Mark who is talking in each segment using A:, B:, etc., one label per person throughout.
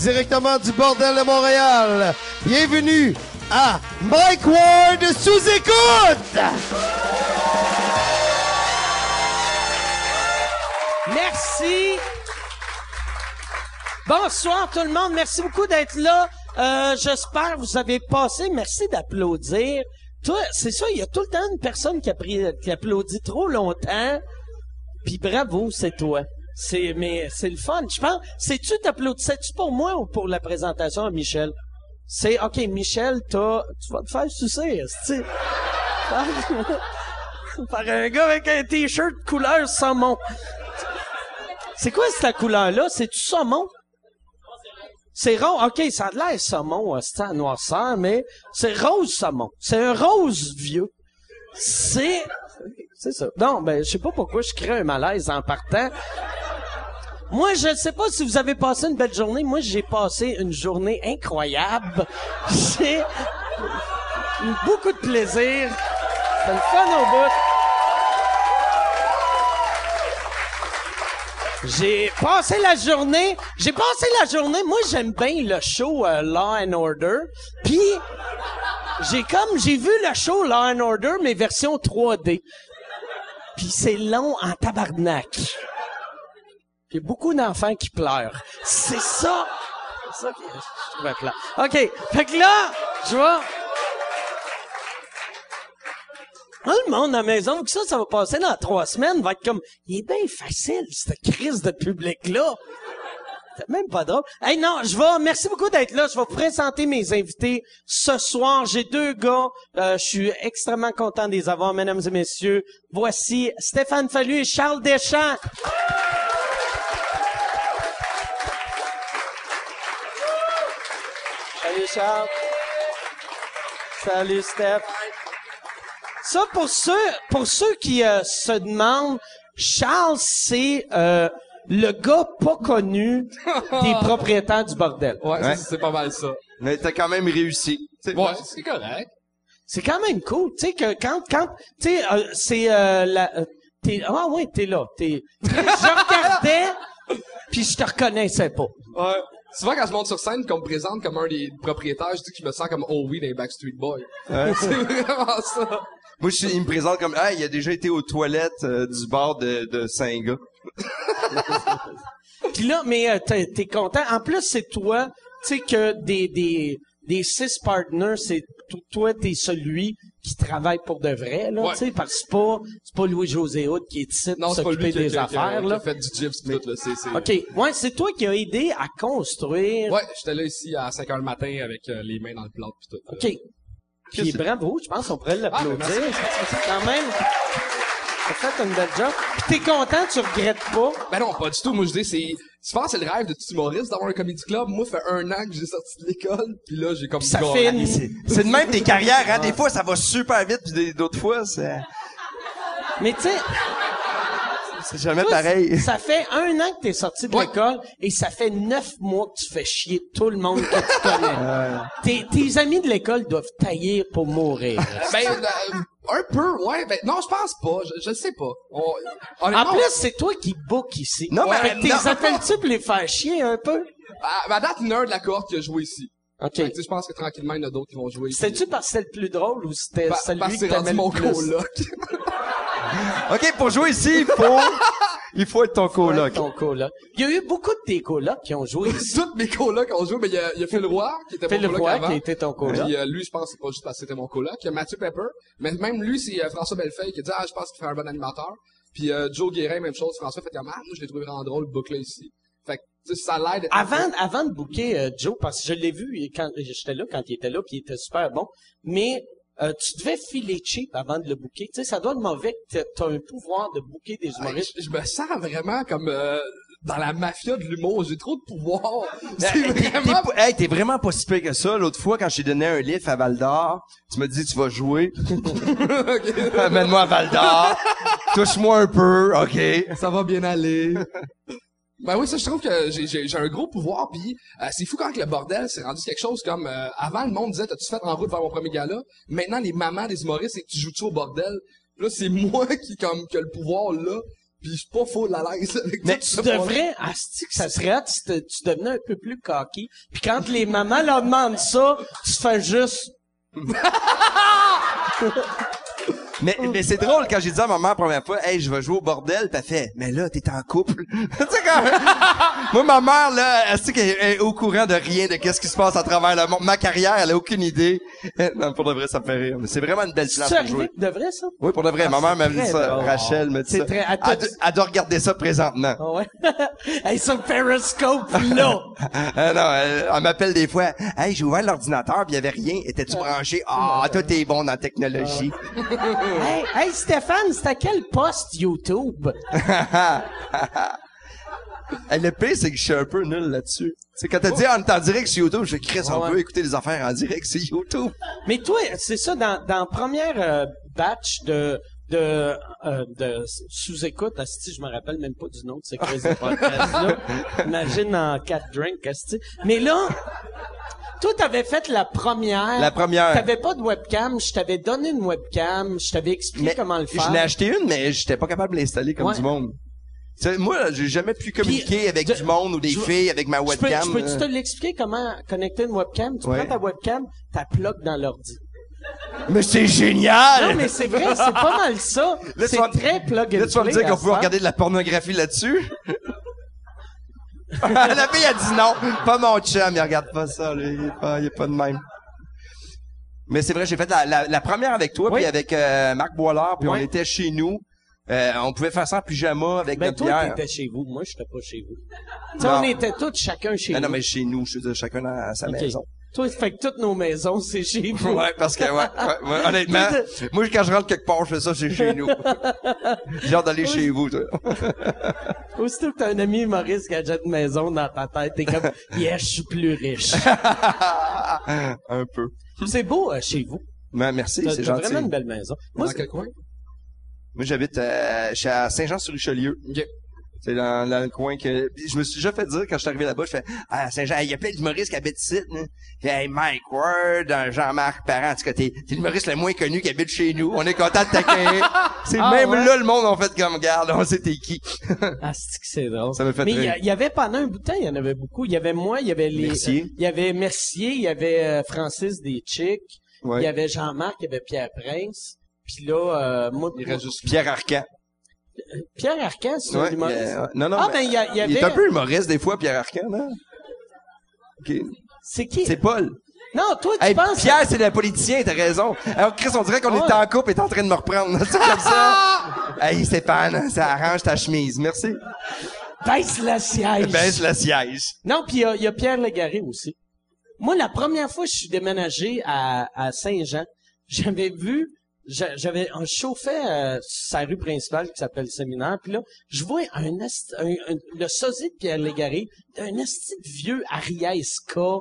A: directement du bordel de Montréal. Bienvenue à Mike Ward sous écoute.
B: Merci. Bonsoir tout le monde. Merci beaucoup d'être là. Euh, J'espère que vous avez passé. Merci d'applaudir. Toi, C'est ça, il y a tout le temps une personne qui, a pris- qui applaudit trop longtemps. Puis bravo, c'est toi. C'est mais c'est le fun. Je pense. C'est-tu t'applaudissais-tu pour moi ou pour la présentation à Michel? C'est OK, Michel, t'as. Tu vas te faire sucer, esti. Par, par un gars avec un t-shirt couleur saumon. C'est quoi cette couleur-là? C'est-tu saumon? C'est rose. OK, ça a de l'air saumon, euh, c'est en noirceur, mais c'est rose saumon. C'est un rose vieux. C'est... C'est ça. Non, ben, je sais pas pourquoi je crée un malaise en partant. Moi, je ne sais pas si vous avez passé une belle journée. Moi, j'ai passé une journée incroyable. J'ai eu beaucoup de plaisir. C'est le fun au bout. J'ai passé la journée, j'ai passé la journée, moi j'aime bien le show euh, Law and Order, puis j'ai comme j'ai vu le show Law and Order mais version 3D. Puis c'est long en tabarnak. Il y a beaucoup d'enfants qui pleurent. C'est ça. C'est ça que je trouvais plat. OK, fait que là, je vois Tout le monde à la maison, que ça, ça va passer dans trois semaines, va être comme, il est bien facile, cette crise de public-là. C'est même pas drôle. Hey, non, je vais, merci beaucoup d'être là. Je vais vous présenter mes invités ce soir. J'ai deux gars. Euh, je suis extrêmement content de les avoir, mesdames et messieurs. Voici Stéphane Fallu et Charles Deschamps. Salut Charles. Salut Steph. Ça, pour ceux, pour ceux qui euh, se demandent, Charles, c'est euh, le gars pas connu des propriétaires du bordel.
C: Ouais,
A: Ouais.
C: C'est, c'est pas mal ça.
A: Mais t'as quand même réussi. C'est-
C: Ouais, c'est correct.
B: C'est quand même cool, tu sais, que quand, quand, tu sais, euh, c'est euh, la... euh, t'es- ah ouais, t'es là. T'es, je regardais, puis je te reconnaissais pas.
C: Ouais. Souvent, quand je monte sur scène, qu'on me présente comme un des propriétaires, je dis que je me sens comme Oh oui des Backstreet Boys.
A: Ouais.
C: c'est vraiment ça.
A: Moi, je, suis- il me présente comme, ah, il a déjà été aux toilettes euh, du bar de, de Saint-Gars.
B: Puis là, mais euh, t'es, t'es content. En plus, c'est toi, tu sais, que des, des, des six partners, c'est tout, toi, t'es celui qui travaille pour de vrai, là,
C: Ouais.
B: tu sais, parce que c'est pas, c'est pas Louis-José Hood qui est ici
C: Non,
B: pour
C: c'est pas lui
B: s'occuper
C: qui,
B: des
C: qui- qui-
B: affaires,
C: qui
B: là.
C: a fait du gyps pis tout, là. C'est, c'est...
B: OK. Ouais, c'est toi qui as aidé à construire.
C: Ouais, j'étais là ici à 5h le matin avec euh, les mains dans le plat pis tout. là.
B: OK. Puis bravo, je pense qu'on pourrait l'applaudir.
C: Ah, ben,
B: C'est quand même. T'as fait une belle job. Puis t'es content, tu regrettes pas.
C: Ben non, pas du tout. Moi, je dis, c'est... Je pense que c'est le rêve de tout humoriste d'avoir un comedy club. Moi, ça fait un an que j'ai sorti de l'école, pis là, j'ai comme...
B: Ça
C: gagné.
B: fait une...
A: C'est de même des carrières, hein. Des fois, ça va super vite, puis des- d'autres fois, c'est,
B: Mais tu sais,
A: c'est jamais
B: toi,
A: pareil.
B: ça fait un an que t'es sorti de
C: Ouais.
B: l'école et ça fait neuf mois que tu fais chier tout le monde que tu connais. tes, tes amis de l'école doivent taillir pour mourir.
C: Ben, euh, un peu, ouais. Ben, non, je pense pas. Je, je sais pas. On-
B: En
C: honnêtement,
B: plus, c'est toi qui book ici.
A: Non, mais-
B: Fait que
A: non.
B: t'es appelles-tu pour les faire chier un peu?
C: Ah, ben, À, à date, il y en a un de la cohorte qui a joué ici.
B: OK.
C: Fait que, tu sais, je pense que tranquillement, il y en a d'autres qui vont jouer ici.
B: C'était-tu parce que c'était le plus drôle ou c'était
C: Pa-
B: celui
C: parce
B: que
C: que c'est rendu
B: t'aimais le
C: mon
B: plus?
C: coloc.
A: OK, pour jouer ici, il faut, il faut être ton coloc.
B: Ton coloc. Il y a eu beaucoup de tes colocs qui ont joué ici.
C: Toutes mes colocs ont joué, mais il y a, il y a Phil Roy, qui était
B: Fais le
C: mon coloc
B: roi
C: avant.
B: qui était ton coloc.
C: Puis euh, lui, je pense que c'est pas juste parce que c'était mon coloc. Il y a Mathieu Pepper. Mais même lui, c'est euh, François Bellefeuille qui a dit « Ah, je pense qu'il fait un bon animateur. » Puis euh, Joe Guérin, même chose. François fait comme « Ah, moi, je l'ai trouvé vraiment drôle, le boucle ici. » Fait que, tu sais, ça l'aide.
B: Avant, avant de booker euh, Joe, parce que je l'ai vu il- quand j'étais là, quand il était là, puis il était super bon, mais euh, tu devais filer cheap avant de le booker. Tu sais, ça doit être mauvais que t'a- t'as un pouvoir de booker des
C: Ouais,
B: humoristes.
C: je, je me sens vraiment comme euh, dans la mafia de l'humour. J'ai trop de pouvoir.
A: Ben,
C: C'est
A: Hey, t'es-
C: vraiment...
A: t'es pas- hey, t'es vraiment pas si pire que ça. L'autre fois, quand je t'ai donné un livre à Val d'Or, tu m'as dit, tu vas jouer. Amène-moi à Val d'Or. Touche-moi un peu, OK.
C: Ça va bien aller. Ben oui, ça, je trouve que j'ai- j'ai j'ai un gros pouvoir, puis euh, c'est fou quand que le bordel s'est rendu quelque chose comme... euh, avant, le monde disait « T'as-tu fait en route vers mon premier gala? » Maintenant, les mamans des humoristes, c'est « Tu joues-tu au bordel? » Puis Là, c'est moi qui comme que le pouvoir, là. Puis je suis pas faux de la l'aise avec
B: Mais
C: tout
B: tu
C: ce point-là.
B: devrais, asti, que ça serait hot si te- tu devenais un peu plus coquille. Puis quand les mamans leur demandent ça, tu fais juste...
A: Mais,
C: Oh.
A: mais c'est drôle quand j'ai dit à maman la première fois, hey, je vais jouer au bordel, t'as fait, mais là, t'es en couple. tu sais, quand Moi, ma mère, là, elle sait qu'elle est au courant de rien, de qu'est-ce qui se passe à travers le monde. Ma carrière, elle a aucune idée. non, pour de vrai, ça me fait rire. Mais c'est vraiment une belle place
B: C'est
A: pour
B: arrivé
A: jouer.
B: que de vrai, ça?
A: Oui, pour de vrai,
B: Ah,
A: ma mère
B: c'est
A: m'a dit
B: très
A: ça.
B: drôle.
A: Rachel me dit
B: C'est
A: ça.
B: très- à
A: Elle
B: tout-
A: do- elle doit regarder ça présentement.
B: Ah ouais? hey, sur Periscope, là!
A: Euh, non, elle, elle m'appelle des fois. Hey, j'ai ouvert l'ordinateur, puis il y avait rien. Étais-tu branché? Ah, toi, t'es bon dans la technologie.
B: hey, hey, Stéphane, c'est à quel poste YouTube? Ah.
A: Eh, Le pire, c'est que je suis un peu nul là-dessus. C'est quand t'as dit Ah, en, en direct sur YouTube, je crée on
B: Ouais.
A: peut écouter les affaires en direct sur YouTube.
B: Mais toi, c'est ça, dans, dans première euh, batch de de, euh, de sous-écoute, asti, je me rappelle même pas du nom de ce crazy podcast-là. Imagine en quatre drinks, asti. Mais là, toi, t'avais fait la première.
A: La première.
B: T'avais pas de webcam, je t'avais donné une webcam, je t'avais expliqué
A: Mais
B: comment le faire.
A: Je l'ai acheté une, mais j'étais pas capable de l'installer comme
B: Ouais.
A: du monde. Tu sais, moi, là, j'ai jamais pu communiquer
B: Puis,
A: avec
B: de-
A: du monde ou des
B: je-
A: filles avec ma
B: Je peux,
A: webcam. euh.
B: je peux-tu
A: là.
B: te l'expliquer comment connecter une webcam? Tu
A: Ouais.
B: prends ta webcam, t'as plug dans l'ordi.
A: Mais c'est génial!
B: Non, mais c'est vrai, c'est pas mal ça.
A: Là, tu
B: C'est
A: vas-
B: très plug and
A: Là, tu vas me
B: play
A: dire
B: à
A: qu'on
B: ce
A: peut
B: temps.
A: regarder de la pornographie là-dessus? la fille a dit non. Pas mon chum, il regarde pas ça, lui. Il est pas, il est pas de même. Mais c'est vrai, j'ai fait la, la- la première avec toi,
B: Oui.
A: puis avec euh, Marc Boilard, puis
B: Oui.
A: on était chez nous. Euh, on pouvait faire ça en pyjama avec
B: Ben,
A: notre
B: toi,
A: bière.
B: t'étais chez vous. Moi, j'étais pas chez vous. Tu sais,
A: Non. Ben,
B: on était tous chacun chez
A: Ah, Non,
B: vous.
A: non, mais chez nous, je veux dire, chacun dans- à sa
B: Ok.
A: maison.
B: Toi, ça fait que toutes nos maisons, c'est chez vous.
A: Ouais, parce que, ouais, ouais, ouais, honnêtement, moi, quand je rentre quelque part, je fais ça, c'est chez nous. J'ai hâte d'aller chez vous, toi.
B: Aussitôt que t'as un ami humoriste qui a déjà une maison dans ta tête, t'es comme, yeah, je suis plus riche.
A: Un peu.
B: c'est beau, euh, chez vous.
A: Mais merci,
B: T'as
A: c'est
B: t'as
A: gentil.
B: vraiment une belle maison. Moi,
C: Dans
B: c'est-
C: quel coin?
A: Moi, j'habite euh, je suis à Saint-Jean-sur-Richelieu.
C: Ok.
A: C'est dans, dans le coin que... puis je me suis déjà fait dire, quand je suis arrivé là-bas, je fais « Ah, Saint-Jean, il y a plein d'humoristes qui habitent ici. hein. » Puis, Hey, Mike Ward, euh, Jean-Marc Parent, en tout cas, t'es t'es l'humoriste le moins connu qui habite chez nous. On est content de t'accueillir. C'est
B: Ah,
A: même
B: ouais?
A: là, le monde, en fait, comme « Garde, on sait t'es qui.
B: Ah, c'est que c'est drôle.
A: Ça me fait
B: Mais il y
A: rire.
B: a- il y, avait pendant un bout de temps, il y en avait beaucoup. Il y avait moi, il y avait les...
A: Mercier.
B: euh, Il y avait Mercier, il y avait euh, Francis Deschicks,
A: Ouais.
B: il y avait Jean-Marc, il y avait Pierre Prince. Puis là, euh, moi,
C: Il reste juste
A: Pierre Arcan.
B: Pierre Arcan, c'est
A: Ouais,
B: un humoriste.
A: il y a- euh, non, non,
B: ah,
A: mais-
B: ben, il y, a- il y avait...
A: Il est un peu humoriste, des fois, Pierre Arcan, non? Ok.
B: C'est qui?
A: C'est Paul.
B: Non, toi, tu
A: Hey,
B: penses...
A: Pierre, c'est le politicien, t'as raison. Alors, Chris, on dirait qu'on
B: Ouais.
A: est en couple et t'es en train de me reprendre. C'est comme ça. hey, Stéphane, ça arrange ta chemise. Merci.
B: Baisse la siège.
A: Baisse le siège.
B: Non, puis il y a- il y, a Pierre Légaré aussi. Moi, la première fois que je suis déménagé à, à Saint-Jean, j'avais vu, j'a- j'avais un chauffait euh, sur sa rue principale qui s'appelle Séminaire, puis là, je vois un, asti- un- un- le sosie de Pierre Légaré, un asti de vieux Ariesca,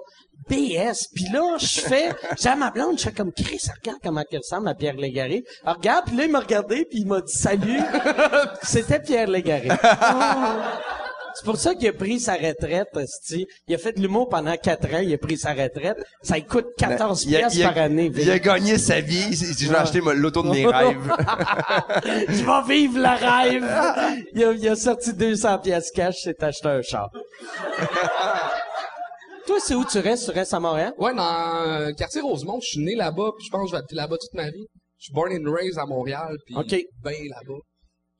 B: BS. Puis là, je fais, j'ai à ma blonde, je fais comme Chris, regarde comment elle ressemble à Pierre Légaré. Alors, regarde, puis là, il m'a regardé, puis il m'a dit salut. C'était Pierre Légaré. C'est pour ça qu'il a pris sa retraite, esti. Il a fait de l'humour pendant quatre ans, il a pris sa retraite. Ça lui coûte 14
A: Il a-
B: piastres
A: il a-
B: par année. Ah.
A: Il a gagné sa vie. Si si je vais
B: Ouais.
A: acheter moi, l'auto de mes rêves.
B: Tu vas vivre le rêve! Il a, il a sorti 200 piastres cash, s'est acheté un char. Toi, c'est où tu restes? Tu restes à Montréal?
C: Ouais, dans le quartier Rosemont, je suis né là-bas, puis je pense que je vais habiter là-bas toute ma vie. Je suis born and raised à Montréal, puis
B: Ok.
C: ben là-bas.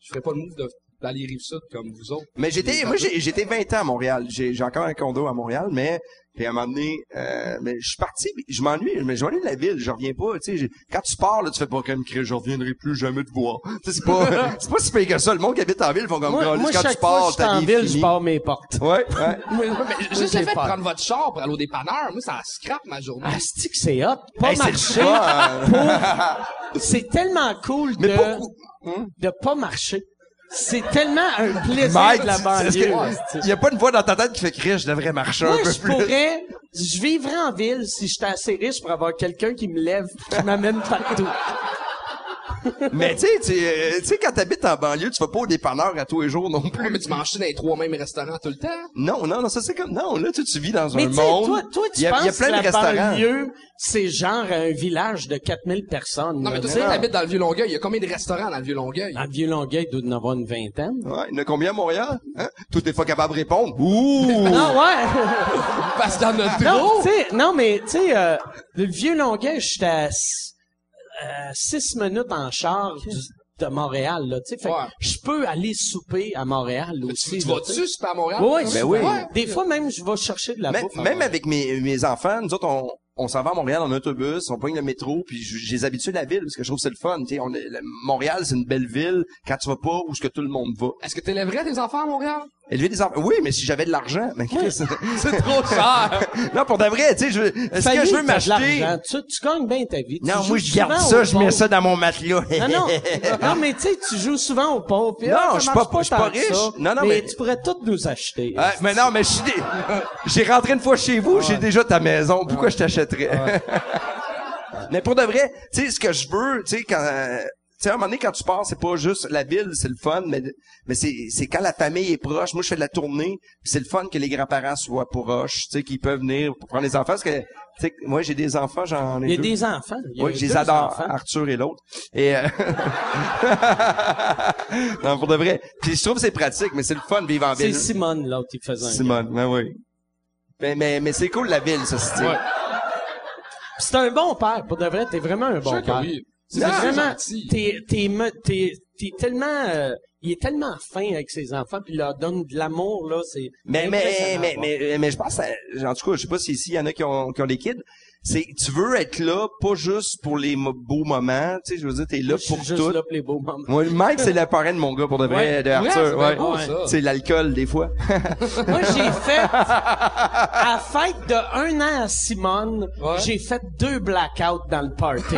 C: Je ferais pas le move de- d'aller rive sud comme vous autres.
A: Mais j'étais, moi, j'ai- j'étais 20 ans à Montréal. J'ai j'ai encore un condo à Montréal, mais puis à un moment donné, euh, mais je suis parti, puis je m'ennuie, mais je m'ennuie de la ville, je reviens pas. Tu sais, j'ai- quand tu pars, là, tu fais pas comme crier, je reviendrai plus jamais te voir. Tu sais, c'est pas, c'est pas si pire que ça. Le monde qui habite en ville font comme
B: Moi,
A: Caliste,
B: moi
A: quand
B: chaque
A: tu pars,
B: fois que je suis en
A: vie
B: ville,
A: finie.
B: je pars mes portes.
A: Ouais, ouais.
B: Moi,
C: Juste
B: j'ai
C: le fait de
B: peur.
C: prendre votre char pour aller au dépanneur, moi, ça scrape ma journée.
B: Asti Ah, que c'est hot. Pas
A: Hey, c'est le
B: marcher.
A: fun.
B: pour- C'est tellement cool
A: Mais
B: de...
A: pourquoi-
B: de pas marcher. C'est tellement un plaisir
A: Mike,
B: de la
A: est-ce que-
B: banlieue.
A: il y a pas une voix dans ta tête qui fait crier, je devrais marcher
B: Moi,
A: un peu
B: je
A: plus.
B: pourrais, je vivrais en ville si j'étais assez riche pour avoir quelqu'un qui me lève, qui m'amène partout.
A: Mais tu sais, tu euh, tu sais, quand t'habites en banlieue, tu vas pas au dépanneur à tous les jours non
C: Ouais,
A: plus.
C: mais tu manges dans les trois mêmes restaurants tout le temps.
A: Non, non, non, ça c'est comme, non, là, tu, tu vis dans
B: Mais
A: un
B: tu sais,
A: monde.
B: toi, toi, tu
A: il y a, il y a
B: penses que
A: plein
B: la
A: de restaurants.
B: banlieue, c'est genre un village de 4000 personnes.
C: Non,
B: là,
C: mais tu
B: là.
C: sais, t'habites dans le Vieux-Longueuil. Il y a combien de restaurants dans le Vieux-Longueuil?
B: Dans le vieux Longueuil, il doit en avoir une vingtaine.
A: Ouais, il y en a combien à Montréal? Hein? Tout est pas capable de répondre. Ouh!
B: Non, ouais!
C: Parce que dans notre
B: non,
C: gros,
B: tu sais, non, mais tu sais, euh, le vieux Longueuil, j'étais à s- euh, six minutes en char du- de Montréal, là, tu sais. Fait que
C: Ouais.
B: je peux aller souper à Montréal aussi.
C: tu, tu
B: là, tu sais.
C: vas-tu super à Montréal?
B: Oui,
C: Comme
A: Ben
C: ça?
A: oui.
C: Ouais.
B: Des fois, même, je vais chercher de la
A: même
B: bouffe. à
A: même
B: Montréal.
A: avec mes, mes enfants, nous autres, on, on s'en va à Montréal en autobus, on pogne le métro, puis je, je les habitue à la ville, parce que je trouve que c'est le fun. tu sais, on est- le- Montréal, c'est une belle ville, quand tu vas pas, où ce que tout le monde va.
C: Est-ce que t'élèverais tes enfants à Montréal?
A: Élever des enfants, oui, mais si j'avais de l'argent, ben, Chris,
C: C'est trop cher.
A: non, pour de vrai, tu sais, je, est-ce
B: Fanny,
A: que je veux
B: t'as de
A: m'acheter?
B: l'argent. Tu, tu gagnes bien ta vie. Tu
A: Non,
B: joues
A: moi, je garde
B: souvent
A: ça,
B: au
A: je mets
B: poker.
A: ça dans mon matelas.
B: Non, non, non, mais tu sais, tu joues souvent au pauvre. puis,
A: Non,
B: ah, ça
A: je suis
B: marche
A: pas- je suis
B: tant
A: pas
B: que
A: riche.
B: ça.
A: Non, non, mais-
B: tu pourrais tout nous acheter.
A: Ah, mais non, mais je suis dé- j'ai rentré une fois chez vous, j'ai déjà ta maison. Pourquoi je t'achèterais? mais pour de vrai, tu sais, ce que je veux, tu sais, quand, euh, tu sais, à un moment donné, quand tu pars, c'est pas juste la ville, c'est le fun, mais, mais c'est, c'est quand la famille est proche. Moi, je fais de la tournée, puis c'est le fun que les grands-parents soient proches, tu sais, qu'ils peuvent venir pour prendre les enfants, parce que, tu sais, moi, j'ai des enfants, j'en ai
B: Il y a
A: deux.
B: des enfants. Il y a
A: Oui, je les
B: deux
A: adore, Ah,
B: enfants.
A: Arthur et l'autre. Et euh, non, pour de vrai. Puis je trouve que c'est pratique, mais c'est le fun de vivre en
B: C'est
A: ville.
B: Simone, l'autre, qui faisait un
A: Simone, ben oui. Mais, mais, mais c'est cool la ville, ça, c'est
C: Ouais.
B: C'est un bon père, pour de vrai, t'es vraiment un bon
C: Sûr que
B: père.
C: oui. C'est
B: C'est vraiment,
C: vraiment gentil.
B: t'es, t'es, me- t'es, t'es tellement, euh, il est tellement fin avec ses enfants, puis il leur donne de l'amour, là, c'est
A: Mais, mais,
B: impressionnant
A: mais,
B: à voir.
A: mais, mais, je pense, à- en tout cas, je sais pas si ici, il y en a qui ont, qui ont des kids. C'est, tu veux être là, pas juste pour les mo- beaux moments, tu sais, je veux dire, t'es là
B: Je suis
A: pour
B: juste
A: tout.
B: là pour les beaux moments.
A: Moi, Mike, c'est le parrain de mon gars, pour de vrai,
C: Ouais.
A: de Arthur,
C: Ouais, c'est bien
A: ouais.
C: beau, ça.
A: C'est l'alcool, des fois.
B: Moi, j'ai fait, à la fête de un an à Simone,
C: Ouais.
B: j'ai fait deux blackouts dans le party.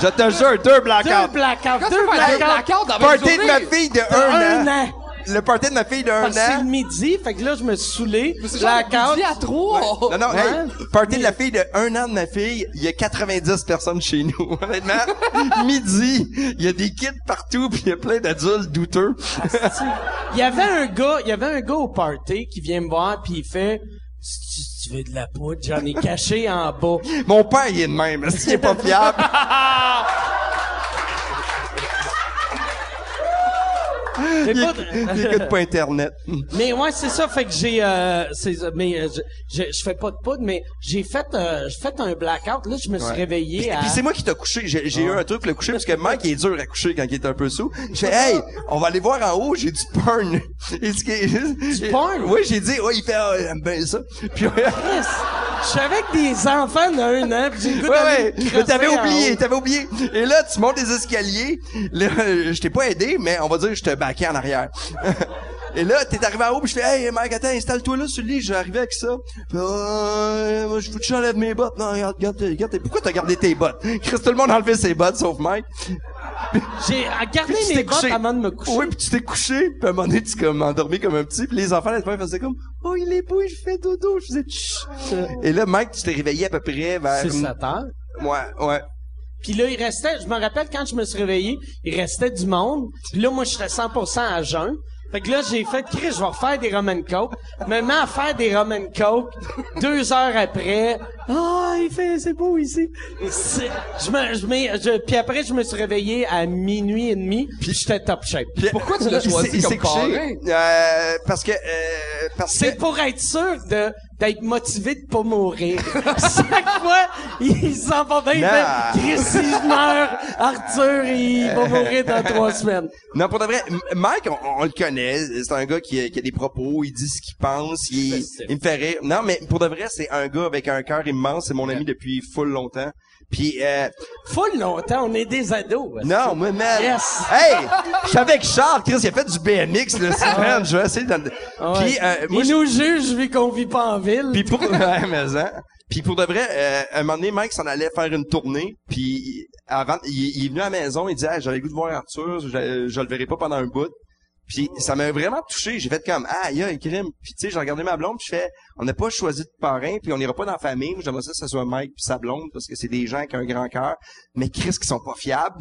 A: je te jure, deux
B: deux
A: blackouts.
B: blackouts,
C: Quand tu
B: deux
C: veux faire des
B: blackouts.
C: placards dans la même
A: Party de
C: journée,
A: ma fille de
B: de
A: un an.
B: un an.
A: Le party de ma fille de un
B: Parce que Ah, c'est le
A: an.
B: midi, fait que là, je me suis saoulé.
C: Mais c'est genre
B: Blackout.
C: midi à trois.
A: Non, non,
B: Oh, Ouais.
A: hey, party de la fille de un an de ma fille, il y a 90 personnes chez nous, honnêtement. Midi, il y a des kids partout, puis il y a plein d'adultes douteux.
B: Il y avait un gars, il y avait un gars au party qui vient me voir puis il fait si tu, tu veux de la poudre, j'en ai caché en bas.
A: Mon père, il est de même, est-ce qu'il est pas fiable?
B: C'est
A: Il,
B: pas-
A: éc- il écoute pas Internet.
B: mais ouais, c'est ça fait que j'ai euh, c'est ça, mais euh, je, je, je fais pas de poudre mais j'ai fait euh, j'ai fait un blackout là, je me suis réveillé
A: Puis,
B: à
A: puis c'est moi qui t'ai couché. J'ai, j'ai eu
B: Ah.
A: un truc pour le coucher parce que Mike il est dur à coucher quand il est un peu sous. J'ai fait,
B: Ah.
A: hey, on va aller voir en haut, j'ai du porn. du
B: porn?
A: Oui, j'ai dit, ouais, il fait, ah, j'aime bien ça. Puis, ouais,
B: Chris, Je suis avec des enfants de un an, puis j'ai le goût
A: Ouais, ouais.
B: d'aller me
A: Mais t'avais
B: crosser en
A: oublié,
B: haut.
A: t'avais oublié. Et là, tu montes les escaliers. Là, euh, je t'ai pas aidé, mais on va dire que je te baquais en arrière. Et là, t'es arrivé en haut, puis je fais, hey, Mike, attends, installe-toi là sur le lit, j'arrivais avec ça. Puis, Euh, moi, je vous j'enlève mes bottes. Non, regarde, regarde, regarde, t'es- pourquoi t'as gardé tes bottes? Chris, tout le monde a enlevé ses bottes, sauf Mike.
B: J'ai gardé
A: Puis tu
B: mes
A: t'es
B: bottes
A: couché.
B: avant de me coucher.
A: Oui, puis tu t'es couché, puis à un moment donné, tu comme endormi comme un petit, puis les enfants, là, ils faisaient comme, oh, il est beau, je fais dodo, je faisais, Chut. Et là, Mike, tu t'es réveillé à peu près vers...
B: C'est sa terre.
A: Ouais, ouais.
B: Puis là, il restait, je me rappelle quand je me suis réveillé, il restait du monde. Puis là, moi, j'étais 100% à jeun. Fait que là, j'ai fait, Chris, je vais refaire des Roman Coke. Me mets à faire des Roman Coke. Deux heures après, ah, il fait, c'est beau ici. C'est- Je me, je mets- je- puis après, je me suis réveillé à minuit et demi. Puis j'étais top shape.
A: Puis-
C: Pourquoi tu l'as
A: il
C: choisi
A: s'est- il
C: comme
A: s'est couché, euh, parce que euh, parce que
B: C'est pour être sûr de d'être motivé de pas mourir. Chaque fois, il s'en va bien, il
A: Non.
B: fait, Chris, si je meurs, Arthur, il va mourir dans trois semaines.
A: non pour de vrai, M- Mike on, on le connaît, c'est un gars qui a, qui a des propos, il dit ce qu'il pense, il,
B: Festif.
A: il me fait rire. Non mais pour de vrai, c'est un gars avec un cœur immense, c'est mon ami depuis full longtemps. Puis euh,
B: Full longtemps, on est des ados.
A: non, moi man.
B: Yes.
A: Hey, je suis avec Charles, Chris, il a fait du BMX
C: Ah.
A: le semaine, je vais essayer de
B: Ouais.
A: Puis euh, moi
B: il
A: je-
B: nous juge vu qu'on vit pas en ville.
A: Puis pour ouais, mais hein. Puis pour de vrai, euh, un moment donné, Mike s'en allait faire une tournée. Puis avant, il, il est venu à la maison, il dit ah, j'avais le goût de voir Arthur, je, je le verrai pas pendant un bout. Puis ça m'a vraiment touché. J'ai fait comme ah, il y a un crime. Puis tu sais, j'ai regardé ma blonde, puis je fais on n'a pas choisi de parrain, puis on n'ira pas dans la famille. Moi, j'aimerais ça que ce soit Mike puis sa blonde parce que c'est des gens qui ont un grand cœur, mais Chris qui sont pas fiables.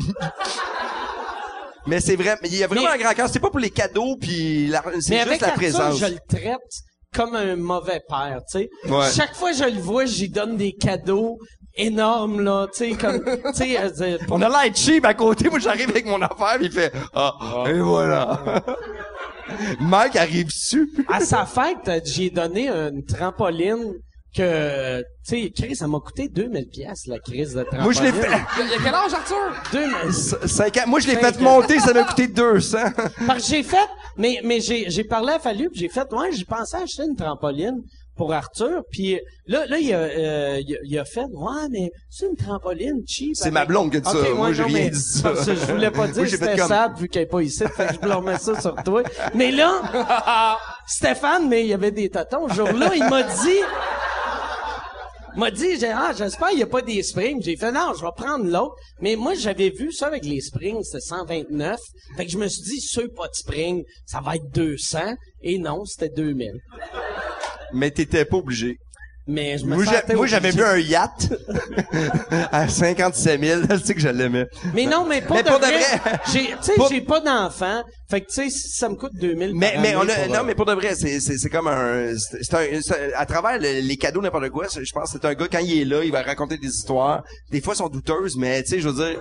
A: mais c'est vrai, mais il y a vraiment
B: Mais-
A: un grand cœur, c'est pas pour les cadeaux puis la-
B: Mais
A: c'est
B: avec
A: juste la
B: Arthur,
A: présence.
B: je le traite comme un mauvais père, tu sais.
A: Ouais.
B: Chaque fois que je le vois, j'y donne des cadeaux énormes, là, tu sais, comme, tu sais, euh, dire,
A: On a l'air cheap à côté, moi j'arrive avec mon affaire, puis il fait ah, et voilà. Mike arrive dessus.
B: à sa fête, euh, j'ai donné une trampoline que, tu sais, Chris, ça m'a coûté 2000 pièces, la crise de trampoline.
A: Moi je l'ai fait.
C: Il y a- il y a quel âge, Arthur?
B: 2000.
A: cinq ans. Moi je l'ai
B: Cinq
A: fait
B: ans.
A: monter, ça m'a coûté 200.
B: Parce que j'ai fait, mais, mais j'ai, j'ai parlé à Fallu, puis j'ai fait, ouais, j'ai pensé à acheter une trampoline pour Arthur, puis là, là, il a, euh, il a- il a fait, ouais, mais c'est une trampoline cheap.
A: C'est ma blonde qui a dit ça.
B: Ok, ouais,
A: Moi, j'ai
B: non,
A: rien
B: mais
A: dit ça.
B: parce que je voulais pas dire
A: Moi,
B: que
A: j'ai fait
B: c'était
A: comme-
B: sable vu qu'elle est pas ici, fait que je blâmais ça sur toi. Mais là, Stéphane, mais il y avait des tatons. Ce jour-là, il m'a dit... Il m'a dit, j'ai, ah, j'espère qu'il n'y a pas des springs. J'ai fait, non, je vais prendre l'autre. Mais moi, j'avais vu ça avec les springs, c'était 129. Fait que je me suis dit, ceux pas de spring, ça va être 200. Et non, c'était 2000.
A: Mais t'étais pas obligé.
B: Mais je me
A: Moi, j'a-
B: sentais
A: moi, j'avais
B: obligé.
A: vu un yacht à 57 000. Je sais que je l'aimais.
B: Mais non, mais pas
A: Mais
B: de
A: pour de
B: vrai.
A: vrai.
B: J'ai, tu sais,
A: Pas-
B: j'ai pas d'enfant. Fait que, tu sais, si ça me coûte 2000
A: Mais,
B: par
A: mais on
B: année
A: a,
B: pour,
A: non,
B: euh,
A: mais pour de vrai, c'est, c'est, c'est comme un, c'est c'est un, c'est un- à travers le- les cadeaux, n'importe quoi, c'est- je pense que c'est un gars, quand il est là, il va raconter des histoires. Des fois, elles sont douteuses, mais, tu sais, je veux dire,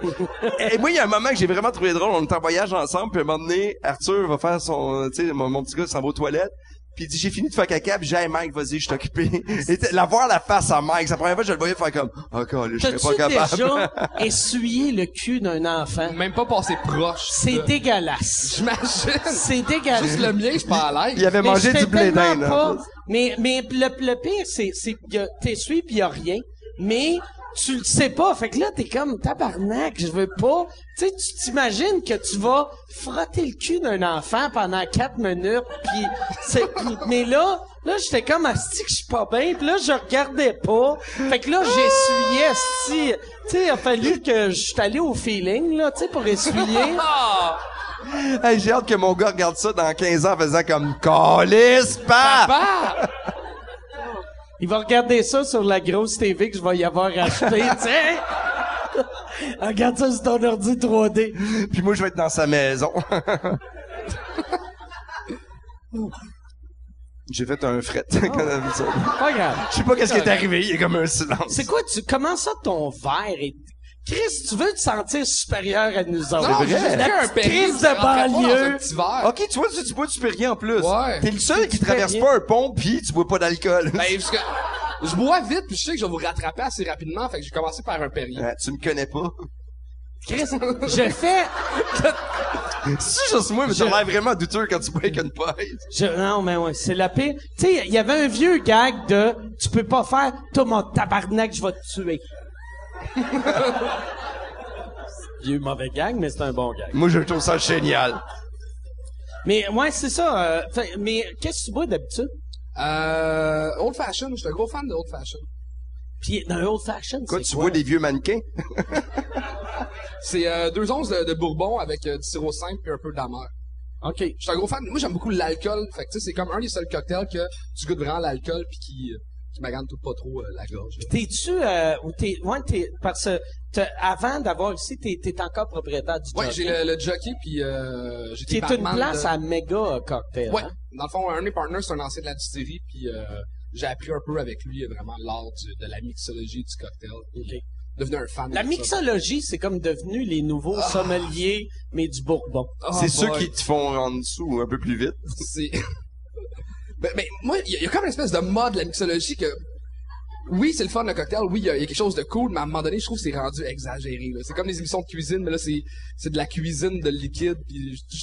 A: et moi, il y a un moment que j'ai vraiment trouvé drôle, on est en voyage ensemble, puis à un moment donné, Arthur va faire son, tu sais, mon, mon petit gars s'en va aux toilettes, puis il dit, j'ai fini de faire caca, puis j'ai, Hey, Mike, vas-y, je t'occupais. Et t- la voir la face à Mike, c'est la première fois que je le voyais faire comme, encore, je serais pas
B: T'as-tu
A: capable.
B: déjà essuyé le cul d'un enfant?
C: Même pas passé proche.
B: C'est
C: de-
B: dégueulasse.
C: J'imagine.
B: C'est dégueulasse.
C: Juste le mien, je suis pas à l'aise.
A: Il avait
B: Mais
A: mangé
B: j'étais
A: du blé
B: tellement
A: d'Inde. hein.
B: pas- Mais, mais le, le pire, c'est, c'est que t'essuies pis y a rien. Mais tu le sais pas. Fait que là, t'es comme tabarnak, je veux pas. Tu sais, tu t'imagines que tu vas frotter le cul d'un enfant pendant quatre minutes pis c'est, pis- mais là, là, j'étais comme asti que je suis pas bien pis là, je regardais pas. Fait que là, j'essuyais asti. Tu sais, il a fallu que je suis allé au feeling, là, tu sais, pour essuyer.
C: Ah!
A: Hey, j'ai hâte que mon gars regarde ça dans 15 ans en faisant comme, calisse pas!
C: Bah!
B: Il va regarder ça sur la grosse TV que je vais y avoir acheté, tiens! Regarde ça sur ton ordi 3D.
A: Puis moi, je vais être dans sa maison. J'ai fait un fret. quand elle a vu ça.
B: Pas grave.
A: Je sais pas qu'est-ce qui est arrivé. Il y a comme un silence.
B: C'est quoi, tu commences ça ton verre et... Chris, tu veux te sentir supérieur à nous autres?
C: Non, j'ai
A: vrai.
C: juste pris un
B: petite
C: péril,
B: crise
C: je
B: de
C: rentrais pas dans un
B: banlieue.
C: petit verre.
A: Ok, tu vois, tu, tu bois du Perrier en plus.
C: Ouais.
A: T'es le seul qui
B: Du
A: traverse
B: Perrier.
A: pas un pont pis tu bois pas d'alcool.
C: Ben, parce que je bois vite, puis je sais que je vais vous rattraper assez rapidement, fait que j'ai commencé par un Perrier.
A: Ah, tu me connais pas.
B: Chris, je fais...
A: C'est juste moi, mais t'as l'air vraiment douteux quand tu bois avec une paille.
B: Je, non, mais ouais, c'est la pire. Tu sais, il y avait un vieux gag de « Tu peux pas faire, toi, mon tabarnak, je vais te tuer. » Vieux mauvais gag, mais c'est un bon gag.
A: Moi, je trouve ça génial.
B: Mais ouais, c'est ça. euh, fait- mais qu'est-ce que tu bois d'habitude?
C: Euh, old Fashion, je suis un gros fan de Old Fashion.
B: Puis dans old fashion,
A: Quoi,
B: c'est
A: tu bois des vieux mannequins?
C: C'est euh, deux onces de, de bourbon avec euh, du sirop simple puis un peu d'amère.
B: Ok.
C: Je suis un gros fan. Moi, j'aime beaucoup l'alcool. Fait que, tu sais, c'est comme un des seuls cocktails que tu goûtes vraiment l'alcool puis qui, euh, qui m'agane tout pas trop euh, la gorge.
B: T'es-tu euh, ou t'es ouais t'es parce que t'as- avant d'avoir ici t'es t'es encore propriétaire du
C: Ouais,
B: jockey,
C: j'ai le, le jockey puis euh, j'ai
B: qui
C: des
B: est une
C: Batman
B: place
C: de-
B: à méga cocktail.
C: Ouais.
B: hein?
C: Dans le fond, un de mes partners, c'est un ancien de la distillerie puis euh, j'ai appris un peu avec lui euh, vraiment l'art du- de la mixologie du cocktail.
B: Ok.
C: Devenu un fan.
B: La
C: de ça. Ah.
B: mixologie, c'est comme devenu les nouveaux sommeliers mais du Bourbon.
C: Oh
A: C'est ceux
C: boy.
A: qui te font en dessous un peu plus vite.
C: C'est. mais, mais moi, il y, a- il y a comme une espèce de mode de la mixologie que. Oui, c'est le fun, le cocktail. Oui, il y, a il y a quelque chose de cool, mais à un moment donné, je trouve que c'est rendu exagéré. là. C'est comme des émissions de cuisine, mais là, c'est c'est de la cuisine, de liquide, puis je- je-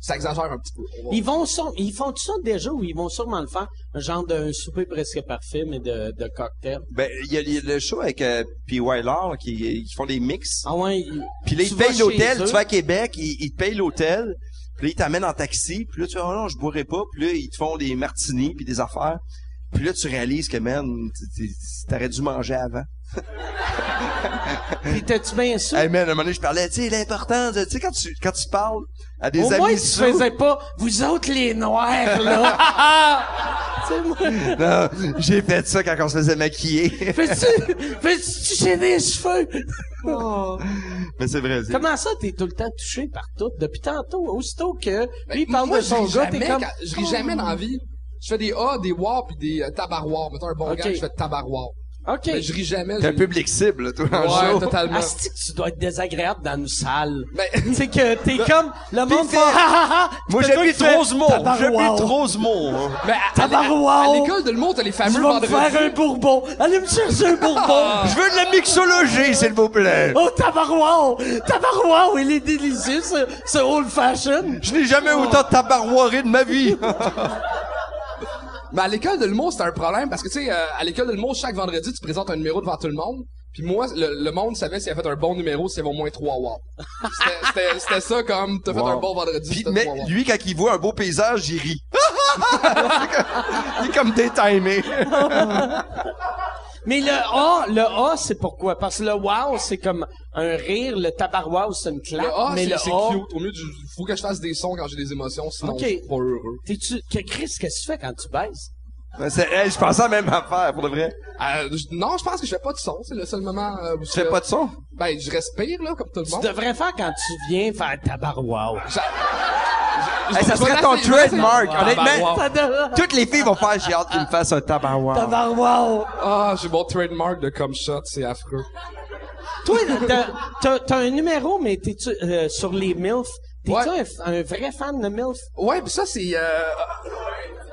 C: ça exagère un petit peu. On va-
B: Ils vont sur- ils font tout ça déjà ou ils vont sûrement le faire un genre d'un souper presque parfait mais de de cocktail.
A: Ben, il y a- il y, a le show avec euh, P.Y. Law qui, qui font des mix.
B: Ah ouais. ils-
A: Puis là, ils
B: tu
A: te payent
B: vas chez
A: l'hôtel,
B: eux.
A: tu vas à Québec, ils, ils te payent l'hôtel, puis là, ils t'amènent en taxi, puis là, tu dis, oh non, je boirai pas, puis là, ils te font des martinis, puis des affaires. Puis là, tu réalises que, man, t- t- t'aurais dû manger avant.
B: Puis t'as-tu bien sûr?
A: Hey man, à un moment donné, je parlais, tu sais, l'importance, de- tu sais, quand tu, quand tu parles à des
B: Au
A: amis
B: moins, tu
A: sous-
B: faisais pas, vous autres les noirs, là. tu sais, moi,
A: Non, j'ai fait ça quand on se faisait maquiller.
B: fais-tu, fais-tu toucher des cheveux?
C: Oh.
A: Mais c'est vrai, c'est...
B: Comment ça, t'es tout le temps touché par tout? Depuis tantôt, aussitôt que lui, il
C: Ben,
B: parle
C: moi,
B: de son
C: je ris
B: gars, t'es
C: jamais
B: comme...
C: quand- Je ris jamais dans la vie. Je fais des A, des WAR puis des euh, tabaroirs. Mettons un bon
B: Ok.
C: gars, je fais tabaroir.
B: OK.
C: Mais Ben, je ris jamais.
A: T'es un
C: je-
A: public cible, là, toi, en
C: Ouais,
A: show.
C: totalement.
B: Asti que tu dois être désagréable dans une salle.
C: Ben-
B: C'est que t'es comme, le monde fait,
A: fait-
B: ha ha ha!
A: Moi,
B: Puis toi
A: j'habite
B: qui fais,
A: Rosemont.
B: Tabarouao.
A: J'habite Rosemont.
C: Mais Ben, à- à,
B: Tabarouao.
C: à l'école de l'humour, t'as les
B: Tu
C: fameux
B: vas me faire un
C: vendredis.
B: bourbon. Allez me chercher un
C: Ah.
B: bourbon.
A: Je veux de la mixologie, s'il vous plaît.
B: Oh, tabarouao! Tabarouao, il est délicieux, ce, ce old fashion.
A: Je n'ai jamais autant tabarouaré de ma vie.
C: Mais à l'école de l'humour, c'était un problème parce que, tu sais, euh, à l'école de l'humour, chaque vendredi, tu présentes un numéro devant tout le monde. Puis moi, le, le monde savait s'il a fait un bon numéro, s'il y avait au moins trois WAR. C'était- c'était- C'était ça comme, t'as fait un bon vendredi,
A: Puis,
C: c'était
A: mais
C: trois WAR.
A: lui, quand il voit un beau paysage, il rit. il est comme détimé.
B: Mais le A, le A, c'est pourquoi? Parce que le wow, c'est comme un rire. Le tabarouao, c'est une claque.
C: Le A,
B: mais
C: c'est
B: le
C: c'est
B: A,
C: cute. Au mieux, du- faut que je fasse des sons quand j'ai des émotions, sinon
B: Ok.
C: je suis pas heureux.
B: t'es-tu, que Chris, qu'est-ce que tu fais quand tu baises?
A: Ben, C'est- hey, je pensais à la même affaire, pour de vrai.
C: Euh, je- non, je pense que je fais pas de son. C'est le seul moment euh, où je
A: Tu fais pas de son?
C: Ben, je respire, là, comme tout le
B: Tu
C: monde.
B: devrais faire quand tu viens faire tabarouao.
C: J'a- je-
A: Hey,
C: je-
A: ça
C: je vais Ah,
A: serait ton
C: l'essayer, je vais
A: trademark,
C: l'essayer.
A: honnêtement.
C: Tabarouat.
B: Tabarouao.
A: Toutes les filles vont faire, j'ai hâte qu'il me fasse un tabarouar.
B: Tabarouao.
C: Ah, j'ai mon trademark de comme shot, c'est affreux.
B: Toi, t'as- t'as, t'as un numéro, mais t'es-tu, euh, sur les MILF? T'es-tu
C: Ouais.
B: un, un vrai fan de MILF?
C: Ouais, pis ça, c'est, euh,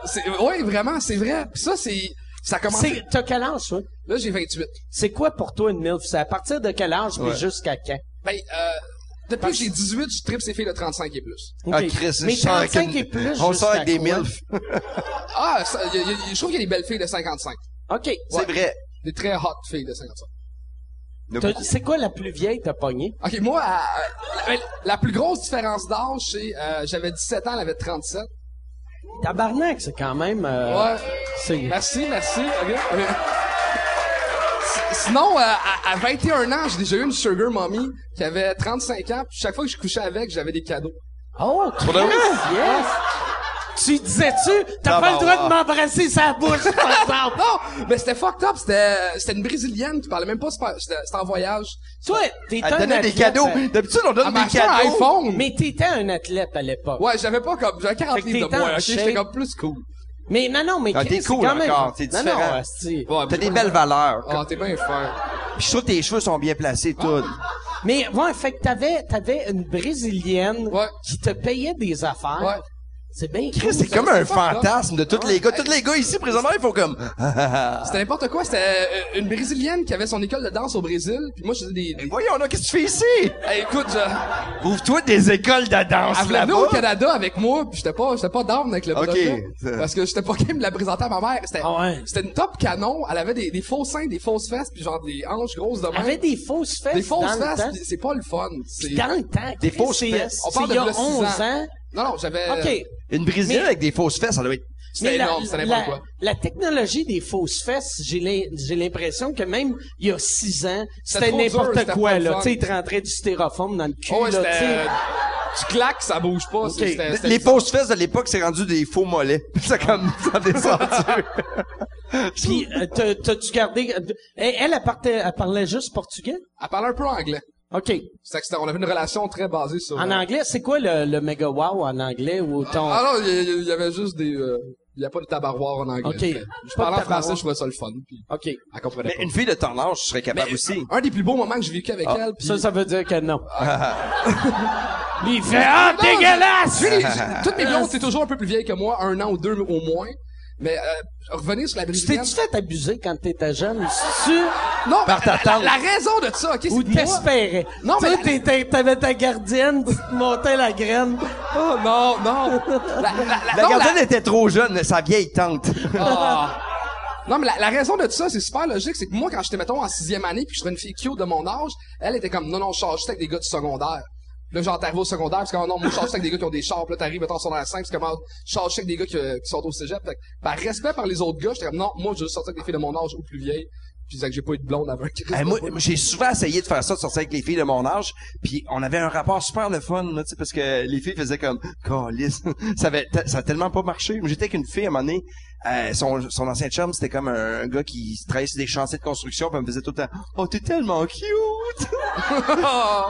C: c'est, ouais, vraiment, c'est vrai. Pis ça, c'est, ça commence.
B: C'est, t'as quel âge, toi?
C: Là, j'ai 28.
B: C'est quoi pour toi une MILF? C'est à partir de quel âge, puis jusqu'à quand?
C: Ben, euh, depuis que j'ai 18, je tripe ces filles de 35 et plus.
B: Ok.
A: Ah, Chris,
B: mais
A: je sors avec
B: 35
A: une-
B: et plus.
A: On sort
B: jusqu'à
A: avec des
B: quoi?
A: milfs.
B: hein.
C: Ah, ça, y a- y a- je trouve qu'il y a des belles filles de 55.
B: OK.
A: C'est vrai.
C: Des très hot filles de 55.
B: T'as- C'est quoi la plus vieille que t'as pognée?
C: Ok, moi, euh, la, la plus grosse différence d'âge, c'est, euh, j'avais 17 ans, elle avait 37.
B: Tabarnak, c'est quand même... euh,
C: Ouais. Ben,
B: C'est...
C: Merci, merci. ok. Ok. S- Sinon, euh, à, à 21 ans, j'ai déjà eu une sugar mommy qui avait 35 ans. Puis chaque fois que je couchais avec, j'avais des cadeaux.
B: Oh, Chris,
A: de vrai?
B: yes! Tu disais-tu, t'as
A: Ah,
B: pas le
A: bah,
B: droit de
A: ouais.
B: m'embrasser sa bouche, par exemple!
C: Non, mais c'était fucked up. C'était, c'était une brésilienne qui parlait même pas. super- C'était, c'était en voyage.
B: Toi, t'étais
A: Elle
B: un
A: donnait des
B: athlète,
A: cadeaux.
B: euh,
A: D'habitude, on
C: Elle
A: donne
C: m'a
A: des
C: acheté un
A: cadeaux.
C: iPhone.
B: Mais t'étais un athlète à l'époque.
C: Ouais, j'avais pas comme, j'avais 40
B: Fait que
C: livres de
B: t'étais
C: moins.
B: en
C: ok? J'étais
B: shape.
C: comme plus cool.
B: Mais non, non, mais
A: Ah,
B: Chris,
A: t'es
B: c'est
A: cool
B: quand même...
A: encore, t'es
B: non,
A: différent.
B: non, asti.
C: Ouais,
A: T'as
C: mais-
A: des belles valeurs.
C: Ah, t'es bien fin.
A: Puis je trouve que tes cheveux sont bien placés, tout.
B: Mais ouais, fait que t'avais, t'avais une brésilienne
C: Ouais.
B: qui te payait des affaires.
C: Ouais.
B: C'est bien.
A: Chris, c'est
C: ça,
A: comme un
C: c'est fucked up.
A: fantasme de tous les gars. Tous les gars ici, présentement, ils font comme... Ah,
C: C'était n'importe quoi. C'était euh, une brésilienne qui avait son école de danse au Brésil. Puis moi, je faisais des. des-
A: Voyons, là, qu'est-ce que tu fais ici?
C: Hey, écoute, je...
A: Ouvre-toi des écoles de
C: Elle
A: danse
C: voulait venir au
A: là-bas.
C: Canada avec moi, puis j'étais pas, j'étais pas down avec le
A: Ok.
C: projet.
A: Ça-
C: Parce que j'étais pas game de la présenter à ma mère. C'était,
B: Ah ouais.
C: c'était une top canon. Elle avait des, des faux seins, des fausses fesses, puis genre des hanches grosses de
B: Elle
C: même.
B: avait des fausses fesses.
C: des fausses
B: dans
C: fesses,
B: Le temps.
C: puis c'est pas le fun. C'est...
B: Puis Dans le temps.
A: Des
B: Chris,
A: fausses
B: c'est-
A: fesses.
C: On
B: C'est
C: parle
B: il
C: de
B: y a
C: là, six
B: 11 ans.
C: Non, non, j'avais...
B: OK.
A: Une brésilienne avec des fausses fesses, ça doit être...
C: C'était
B: la-
C: énorme, c'était
B: la,
C: n'importe quoi.
B: la technologie des fausses fesses, j'ai l'im- j'ai l'impression que même il y a 6 ans, c'était
C: trop dur,
B: n'importe
C: c'était
B: quoi,
C: pas le
B: là.
C: fun.
B: Tu sais, il te rentrait du styrofoam dans le cul,
C: Oh, ouais,
B: là, tu sais.
C: c'était... Tu claques, ça bouge pas. Euh, c'est- c'était- c'était
A: Les
C: bizarre.
A: fausses fesses de l'époque, c'est rendu des faux mollets. Ça comme ça descendu.
B: Puis, euh, t'as- t'as-tu gardé... euh, Elle, elle, elle partait- elle parlait juste portugais?
C: Elle parlait un peu anglais.
B: OK.
C: C'est que c'était- on avait une relation très basée sur...
B: En
C: euh,
B: anglais, c'est quoi le, le méga wow en anglais ou ton...
C: Ah non, il y- il y, avait juste des... euh, Il y a pas de tabarroir en anglais.
B: Ok.
C: C'était- Je
B: Pas de
C: parlais en
B: tabarroir.
C: français, je trouvais ça le fun. Puis
B: OK.
C: elle comprenait
A: Mais
C: pas.
A: une fille de ton âge, je serais capable aussi.
C: Un des plus beaux moments que j'ai vécu avec elle. Puis
B: Ah, Ça, ça veut dire que non.
C: Ah.
B: Lui, il fait « Ah,
C: Non,
B: dégueulasse!
C: J'ai des- j'ai- toutes mes blondes, c'est toujours un peu plus vieille que moi, un an ou deux au moins. Mais euh, revenir sur la »
B: Tu
C: brésilienne.
B: t'es-tu fait abuser quand t'étais jeune? Tu...
C: Non,
A: Par
C: mais
A: ta
C: la-
A: tante.
C: La, la raison de ça, ok, c'est
B: Ou
C: que moi-
B: t'espérais?
C: Non,
B: Tu sais,
C: mais-
B: t'es- t'es- t'avais ta gardienne, tu te montais la graine.
C: Oh non, non. La, la- la-
A: La
C: non,
A: gardienne était trop jeune, sa vieille tante.
C: la- Ah. Non, mais la, la raison de ça, c'est super logique, c'est que moi, quand j'étais, mettons, en sixième année, puis que je trouvais une fille cute de mon âge, elle était comme, non, non, je sors juste avec des gars du secondaire. Puis Là, genre, t'arrives au secondaire, parce que, non, moi, je sors juste avec des gars qui ont des chars, puis là, t'arrives, mettons, sur la 5, tu commences, je sors juste avec des gars qui, euh, qui sont au cégep. Fait que, par respect par les autres gars, j'étais comme, non, moi, je veux juste sortir avec des filles de mon âge ou plus vieilles. Puis c'est que j'ai pas eu de blonde avant. Chris.
A: Eh, moi, j'ai souvent essayé de faire ça, de sortir avec les filles de mon âge, puis on avait un rapport super le fun, là, tu sais, parce que les filles faisaient comme « Calisse! » Ça avait te- ça a tellement pas marché. Moi, J'étais avec une fille, à un moment donné, euh, son, son ancien chum, c'était comme un, un gars qui travaillait sur des chantiers de construction, puis elle me faisait tout le temps « Oh, t'es tellement cute!
D: Ah,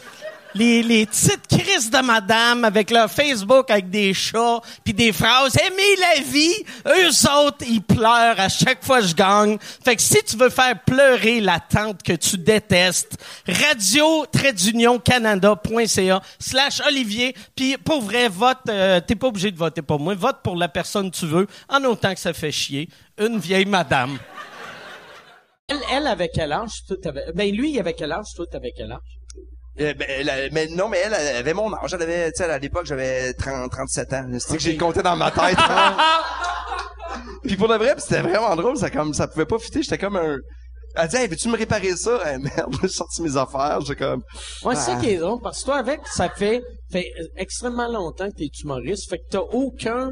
D: Les, les petites crises de madame avec leur Facebook avec des chats puis des phrases aimez la vie eux autres ils pleurent à chaque fois que je gagne fait que si tu veux faire pleurer la tante que tu détestes radio canada.ca slash olivier puis pour vrai vote euh, t'es pas obligé de voter pour moi vote pour la personne que tu veux en autant que ça fait chier une vieille madame
B: Elle, elle avait quel âge? Toi, t'avais- Ben, lui, il avait quel âge? Toi, t'avais quel âge? »
A: Euh, ben, elle a- mais non, mais elle, elle avait mon âge. Elle avait, tu sais, à l'époque, j'avais 30, 37 ans. C'est que j'ai compté dans ma tête. hein. Puis pour de vrai, puis c'était vraiment drôle. Ça, comme, ça pouvait pas fitter. J'étais comme un... Elle dit, hey, veux-tu me réparer ça? Eh, merde, j'ai sorti mes affaires. J'ai comme...
B: Moi, c'est ça
A: Ah.
B: qui est drôle, parce que toi, avec, ça fait, fait extrêmement longtemps que t'es humoriste, fait que t'as aucun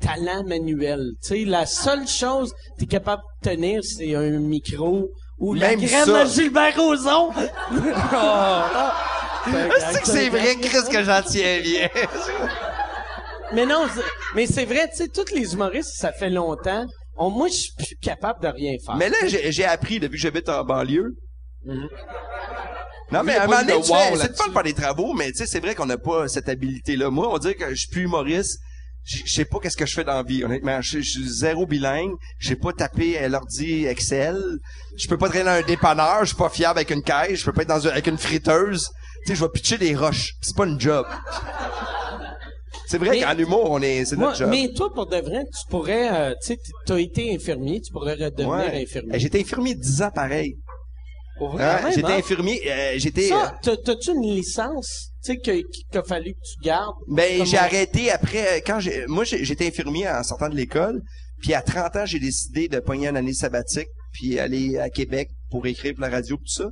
B: talent manuel. Tu sais, la seule chose que t'es capable de tenir, c'est un micro ou la
A: Même
B: graine
A: ça.
B: de Gilbert Rozon.
A: Ah, C'est que c'est vrai, Chris, que j'en tiens bien.
B: Mais non, c'est- mais c'est vrai, tu sais, tous les humoristes, ça fait longtemps. On- moi, je suis plus capable de rien faire.
A: mais là, j'ai j'ai appris depuis que j'habite en banlieue. Non, mais
C: Il y a
A: à un moment
C: pas eu
A: donné,
C: de
A: tu
C: wow
A: fais- c'est
C: là-dessus.
A: de pas de faire des travaux, mais tu sais, c'est vrai qu'on n'a pas cette habilité-là. Moi, on dirait que je suis plus humoriste. Je je sais pas qu'est-ce que je fais dans la vie, honnêtement. Je je suis zéro bilingue. J'ai pas tapé à l'ordi Excel. Je peux pas traîner dans un dépanneur. Je suis pas fiable avec une caisse. Je peux pas être dans une- avec une friteuse. Tu sais, je vais pitcher des roches. C'est pas une job. C'est vrai
B: Mais-
A: qu'en humour, on est, c'est
B: Moi,
A: notre job.
B: mais toi, pour de vrai, tu pourrais, euh, tu sais, t- t'as été infirmier, tu pourrais redevenir
A: Ouais.
B: infirmier.
A: Eh, J'étais infirmier 10 ans pareil.
B: Pour vrai,
A: Hein?
B: quand même,
A: J'étais
B: hein?
A: infirmier, euh, j'étais.
B: Ça, t'as- t'as-tu une licence, tu sais, que- qu'il a fallu que tu gardes?
A: Ben,
B: Comme
A: j'ai
B: on-
A: arrêté après, euh, quand j'ai, moi, j'ai- j'étais infirmier en sortant de l'école. Puis à 30 ans, j'ai décidé de pogner une année sabbatique, puis aller à Québec pour écrire pour la radio, tout ça.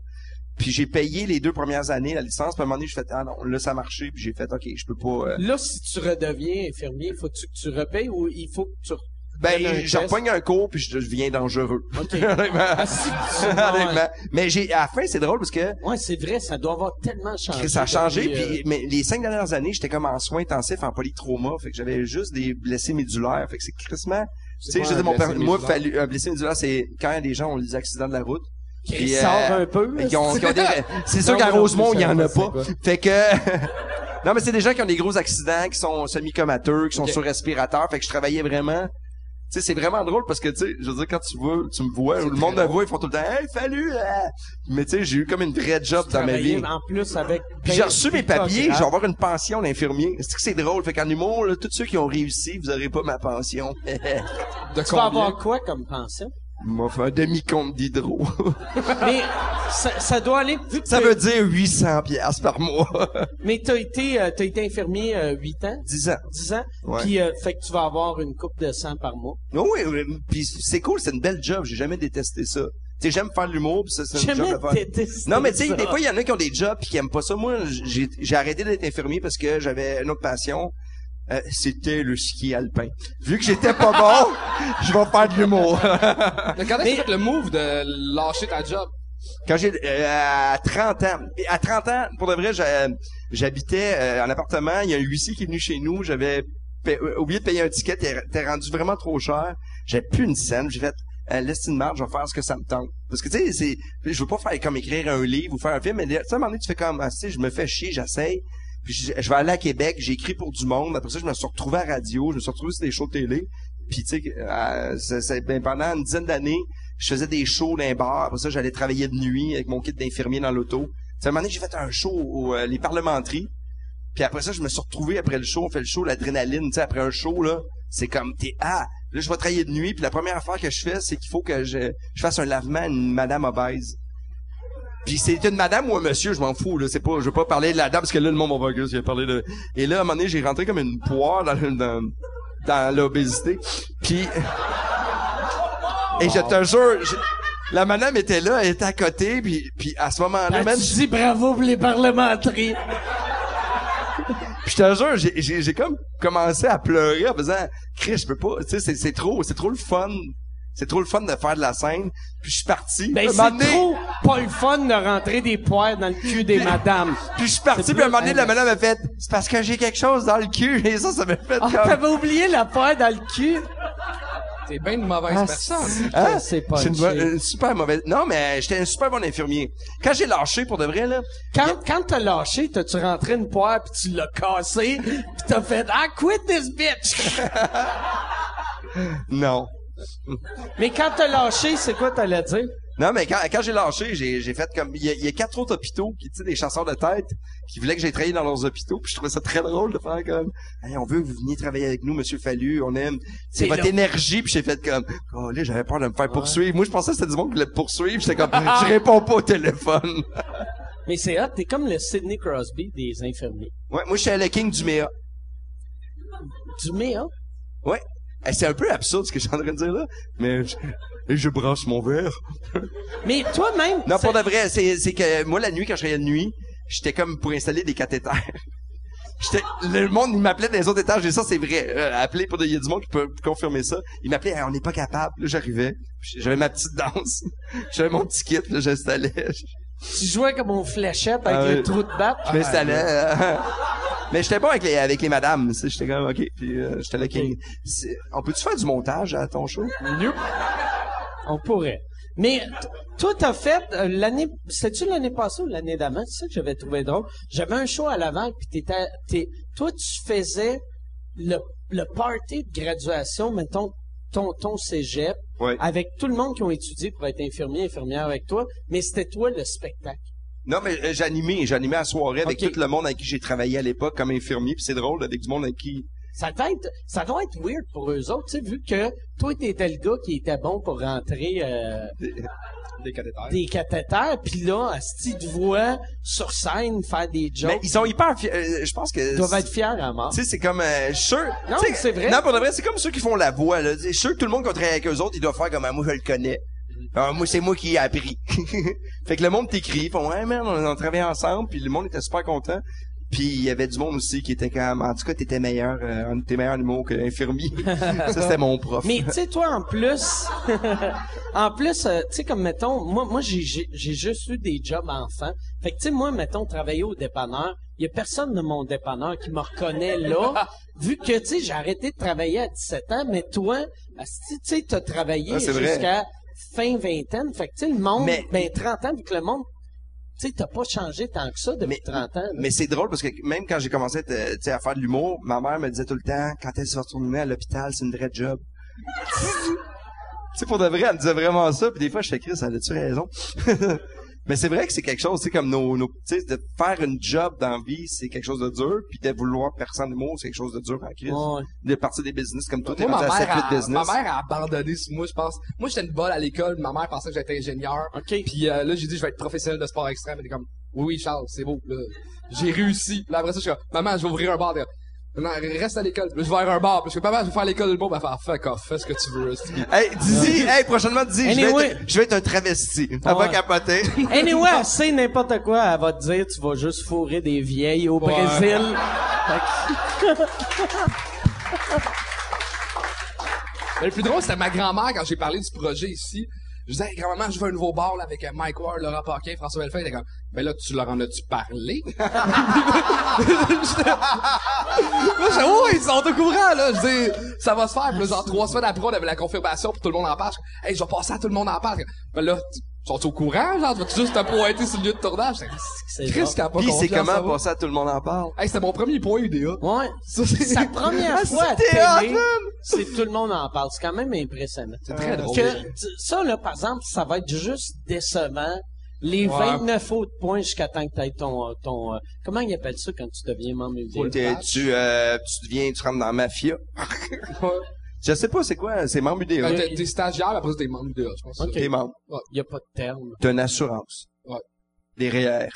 A: Puis j'ai payé les deux premières années la licence. Puis à un moment donné, j'ai fait, ah non, là, ça a marché. Puis j'ai fait, OK, je peux pas... euh.
B: Là, si tu redeviens infirmier, faut-tu que tu repayes ou il faut que tu... re-
A: Ben,
B: Fais un
A: j'en
B: test.
A: pogne un cours, puis je deviens dangereux.
B: OK.
A: Honnêtement.
B: Ah, si tu-
A: Honnêtement. Mais j'ai, à la fin, c'est drôle, parce que...
B: Ouais, c'est vrai, ça doit avoir tellement
C: Ah,
B: changé. euh,
A: ça a changé,
B: depuis,
C: euh,
A: puis mais les cinq dernières années, j'étais comme en soins intensifs, en polytrauma, fait que j'avais juste des blessés médulaires, fait que c'est crissement... Tu
C: C'est
A: sais,
C: quoi
A: je
C: un
A: dis, mon
C: blessé
A: père- moi,
C: médulaire?
A: fallu, un blessé médulaire, c'est quand les gens ont des accidents de la route.
B: Qui
A: Puis, euh,
B: sort un peu,
A: ils ont- ils ont des- c'est sûr
C: Non,
A: qu'à
C: moi non plus,
A: Rosemont,
C: je
A: il y en a
C: savais pas
A: pas. Fait que, non, mais c'est des gens qui ont des gros accidents, qui sont semi-comateux, qui sont
C: Ok.
A: sur respirateur. Fait que je travaillais vraiment. Tu sais, c'est vraiment drôle parce que, tu sais, je veux dire, quand tu vois, tu me vois, le monde me voit, ils font tout le temps, hey, fallu, ah! Mais tu sais, j'ai eu comme une vraie job dans ma vie.
B: travailler en plus avec...
A: Puis j'ai reçu mes
B: Peter
A: papiers, je
B: Grant.
A: vais avoir une pension d'infirmier. C'est que c'est drôle. Fait qu'en humour, là, tous ceux qui ont réussi, vous aurez pas ma pension.
C: De
B: Tu vas
C: combien?
B: avoir quoi comme pension?
A: m'a fait un demi-compte d'hydro.
B: Mais ça, ça doit aller... vu que
A: ça
B: t'as-
A: veut dire 800 piastres par mois.
B: Mais t'as été, euh, t'as été infirmier 8 ans,
A: 10 ans.
B: 10 ans,
A: Ouais.
B: puis euh, fait que tu vas avoir une coupe de sang par mois.
A: Non, oui, oui, puis c'est cool, c'est une belle job. J'ai jamais détesté ça. Tu sais, j'aime faire de l'humour, puis ça, c'est une job
B: Jamais
A: de faire.
B: détesté
A: Non, mais tu sais,
B: ça.
A: des fois, il y en a qui ont des jobs puis qui aiment pas ça. Moi, j'ai j'ai arrêté d'être infirmier parce que j'avais une autre passion. Euh, C'était le ski alpin. Vu que j'étais pas bon, je vais faire de l'humour.
C: Mais quand est-ce que tu as fait le move de lâcher ta job?
A: Quand j'ai euh, à 30 ans, Et à 30 ans, pour de vrai, j'a- j'habitais euh, en appartement, il y a un huissier qui est venu chez nous, j'avais pa- euh, oublié de payer un ticket, t'es- t'es rendu vraiment trop cher. J'avais plus une scène, j'ai fait euh, laisse une marge, je vais faire ce que ça me tente. Parce que tu sais, c'est je veux pas faire comme écrire un livre ou faire un film, mais tu sais, à un moment donné, tu fais comme ah, tu sais, je me fais chier, j'essaye. Puis je, je vais aller à Québec, j'ai écrit pour du monde, après ça je me suis retrouvé à la radio, je me suis retrouvé sur des shows de télé. Puis tu sais, euh, c'est- c'est- ben, pendant une dizaine d'années, je faisais des shows d'un bar. Après ça, j'allais travailler de nuit avec mon kit d'infirmier dans l'auto. Tu sais, à un moment donné, j'ai fait un show aux euh, les parlementeries. Puis après ça, je me suis retrouvé après le show, on fait le show, l'adrénaline, tu sais, après un show, là, c'est comme, t'es, ah, là, je vais travailler de nuit, puis la première affaire que je fais, c'est qu'il faut que je, je fasse un lavement à une madame obèse. Puis c'est une madame ou un monsieur, je m'en fous là, c'est pas je veux pas parler de la dame parce que là le monde mon focus, il a parlé de Et là à un moment donné, j'ai rentré comme une poire dans le- dans, dans l'obésité. Puis Et je te jure, je- la madame était là, elle était à côté puis puis à ce moment-là, man,
B: Ah, tu dis bravo pour les parlementaires.
A: Puis je te jure, j'ai- j'ai j'ai comme commencé à pleurer en faisant Chris, je peux pas, tu sais, c'est- c'est trop, c'est trop le fun. C'est trop le fun de faire de la scène. Puis je suis parti.
B: Ben,
A: Un moment
B: c'est
A: donné-
B: trop pas le fun de rentrer des poires dans le cul des madames.
A: Puis je suis parti,
B: C'est hein.
A: puis à un moment
B: plus-
A: donné, la madame m'a fait C'est parce que j'ai quelque chose dans le cul. Et ça, ça m'a fait
B: Ah,
A: comme-
B: t'avais oublié la poire dans le cul?
C: T'es bien une mauvaise personne.
A: Hein?
B: c'est pas
A: J'ai une, bonne- une super mauvaise. Non, mais j'étais un super bon infirmier. Quand j'ai lâché pour de vrai, là.
B: Quand, quand t'as lâché, t'as-tu rentré une poire pis tu l'as cassée pis t'as fait, ah, quit this bitch!
A: Non.
B: Mais quand t'as lâché, c'est quoi t'allais dire?
A: Non, mais quand, quand j'ai lâché, j'ai, j'ai fait comme... Il y, a, il y a quatre autres hôpitaux, qui, tu sais, des chasseurs de tête, qui voulaient que j'aille travailler dans leurs hôpitaux, puis je trouvais ça très drôle de faire comme... Hey, on veut que vous veniez travailler avec nous, Monsieur Fallu, on aime... C'est
B: Et
A: votre
B: là-
A: énergie, puis j'ai fait comme... Oh là, j'avais peur de me faire poursuivre. Moi, je pensais que c'était du monde qui voulait me poursuivre, j'étais comme... je réponds pas au téléphone.
B: Mais c'est hot, t'es comme le Sidney Crosby des infirmiers.
A: ouais, moi, je suis le king du méa.
B: Tu mets, hein?
A: Ouais. Eh, c'est un peu absurde, ce que je suis en train de dire là, mais... Je... Et je brasse mon verre.
B: Mais toi-même,
A: Non,
B: c'est-
A: pour de vrai, c'est, c'est que moi, la nuit, quand je travaillais de nuit, j'étais comme pour installer des cathéters. J'étais, le monde, il m'appelait dans les autres étages, et ça, c'est vrai. Euh, appeler pour, de- il y a du monde qui peut confirmer ça. Il m'appelait, Hey, on n'est pas capable. Là, j'arrivais. J'avais ma petite danse. J'avais mon petit kit, là, j'installais.
B: tu jouais comme on fléchette avec
A: Ah
B: le
A: oui.
B: trou de batte.
A: Je m'installais. euh, mais j'étais bon avec les, avec les madames. tu sais, J'étais comme, OK, puis euh, j'étais le king. C'est- On peut-tu faire du montage à ton show?
B: On pourrait. Mais t- toi, t'as fait euh, l'année, c'est-tu l'année passée ou l'année d'avant? C'est ça que j'avais trouvé drôle. J'avais un show à l'avant, puis t'étais, t'es, toi, tu faisais le, le party de graduation, mettons, ton, ton cégep,
A: Ouais.
B: avec tout le monde qui ont étudié pour être infirmier, infirmière avec toi, mais c'était toi le spectacle.
A: Non, mais euh, j'animais, j'animais à soirée avec
B: Ok.
A: tout le monde avec qui j'ai travaillé à l'époque comme infirmier, puis c'est drôle avec du monde avec qui
B: Ça doit être, ça doit être weird pour eux autres, tu sais, vu que toi, t'étais le gars qui était bon pour rentrer, euh,
C: Des cathéters.
B: des cathéters, puis là, à ce de voix, sur scène, faire des jokes.
A: Mais ils sont hyper fiers. Euh, je pense que.
B: Ils doivent être hein, fiers à mort.
A: Tu sais, c'est comme euh, ceux.
B: Non,
A: tu sais,
B: c'est vrai.
A: Non, pour de vrai, c'est comme ceux qui font la voix. Là. C'est sûr que tout le monde qui travaille avec eux autres, ils doivent faire comme Ah, moi, je le connais. Ah, moi, c'est moi qui ai appris. fait que le monde t'écrit, ils font Ouais, man, on, on travaille ensemble, puis le monde était super content. Puis il y avait du monde aussi qui était comme En tout cas, t'étais meilleur, euh, t'es meilleur animaux que l'infirmier. Ça, c'était mon prof.
B: Mais tu sais, toi, en plus, en plus, euh, tu sais, comme mettons, moi, moi, j'ai, j'ai j'ai juste eu des jobs enfants. Fait que tu sais, moi, mettons, travailler au dépanneur, il y a personne de mon dépanneur qui me reconnaît là, vu que tu sais, j'ai arrêté de travailler à 17 ans. Mais toi, asti, tu sais, t'as travaillé
A: Ah, c'est vrai.
B: jusqu'à fin vingtaine. Fait que tu sais, le monde,
A: Mais-
B: ben 30 ans, vu que le monde, tu sais, t'as pas changé tant que ça depuis
A: Mais-
B: 30 ans. là.
A: Mais c'est drôle parce que même quand j'ai commencé à te- tu sais, à faire de l'humour, ma mère me disait tout le temps quand elle se va retourner à l'hôpital, c'est une vraie job. tu sais, pour de vrai, elle me disait vraiment ça. Puis des fois, je fais Chris, elle a-tu raison? Mais c'est vrai que c'est quelque chose, tu sais, comme nos, nos tu sais, de faire une job dans la vie, c'est quelque chose de dur, puis de vouloir percer en humour, c'est quelque chose de dur en crise.
B: Ouais.
A: De partir des business comme toi, t'es
C: Moi, ma
A: rendu à 7
C: mère, a,
A: business.
C: ma mère a abandonné sur moi, je pense. Moi, j'étais une balle à l'école. Ma mère pensait que j'étais ingénieur.
B: Ok.
C: Puis euh, là, j'ai dit, je vais être professionnel de sport extrême. Elle était comme, oui, oui, Charles, c'est beau. Là, j'ai réussi. Puis là, après ça, je suis comme, maman, je vais ouvrir un bar. Elle dit, Non, reste à l'école. Puis là, je vais ouvrir un bar. Puis je suis comme, maman, je vais faire l'école de bon. Elle fait, Ah, fuck off, fais ce que tu veux. hostie.
A: Hey, dis hey, prochainement, dis, je, vais
B: Anyway.
A: être, je vais être un travesti. Elle va
B: Ouais.
A: capoter.
B: Anyway, elle sait n'importe quoi, elle va te dire tu vas juste fourrer des vieilles au
C: Ouais.
B: Brésil. Fait
C: Mais le plus drôle, c'était ma grand-mère quand j'ai parlé du projet ici. Je disais, hey, grand-maman, je veux un nouveau bar là, avec euh, Mike Ward, Laurent Paquin, François Belfin. Elle était comme, ben là, tu leur en as-tu parlé? Moi, j'ai oh, ils sont au courant, là. Je dis, ça va se faire. Puis là, genre, trois semaines après, on avait la confirmation pour tout le monde en parle. Je dis, Hey, je vais passer à tout le monde en parle. Ben là, tu- sont au courant, genre, tu vas juste te pointer sur le lieu de tournage?
B: C'est
C: C'est Chris
B: bon.
C: qui a pas
A: Puis c'est
C: confiance en
A: comment
C: moi.
A: passer à tout le monde en parle.
C: Hey, c'était mon premier point UDA.
B: que- ouais.
C: Ça,
B: C'est Sa première
A: Ah,
B: fois à
A: c'était
B: télé,
A: hot,
B: c'est tout le monde en parle. C'est quand même impressionnant. Euh,
C: C'est très drôle.
B: Que, t- ça, là, par exemple, ça va être juste décevant. Les
C: Ouais.
B: 29 autres points jusqu'à temps que t'aies ton, euh, ton, euh, comment ils appellent ça quand tu deviens membre UDA?
A: T'es- Tu, euh, tu deviens, tu rentres dans la mafia. Je sais pas c'est quoi, c'est membre UDA.
C: Ben, t'es- t'es stagiaire, mais après, ça, t'es membre UDA, je pense.
B: Ok.
A: T'es membre.
B: Il y a pas de terme.
A: T'as une assurance.
C: Ouais.
A: des E REER.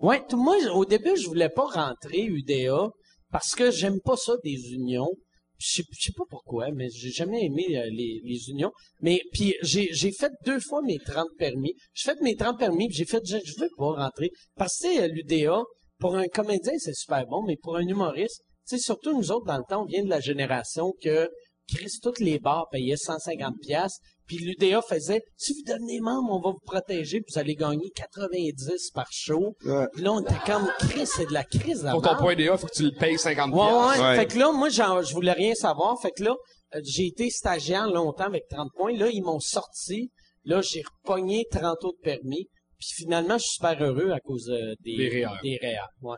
B: Ouais, tout, moi, j- au début, je voulais pas rentrer UDA parce que j'aime pas ça des unions. Je sais je sais pas pourquoi, mais j'ai jamais aimé euh, les, les unions. Mais puis j'ai j'ai fait deux fois mes 30 permis. J'ai fait mes 30 permis, puis j'ai fait je, je veux pas rentrer parce que tu sais, euh, l'UDA pour un comédien, c'est super bon, mais pour un humoriste, tu sais surtout nous autres dans le temps, on vient de la génération que Chris, toutes les bars payaient 150 pièces, puis l'UDA faisait si vous devenez membre, on va vous protéger, puis vous allez gagner 90 par show.
A: Ouais.
B: Puis là, on était comme, Chris, c'est de la crise, la
C: Pour ton
B: merde.
C: point DA, faut que tu le payes 50
B: Ouais, ouais.
A: Ouais.
B: Fait que là, moi, j'en- je voulais rien savoir. Fait que là, euh, j'ai été stagiaire longtemps avec 30 points. Là, ils m'ont sorti. Là, j'ai repogné 30 autres permis. Puis finalement, je suis super heureux à cause euh, des,
C: Des REER.
B: des REER, ouais.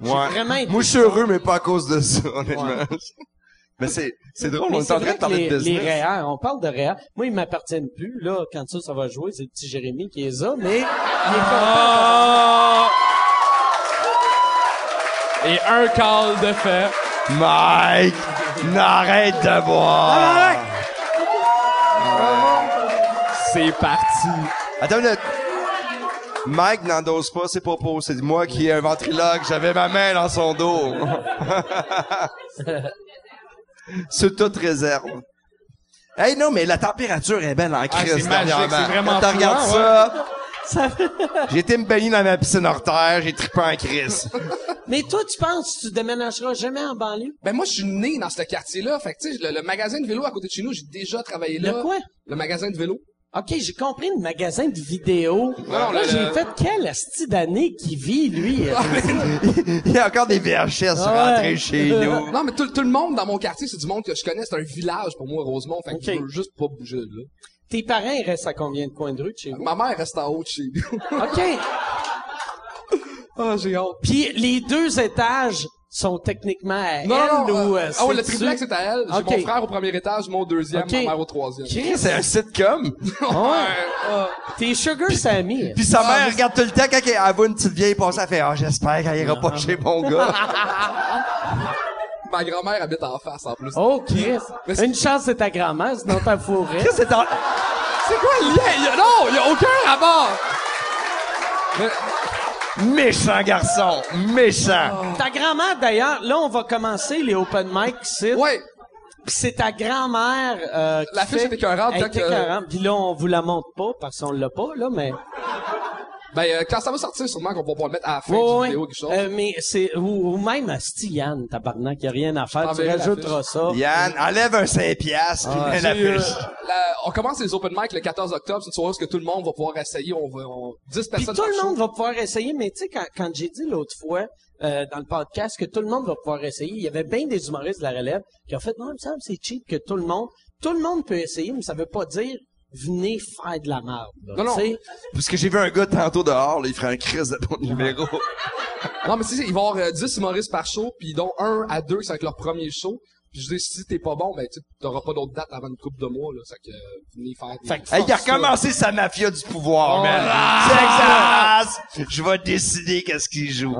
A: Ouais.
B: vraiment aimé
A: Moi, je suis heureux, mais pas à cause de ça, honnêtement.
B: Ouais.
A: mais c'est, c'est drôle,
B: Mais
A: on est
B: c'est
A: en train
B: vrai
A: de
B: que
A: parler
B: les, E
A: de business.
B: les REER, on parle de REER. Moi, ils m'appartiennent plus. Là, quand ça, ça va jouer, c'est le petit Jérémy qui les a, mais il est content.
C: Ah! Et un call de fait.
A: Mike, n'arrête de boire!
C: C'est parti.
A: Attends une minute. Mike n'endosse pas ses propos. C'est moi qui est un ventriloque. J'avais ma main dans son dos. Sur toute réserve. Hey, non, mais la température est belle en crise
C: Ah, c'est magique,
A: dernièrement.
C: c'est vraiment
A: Quand tu
C: foulant,
A: regardes ça, j'ai été me baigner dans ma piscine hors terre, j'ai trippé en crise.
B: Mais toi, tu penses que tu déménageras jamais en banlieue?
C: Ben moi, je suis né dans ce quartier-là. Fait que tu sais, le, le magasin de vélo à côté de chez nous, j'ai déjà travaillé là.
B: Le quoi?
C: Le magasin de vélo.
B: OK, j'ai compris le magasin de vidéos. là,
C: non, le- Ah,
B: j'ai
C: le-
B: fait quelle asti d'année qui vit, lui?
A: Il y a encore des VHS
B: Ah ouais.
A: rentrés chez nous.
C: Non, mais tout, tout le monde dans mon quartier, c'est du monde que je connais. C'est un village pour moi, Rosemont. Fait que
B: Ok.
C: je veux juste pas bouger de là.
B: Tes parents, ils restent à combien de coins de rue de chez vous?
C: Ma mère reste en haut de chez nous.
B: OK.
C: Ah, j'ai honte.
B: Puis les deux étages sont techniquement à elle ou...
C: euh,
B: euh,
C: ah ouais, le
B: c'est-tu-
C: triplex est à elle. J'ai
B: Ok.
C: mon frère au premier étage, mon deuxième,
B: Ok.
C: ma mère au troisième.
A: Chris, C'est un sitcom.
C: Ah.
B: T'es Sugar Sammy.
A: Puis sa mère regarde tout le temps quand elle elle voit une petite vieille passer, elle fait « Ah, j'espère qu'elle ira pas chez mon gars. »
C: Ma grand-mère habite en face en plus.
B: Oh, Chris.
C: Mais c'est-
B: Une chance, c'est ta grand-mère, sinon t'as fourré.
A: Chris, c'est en-
C: C'est quoi le lien? Il y a- non, il y a aucun rapport!
A: Méchant garçon, méchant.
B: Ta grand-mère, d'ailleurs, là, on va commencer les open mic ici.
C: Ouais,
B: Puis c'est ta grand-mère euh, qui
C: La fiche
B: fait-
C: est écœurante,
B: Elle
C: quand
B: est
C: que-
B: écœurante. Puis là, on vous la montre pas parce qu'on l'a pas, là, mais...
C: ben euh, quand ça va sortir, sûrement qu'on va pouvoir le mettre à la fin
B: Ouais,
C: du
B: ouais.
C: vidéo, quelque chose.
B: Euh, mais c'est ou, ou même à Yann, tabarnak, y a rien à faire.
C: Ah,
B: Tu
C: ben, la
B: rajouteras ça.
A: Yann, enlève un 5 piastres, puis mets la
C: Puis, euh,
A: fiche.
C: la- on commence les open mic le 14 octobre, c'est une soirée où est-ce que tout le monde va pouvoir essayer, on va, on, 10
B: Puis
C: personnes.
B: tout le
C: par
B: monde
C: show.
B: va pouvoir essayer, mais tu sais, quand, quand j'ai dit l'autre fois euh, dans le podcast que tout le monde va pouvoir essayer, il y avait bien des humoristes de la relève qui ont fait « Non, il me semble que c'est cheap que tout le monde... Tout le monde peut essayer, mais ça veut pas dire « Venez faire de la merde. »
C: Non, non.
A: Parce que j'ai vu un gars tantôt dehors, là, il ferait un crise de ton numéro.
C: Non, mais si, il va y avoir euh, 10 humoristes par show, puis dont un à deux, ça va être leur premier show. Puis je dis, si t'es pas bon, ben, tu sais, t'auras pas d'autres dates avant une couple de mois, là. Fait que, euh, venez faire.
B: Fait que
A: Hey, il a
B: force ça.
A: recommencé sa mafia du pouvoir,
C: Oh,
A: man.
B: ah!
A: C'est exact. Je vais décider qu'est-ce qu'il joue.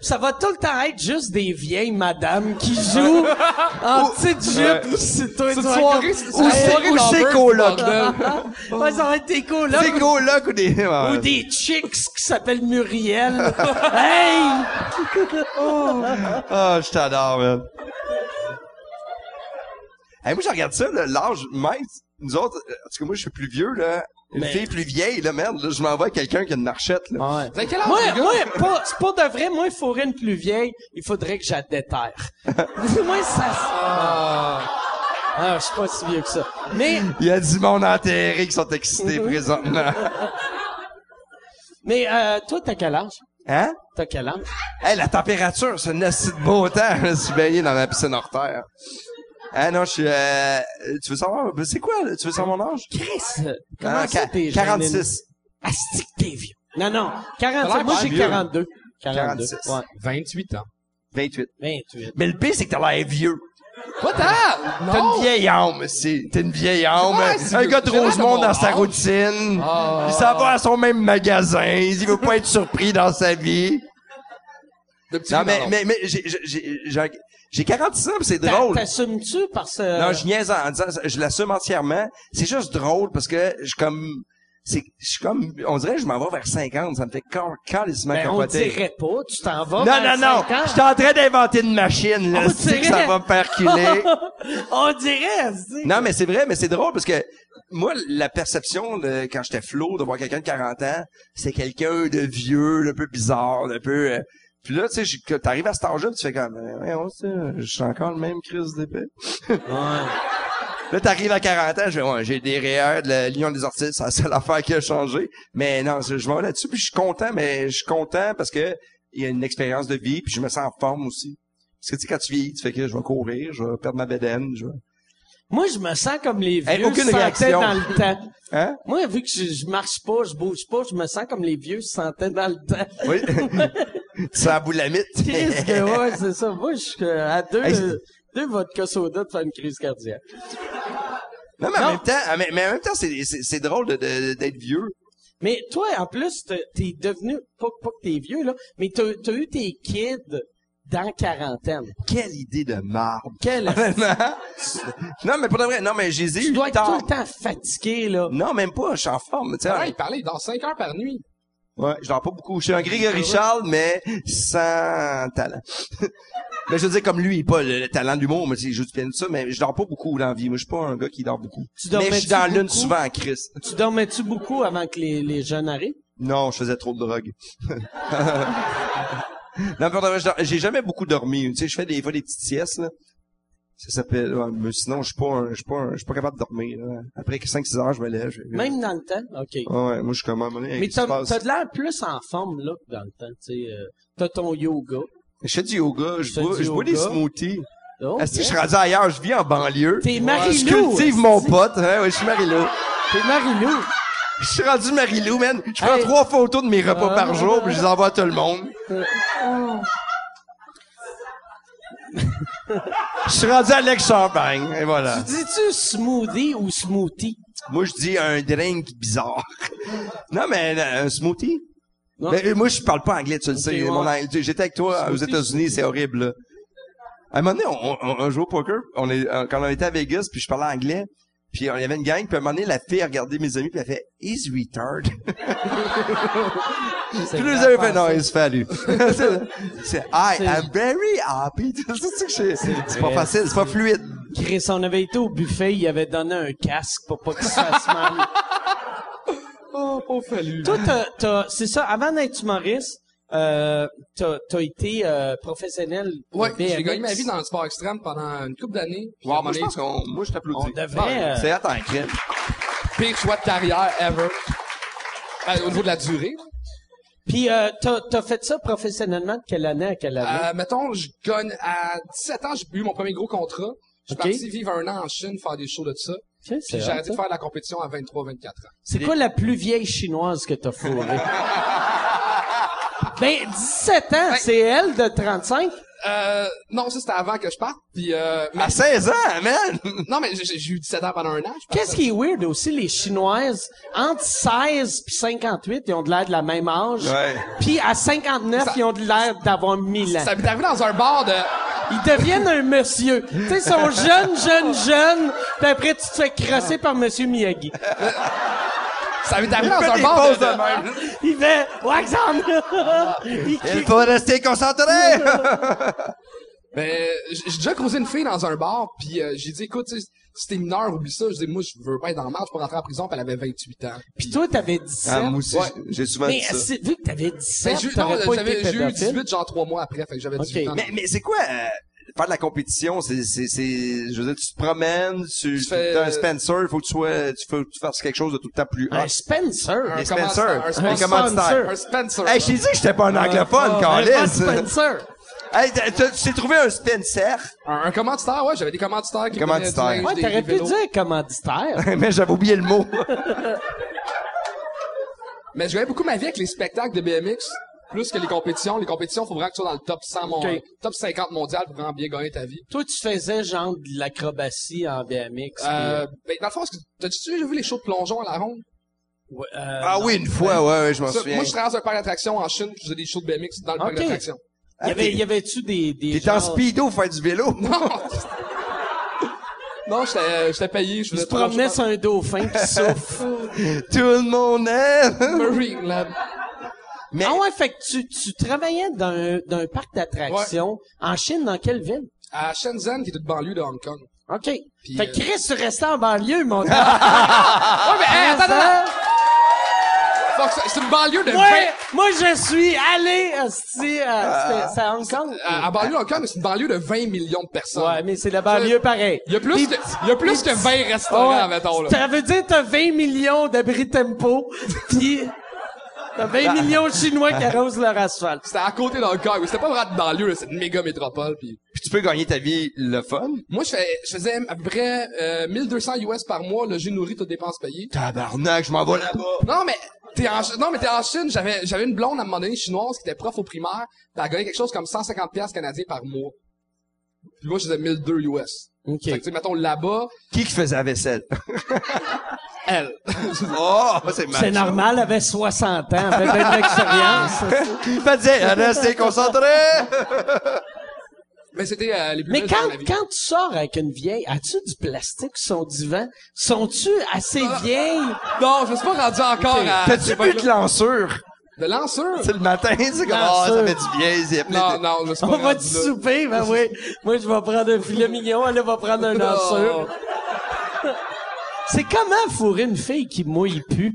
B: Ça va tout le temps être juste des vieilles madames qui jouent en petite
A: Ouais.
B: jupe. C'est toi,
C: C'est une
B: toi,
C: soirée,
B: comme-
C: c'est-
A: Ou c'est-
C: soirée
A: ou
C: dans
A: c'est
C: Bird,
A: coloc.
C: bordel.
B: ouais, ça va être des colocs.
A: C'est coloc ou des...
B: Ou des chicks qui s'appellent Muriel. hey!
A: Ah, je t'adore, man. Hey, moi, je regarde ça, là, l'âge, même, nous autres, euh, en tout cas, moi, je suis plus vieux, là. Une
B: Mais-
A: fille plus vieille, là, merde, là, je m'envoie à quelqu'un qui a une marchette, là.
B: Ouais.
C: T'as Ben, quel âge,
B: Moi, euh,
C: les gars?
B: moi, pas, c'est pas de vrai, moi, il faudrait une plus vieille, il faudrait que je la déterre. moi, ça... Ah, je suis pas si vieux que ça. Mais,
A: Il y a du monde enterré qui sont excités présentement.
B: mais, euh, toi, t'as quel âge?
A: Hein?
B: T'as quel âge?
A: Hey, la température, c'est un assez de beau temps. Je me suis baigné dans ma piscine hors terre. Ah non, je suis... euh, tu veux savoir... ben, C'est quoi? là? Tu veux savoir mon âge?
B: Chris! euh, Comment
A: Ah,
B: ça,
A: ca-
B: t'es jeune?
A: 46.
B: Asti que t'es vieux. Non, non.
A: T'as
B: 46.
A: l'air
B: Moi,
A: pas
B: j'ai
A: vieux.
B: 42. 42.
A: 46.
B: Ouais.
C: 28 ans.
A: 28.
B: 28.
A: Mais le pire, c'est que t'as l'air vieux.
C: What the hell?
A: T'es
C: Non!
A: une vieille âme, c'est. T'es une vieille âme.
C: Ouais, Oh! c'est-
A: un gars de
C: j'ai l'air de
A: Rosemont
C: mon
A: dans sa
C: âge.
A: routine.
C: Ah.
A: Il s'en va à son même magasin. Il veut pas être surpris dans sa vie.
C: De petits
A: Non,
C: riz
A: mais,
C: dans
A: mais, mais, j'ai, j'ai- j'ai, j'ai- j'ai 46 ans, pis c'est
B: T'a-
A: drôle.
B: T'assumes-tu parce que...
A: Non, je niaise en, en disant, je l'assume entièrement. C'est juste drôle parce que je comme, c'est, je suis comme, on dirait que je m'en vais vers 50, ça me fait cal- calissement
B: Ben, on
A: capoter.
B: dirait pas, tu t'en vas.
A: Non,
B: vers
A: non, non,
B: 50.
A: je suis en train d'inventer une machine, là,
B: On
A: c'est que
B: dirait.
A: ça va me faire culer.
B: on dirait, c'est-
A: Non, mais c'est vrai, mais c'est drôle parce que moi, la perception de, quand j'étais flot de voir quelqu'un de 40 ans, c'est quelqu'un de vieux, d'un peu bizarre, d'un peu. euh, puis là, tu sais, j'ai- que t'arrives à cet âge-là, puis tu fais comme, euh, ouais, on sait, je suis encore le même crise d'épée. Là, t'arrives à 40 ans, je fais, ouais, j'ai des rires de la Lion des artistes, c'est la seule affaire qui a changé. Mais non, je je m'en vais là-dessus, puis je suis content, mais je suis content parce que il y a une expérience de vie, puis je me sens en forme aussi. Parce que tu sais, quand tu vieillis, tu fais que je vais courir, je vais perdre ma bédaine, je vais...
B: Moi, je me sens comme les vieux
A: Hey, aucune
B: se sentaient
A: réaction.
B: dans le temps.
A: Hein?
B: Moi, vu que je, je marche pas, je bouge pas, je me sens comme les vieux se sentaient dans le temps.
A: Oui. C'est la boulamite.
B: Crise que, ouais, c'est ça. Moi, je suis euh, à deux,
A: Hey, c'est-
B: euh, deux vodka soda de faire une crise cardiaque.
A: Non, mais en
B: Non.
A: même temps, ah, mais, mais en même temps, c'est, c'est, c'est drôle de, de- d'être vieux.
B: Mais toi, en plus, t'es- t'es devenu, pas, pas que t'es vieux, là, mais t'as t'as eu tes kids dans quarantaine.
A: Quelle idée de marbre.
B: Quelle...
A: non, mais pour de vrai, non, mais j'ai
B: tu
A: eu
B: dois être
A: tard.
B: tout le temps fatigué, là.
A: Non, même pas, je suis en forme, tu sais.
C: Ah, il parlait, il dort 5 heures par nuit.
A: Ouais, je dors pas beaucoup. Je suis un Grégory Charles, mais sans talent. mais je veux dire, comme lui, pas le, le talent d'humour, mais je joue du piano, tout ça, mais je dors pas beaucoup dans la vie. Moi, je suis pas un gars qui dort beaucoup. mais
B: Tu
A: je
B: dormais-tu
A: suis dans l'une
B: beaucoup?
A: souvent en crise.
B: Tu dormais-tu beaucoup avant que les, les jeunes arrivent?
A: Non, je faisais trop de drogue. non, pour de vrai, je dors- j'ai jamais beaucoup dormi. Tu sais, je fais des fois des petites siestes, là. Ça s'appelle, ouais, mais sinon, je suis pas, un- je suis pas, un- je suis pas capable de dormir, là. Après 5-6 heures, je me lève. je-
B: Même dans le temps? OK.
A: Ouais, ouais, moi, je suis comme, à un moment donné,
B: Mais
A: qu'est-ce qui
B: t'as
A: se
B: t'as
A: passe?
B: de l'air plus en forme, là, que dans le temps, tu sais. euh, t'as ton yoga.
A: Je fais du yoga, je
B: fais
A: bois,
B: du
A: je bois des
B: yoga.
A: smoothies.
B: Oh,
A: Est-ce que
B: yeah.
A: je suis rendu ailleurs? Je vis en banlieue.
B: T'es
A: Je
B: Marilou!
A: cultive mon pote. Hein, ouais, je suis Marilou.
B: T'es Marilou!
A: Je suis rendu Marilou, man. Je prends
B: Hey.
A: trois photos de mes repas
B: Ah. Oh.
A: par jour, puis je les envoie à tout le monde. Je suis rendu Alex Champagne, et voilà.
B: Dis-tu smoothie ou smoothie?
A: Moi, je dis un drink bizarre. non, mais euh, un smoothie?
B: Non.
A: Ben, euh, moi, je parle pas anglais, tu le sais.
B: ouais.
A: Mon anglais- J'étais avec toi aux
B: Smoothie,
A: États-Unis, c'est horrible. là. À un moment donné, on, on- on jouait au poker. On est, euh, quand on était à Vegas, puis je parlais anglais. Puis on- il y avait une gang, puis à un moment donné, la fille a regardé mes amis, puis elle a fait « He's retard ». Puis les amis ont fait « Non, he's fallu ». C'est « I am very happy ». C'est ça que j'ai- C'est pas
B: vrai.
A: facile, c'est pas fluide.
B: Chris, on avait été au buffet, il avait donné un casque pour pas qu'il se fasse mal.
C: Oh, pauvre fallu.
B: Toi, t'as, t'as- c'est ça, avant d'être humoriste, euh, t'as, t'as été euh, professionnel. de
C: Ouais, j'ai
B: BMX.
C: gagné ma vie dans le sport extrême pendant une couple d'années. Puis à un
A: Wow,
C: moment
A: moi, je
C: donné,
A: pense qu'on... Moi, je t'applaudis.
B: On devrait, euh,
A: C'est attends, crème.
C: pire choix de carrière ever. Euh, au niveau de la durée.
B: Puis euh, t'as, t'as fait ça professionnellement de quelle année à quelle année?
C: Euh, mettons, je gagne à 17 ans, j'ai eu mon premier gros contrat. Je suis
B: Ok.
C: parti vivre un an en Chine, faire des shows de ça.
B: Tiens, c'est,
C: Puis j'ai
B: hot,
C: arrêté de
B: ça.
C: faire de la compétition à 23-24 ans.
B: C'est quoi la plus vieille chinoise que t'as fourrée? ben, 17 ans, c'est elle de 35?
C: Euh, non, ça c'était avant que je parte. Puis, euh, mais-
A: À 16 ans, man!
C: non, mais j'ai j'ai eu 17 ans pendant un an. je pense.
B: Qu'est-ce qui est weird aussi, les Chinoises, entre 16 puis 58, ils ont de l'air de la même âge.
A: Ouais.
B: Puis à 59,
C: Ça-
B: ils ont de l'air d'avoir 1000 ans.
C: Ça m'est arrivé dans un bar de...
B: Ils deviennent un monsieur. Tu sais, ils sont jeunes, jeunes, jeunes, puis après, tu te fais crosser par Monsieur Miyagi.
C: Ça m'est arrivé dans
A: Fais
C: un
A: des
C: bar de...
A: pauses de même.
B: Il fait « Wax
A: Ah.
B: on! » Il
A: Il
B: crie.
A: faut rester concentré!
C: Ben, j'ai j'ai déjà croisé une fille dans un bar, puis euh, j'ai dit, écoute, tu sais, si t'es mineur, oublie ça. Je dis, moi, je veux pas être dans le marge pour rentrer en prison, puis elle avait 28 ans.
B: Puis toi, t'avais 17.
A: Ah, moi aussi,
C: Ouais.
A: j'ai- j'ai souvent
B: mais
A: dit ça.
B: c'est- vu que t'avais
C: Ben,
B: 17,
C: j'ai eu- non,
B: t'aurais pas été
C: j'avais- j'ai eu
B: pédophile.
C: 18, genre trois mois après, fait que j'avais 18
B: Ok.
C: ans.
A: Mais, mais c'est quoi euh, faire de la compétition C'est, c'est, c'est, je veux dire, tu te promènes, tu
C: Tu fais-
A: t'as un Spencer, il faut que tu sois, tu faut que tu fasses quelque chose de tout le temps plus
B: Un
A: hot.
B: Spencer.
A: Des
C: Ah. un
A: Spencer,
C: commentaire, un
A: des
C: sponsor.
A: commanditaires.
C: Un Spencer.
A: Hey, je t'ai dit que j'étais pas un anglophone,
B: Ah, un
A: Carlis.
B: Spencer.
A: Hey, t'as- t'as- tu t'es trouvé un Spencer,
C: Un, un commanditaire, ouais, j'avais des commanditaires qui
A: Commanditaire.
C: prenaient du linge,
B: Ouais,
C: des-
B: t'aurais
C: des
B: pu
C: vélos.
B: dire commanditaire.
A: mais j'avais oublié le mot.
C: Mais je gagnais beaucoup ma vie avec les spectacles de BMX, plus que les compétitions. Les compétitions, faut vraiment que tu sois dans le top 100 mon,
B: Ok.
C: top 50 mondial pour vraiment bien gagner ta vie.
B: Toi, tu faisais genre de l'acrobatie en BMX.
C: Euh,
B: puis-
C: ben, dans le fond, est-ce que t'as-tu déjà vu les shows de plongeon à la ronde?
B: Ouais, euh,
A: ah oui, une fois, ouais, ouais, je m'en
C: Ça,
A: souviens.
C: moi, je traverse un parc d'attractions en Chine, je faisais des shows de BMX dans le parc
B: Ok.
C: d'attractions.
B: Y avait- y avait-tu des, des
A: T'es en
B: genres-
A: speedo pour faire du vélo.
C: Non! Non, j'étais j'étais payé, je
B: Il
C: faisais
B: se promenait
C: je pense-
B: sur un dauphin qui souffle.
A: Tout le monde aime.
C: Marine Lab.
A: Mais
B: Ah ouais, fait que tu, tu travaillais dans un, dans un parc d'attractions en Chine, dans quelle ville?
C: À Shenzhen, qui est une banlieue de Hong Kong.
B: OK.
C: Puis,
B: fait que
C: euh,
B: Chris, tu restais en banlieue, mon gars.
C: Ouais, mais hey, attends, attends, attends. Fuck ça, C'est une banlieue de
B: Moi,
C: 20...
B: moi, je suis allé, asti, à, c'était- c'est à Hong Kong.
C: À, à banlieue de Hong Kong, Euh, c'est une banlieue de 20 millions de personnes.
B: Ouais, mais c'est la banlieue pareil.
C: Il y a plus, de, il y a plus que 20 restaurants, mettons, là.
B: Ça veut dire que t'as 20 millions d'abris tempo, pis t'as 20 millions de Chinois qui arrosent leur asphalte.
C: C'était à côté d'Hong Kong. C'était pas vraiment une banlieue, là, c'est une méga métropole. Puis
A: puis tu peux gagner ta vie le fun.
C: moi, je, fais, je faisais à peu près euh, 1200 US par mois. Là, j'ai nourri toutes les dépenses payées.
A: Tabarnak, je m'en vais là-bas.
C: Non, mais t'es en, Ch- non, mais t'es en Chine. J'avais, j'avais une blonde à un moment donné chinoise qui était prof au primaire. Pis elle gagnait quelque chose comme 150 pièces canadiens par mois. Puis moi, je faisais 1200 US.
B: OK.
C: Fait que, tu sais, mettons, là-bas,
A: Qui qui faisait la vaisselle?
C: elle.
A: Oh, c'est mal.
B: C'est normal, elle avait 60 ans, elle avait plein d'expérience.
A: Vas-y, restez concentrés.
C: mais c'était euh, les plus
B: Mais
C: belles
B: quand,
C: de ma vie.
B: quand tu sors avec une vieille, as-tu du plastique sur son divan? Sont-tu assez
C: Ah.
B: vieilles?
C: Non, je me suis pas rendu encore à...
A: T'as-tu bu de lanceur?
C: De lanceur?
A: C'est le matin, c'est comme, ah, ça
B: Lanceur.
A: fait du bien, c'est appelé.
C: Non, non, je me suis pas
B: On va te
C: rendu là.
B: souper, ben oui. Moi, je vais prendre un filet mignon, elle elle va prendre un
C: Non.
B: lanceur. C'est comment fourrer une fille qui mouille plus?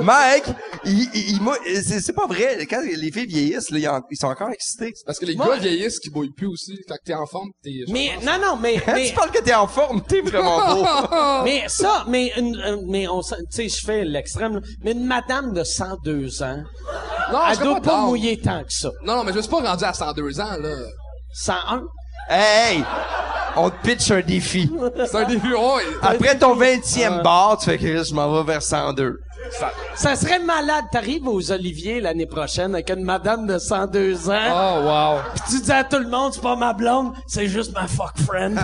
A: Mike, il, il- il m'a- c'est c'est pas vrai. Quand les filles vieillissent, là, ils en- ils sont encore excités.
C: Parce que les
B: Moi-
C: gars vieillissent qui bouillent plus aussi. Fait que t'es en forme, t'es...
B: Mais, non, non, mais, mais,
A: tu parles que t'es en forme, t'es vraiment beau.
B: mais ça, mais, une- euh, mais on, s'en- tu sais, je fais l'extrême, là. mais une madame de 102 ans,
C: Non, Ah, je
B: elle
C: serais
B: doit pas
C: down.
B: mouiller tant que ça.
C: Non, non, mais je me suis pas rendu à 102 ans, là.
B: 101?
A: hey, hey, on te pitch un défi.
C: C'est un début, ouais.
A: Après ton 20e bar, tu fais que je m'en vais vers 102.
B: Ça serait malade, t'arrives aux Oliviers l'année prochaine avec une madame de 102 ans.
C: Oh, wow.
B: Pis tu dis à tout le monde, c'est pas ma blonde, c'est juste ma fuck friend.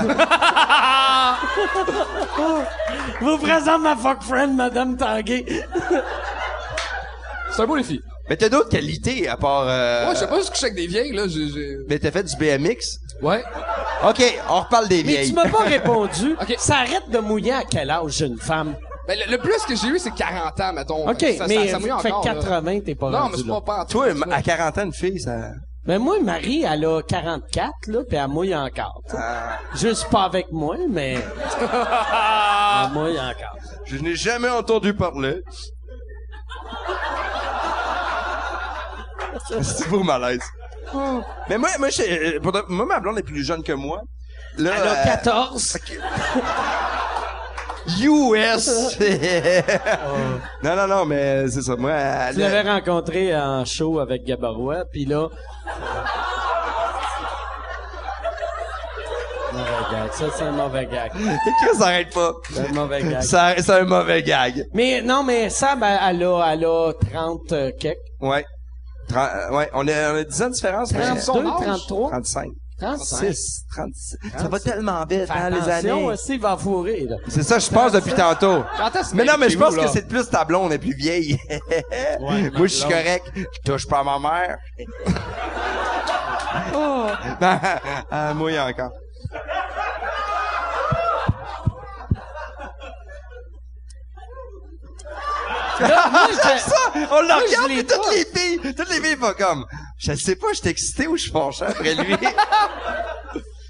B: Je vous présente ma fuck friend, Madame Tanguay.
C: C'est un beau défi.
A: Mais t'as d'autres qualités, à part, euh,
C: Ouais, je sais pas juste coucher avec des vieilles, là. J'ai, j'ai...
A: mais t'as fait du BMX.
C: Ouais.
A: OK, on reparle des
B: Mais
A: vieilles.
B: tu m'as pas répondu.
C: Ok.
B: Ça arrête de mouiller à quel âge une femme?
C: Ben, le, le plus que j'ai eu, c'est 40 ans, mettons.
B: OK,
C: Ça- ça,
B: mais
C: ça, mouille
B: fait
C: encore, là.
B: 80, t'es pas
C: Non,
B: rendu
C: mais c'est
B: là.
C: pas pas en tout.
A: Toi, à 40 ans, une fille, ça...
B: Mais moi, Marie, elle a 44, là, pis elle mouille encore. tu sais. Juste pas avec moi, mais... elle mouille encore.
A: Je n'ai jamais entendu parler. C'est beau malaise.
B: Oh.
A: Mais moi, moi, je- euh, pour de- moi, ma blonde est plus jeune que moi. Là,
B: Elle a
A: euh,
B: 14.
A: US! non, non, non, mais c'est ça. Moi, elle-
B: Oh. Tu l'avais rencontré en show avec Gabarois, puis là... mauvais gag. Ça, c'est un mauvais gag.
A: Chris, ça arrête pas.
B: C'est un mauvais gag.
A: Ça- C'est un mauvais gag.
B: Mais non, mais ça, ben, elle a, elle a 30 euh, quelques.
A: Ouais. Tren- euh, ouais, on a, on a 10 ans de différence. mais-
B: 32,
C: son âge?
B: 33,
A: 35.
B: 36.
A: 36. 36. Ça va tellement vite, hein, les
B: Attention,
A: années.
B: aussi, il va fourrer, là.
A: C'est ça, je pense depuis tantôt.
C: Quand est-ce
A: Mais non, mais je pense
C: là?
A: que c'est plus ta blonde est plus vieille. Moi, je suis correct. Je touche pas à ma mère. Ben, elle mouille encore.
B: Là, moi, je-
A: Ça, on le
B: je
A: regarde,
B: l'ai
A: puis toutes les filles, toutes les filles font comme, je sais pas, je suis excité ou je suis fâché après lui.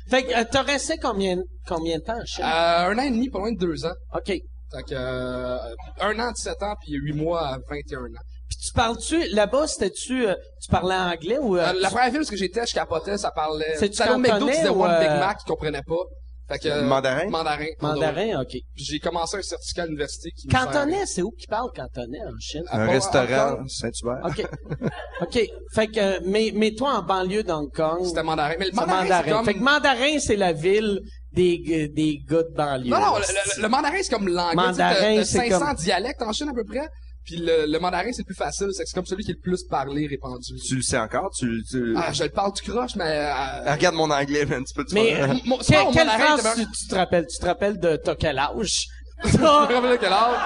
B: Fait que, euh, t'as resté combien, combien de temps, en Chine?
C: Euh, un an et demi, pas loin de deux ans.
B: OK. Puis
C: Fait que, euh, un an, 17 ans, puis huit mois à 21 ans.
B: tu parles-tu, là-bas, c'était-tu, euh, tu parlais anglais ou... euh,
C: Euh, la première ville où j'étais, je capotais, ça parlait.
B: C'est-tu
C: J'allais au McDo, tu
B: cantonais
C: disais
B: ou,
C: One Big
B: euh,
C: Mac, ils comprenaient pas. Fait que, euh,
A: Mandarin?
C: Mandarin.
B: Mandarin, OK.
C: Puis j'ai commencé un certificat à l'université qui me sert-
B: Cantonais, c'est où qui parle cantonais en Chine?
C: Ah.
A: Un
C: Bon,
A: restaurant,
C: encore.
A: Saint-Hubert.
B: OK. OK. Fait que, euh, mais, mais toi, en banlieue d'Hong Kong,
C: C'était
B: c'est
C: mandarin. Mais le mandarin,
B: mandarin.
C: c'est comme...
B: Fait que mandarin, c'est la ville des, g- des gars de banlieue.
C: Non, non,
B: là,
C: le,
B: c'est-
C: le- le mandarin, c'est comme l'anglais.
B: Mandarin,
C: Tu sais,
B: c'est
C: t'as- t'as 500
B: comme-
C: dialectes en Chine, à peu près. Puis le, le mandarin, c'est le plus facile. C'est que c'est comme celui qui est le plus parlé, répandu.
A: Tu le sais encore, tu, tu...
C: Ah, je le parle du croche, mais... euh,
A: Ah, Regarde mon anglais, man, tu peux te
B: Mais,
A: faire-
C: mon-
B: quelle
C: mon
B: quelle
C: mandarin,
B: France
C: t'as-
B: tu, tu te rappelles? Tu te rappelles de t'as quel âge?
C: Je
B: T'as-
C: me rappelle de quel âge.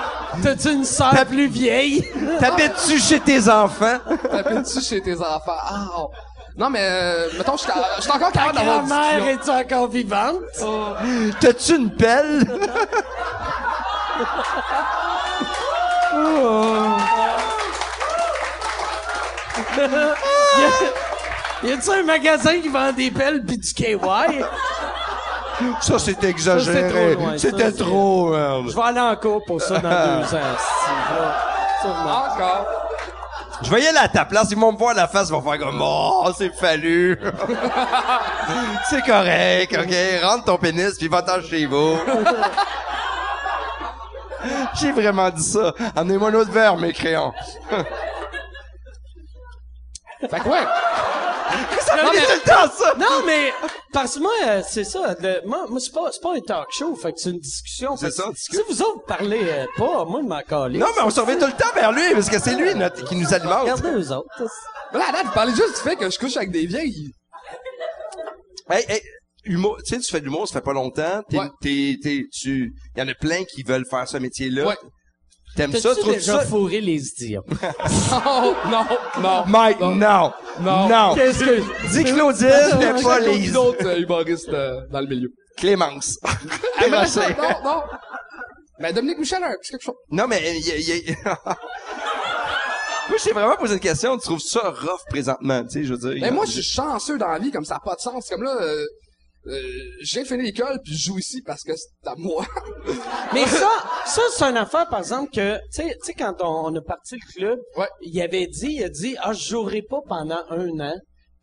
B: T'as-tu une sœur plus vieille?
A: T'habites-tu chez tes enfants?
C: T'appelles-tu chez tes enfants? Ah, oh. Non, mais, euh, mettons, j'étais j'étais encore
B: Ta
C: capable d'avoir une
B: grand-mère
C: discussion.
B: est encore vivante?
C: Oh,
A: T'as-tu une pelle?
B: Y a-tu un magasin qui vend des pelles pis du KY?
A: Ça, c'est
B: c'était
A: exagéré.
B: trop loin, ça,
A: C'était
B: c'est-
A: trop, euh,
B: Je vais aller en cours pour ça dans deux ans. si, là. Sûrement.
C: Ah, Encore.
A: Je vais y aller à ta place, ils vont me voir la face, ils vont faire comme « Oh, c'est fallu! » C'est correct, OK? Rentre ton pénis, puis va-t'en chez vous. J'ai vraiment dit ça. Amenez-moi un autre verre, mes crayons.
C: Fait que ouais.
A: Ça fait tout le temps, ça!
B: Non, mais, parce que moi, euh, c'est ça, le- moi, moi c'est pas, c'est pas un talk show, fait que c'est une discussion. Fait
A: C'est ça,
B: que
A: on
B: Si si vous autres parlez euh, pas, moi, je m'en calais.
A: Non, mais on surveille tout le temps vers lui, parce que c'est lui notre- qui nous alimente.
B: Regardez eux autres.
C: Mais Là, là, vous parlez juste du fait que je couche avec des vieilles.
A: Hey, hey, humour, tu sais, tu fais de l'humour, ça fait pas longtemps. T'es,
C: Ouais.
A: t'es, t'es- tu, il y en a plein qui veulent faire ce métier-là.
C: Ouais.
A: T'aimes ça,
B: T'as-tu
A: trouves
B: déjà
A: ça?
B: fourré les idiots?
C: Non, non, non.
A: Mike, non!
C: Non.
A: Non!
B: Qu'est-ce que...
A: Dis Claudine,
C: Il y a
A: mais pas les
C: d'autres euh, humoristes euh, dans le milieu. Ah,
A: Clémence. Clémencé.
C: Non, non. Mais Dominique Michel a un petit quelque chose.
A: non, mais euh, y a- y a- Moi, je t'ai vraiment posé une question. Tu trouves ça rough présentement, tu sais, je veux dire.
C: Mais moi, je suis chanceux dans la vie, comme ça n'a pas de sens. Comme là, euh, euh, je viens de finir l'école, puis je joue ici parce que c'est à moi.
B: Mais ça, ça c'est une affaire, par exemple, que, tu sais- tu sais, quand on, on a parti le club,
C: Ouais.
B: il avait dit, il a dit, ah, je jouerai pas pendant un an.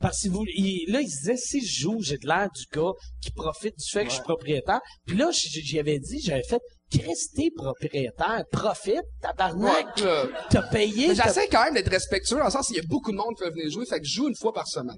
B: Parce que vous, il- là, il se disait, si je joue, j'ai de l'air du gars qui profite du fait que je suis propriétaire. Puis là, j- j'y avais dit, j'avais fait, Christ, t'es propriétaire, profite, tabarnak,
C: Ouais, là.
B: t'as payé.
C: Mais
B: t'as-
C: j'essaie quand même d'être respectueux, dans le sens, il y a beaucoup de monde qui veut venir jouer, fait que je joue une fois par semaine.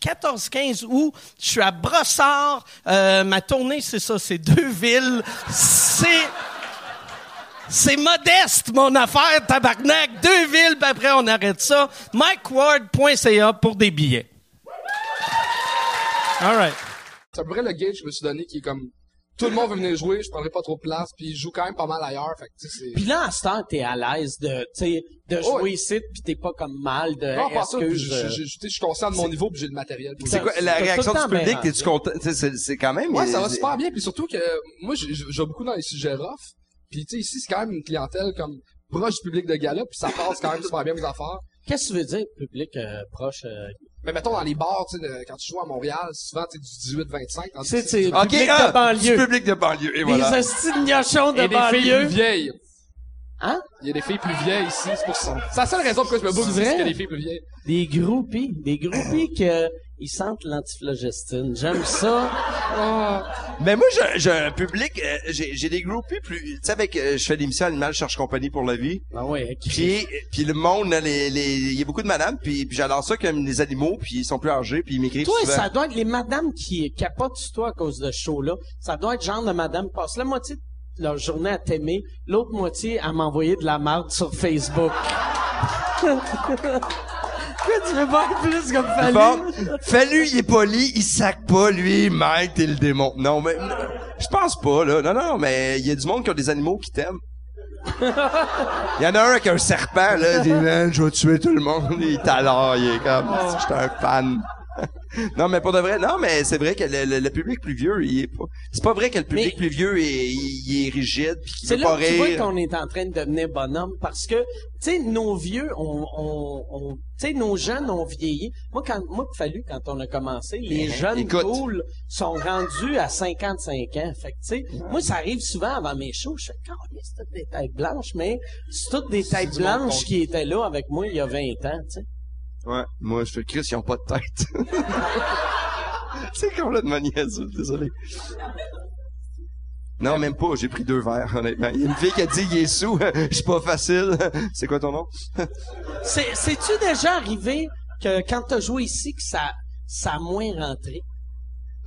D: 14, 15 août. Je suis à Brossard. Euh, ma tournée, c'est ça, c'est deux villes. C'est... C'est modeste, mon affaire, tabarnak. Deux villes, puis après, on arrête ça. MikeWard.ca pour des billets. All right.
C: C'est à peu près le gauge que je me suis donné qui est comme, tout le monde veut venir jouer, je prendrai pas trop de place, puis je joue quand même pas mal ailleurs, fait que tu sais, c'est...
B: Puis là, à ce temps, t'es à l'aise de, tu sais, de jouer
C: Oh, ouais.
B: ici, puis t'es pas comme mal de.
C: Non, pas ça. puis
B: excuse,
C: Je, je,
B: euh,
C: je, je- tu sais, je suis conscient de mon niveau puis j'ai le matériel. pour
A: C'est
C: ça.
A: quoi, la
B: T'as tout le
A: réaction
B: temps
A: du public,
B: bien
A: t'es-tu content? Tu sais, C'est, c'est quand même...
C: Ouais, ça
A: euh,
C: va super bien. Puis surtout que moi, je je- je vais beaucoup dans les sujets rough. Puis tu sais, ici, c'est quand même une clientèle comme proche du public de gala, puis ça passe quand même super bien mes affaires.
B: Qu'est-ce que tu veux dire, public euh, proche? euh,
C: Mais mettons dans les bars, tu sais, de- quand tu joues à Montréal, souvent tu sais, du 18-25. tandis
B: C'est-
C: que
B: c'est-
A: OK,
B: Public de
A: ah,
B: banlieue.
A: du public de banlieue, et
B: Des
A: voilà.
B: hosties de gnochons de
C: Il y a des filles plus
B: banlieue.
C: vieilles.
B: Hein?
C: Il y a des filles plus vieilles ici, c'est pour ça. C'est la seule raison pourquoi je me bouge
B: C'est
C: ici, c'est
B: vrai?
C: qu'il y a des filles plus vieilles.
B: Des groupies. Des groupies que ils sentent l'antiflogestine. J'aime ça. Ah.
A: Mais moi, j'ai, j'ai un public... euh, j'ai, j'ai des groupies plus... Tu sais, avec... euh, je fais l'émission Animal Cherche Compagnie pour la vie.
B: Ah ouais, ok.
A: Puis, puis le monde, là, les, les, il y a beaucoup de madames, puis, puis j'adore ça comme les animaux, puis ils sont plus âgés, puis ils m'écrivent
B: Toi,
A: souvent.
B: ça doit être les madames qui capotent sur toi à cause de ce show-là. Ça doit être genre de madame passe la moitié de leur journée à t'aimer, l'autre moitié à m'envoyer de la marde sur Facebook. Pourquoi tu veux pas être plus comme Fallu?
A: Bon, Fallu, il est poli, il sac pas, lui, Mike, t'es le démon. Non, mais, non, je pense pas, là. Non, non, mais il y a du monde qui a des animaux qui t'aiment. Il y en a un avec un serpent, là, il dit, man, je vais tuer tout le monde. Il est à l'heure, il est comme,
B: Oh.
A: je suis un fan. non, mais pour de vrai, non, mais c'est vrai que le, le- le public plus vieux, il est pas, c'est pas vrai que le public
B: Mais-
A: plus vieux est, il est rigide pis qu'il
B: C'est
A: veut pas
B: là que tu vois
A: rire.
B: qu'on est en train de devenir bonhomme parce que, tu sais, nos vieux, on, on, on- tu sais, nos jeunes ont vieilli. Moi, quand, moi, pis Fallu, quand on a commencé, les jeunes
A: écoute.
B: cool sont rendus à 55 ans. Fait que, tu sais, moi, ça arrive souvent avant mes shows. Je fais, quand c'est toutes des têtes blanches, mais c'est toutes des têtes
C: du monde
B: blanches
C: qu'on-
B: qui étaient là avec moi il y a 20 ans, tu sais.
A: Ouais, moi je fais Chris, ils ont pas de tête. c'est complètement niaiseux, désolé. Non, même pas, j'ai pris deux verres, honnêtement. Il y a une fille qui a dit il est sous, je suis pas facile. C'est quoi ton nom?
B: C'est, c'est-tu déjà arrivé que quand t'as joué ici, que ça, ça a moins rentré?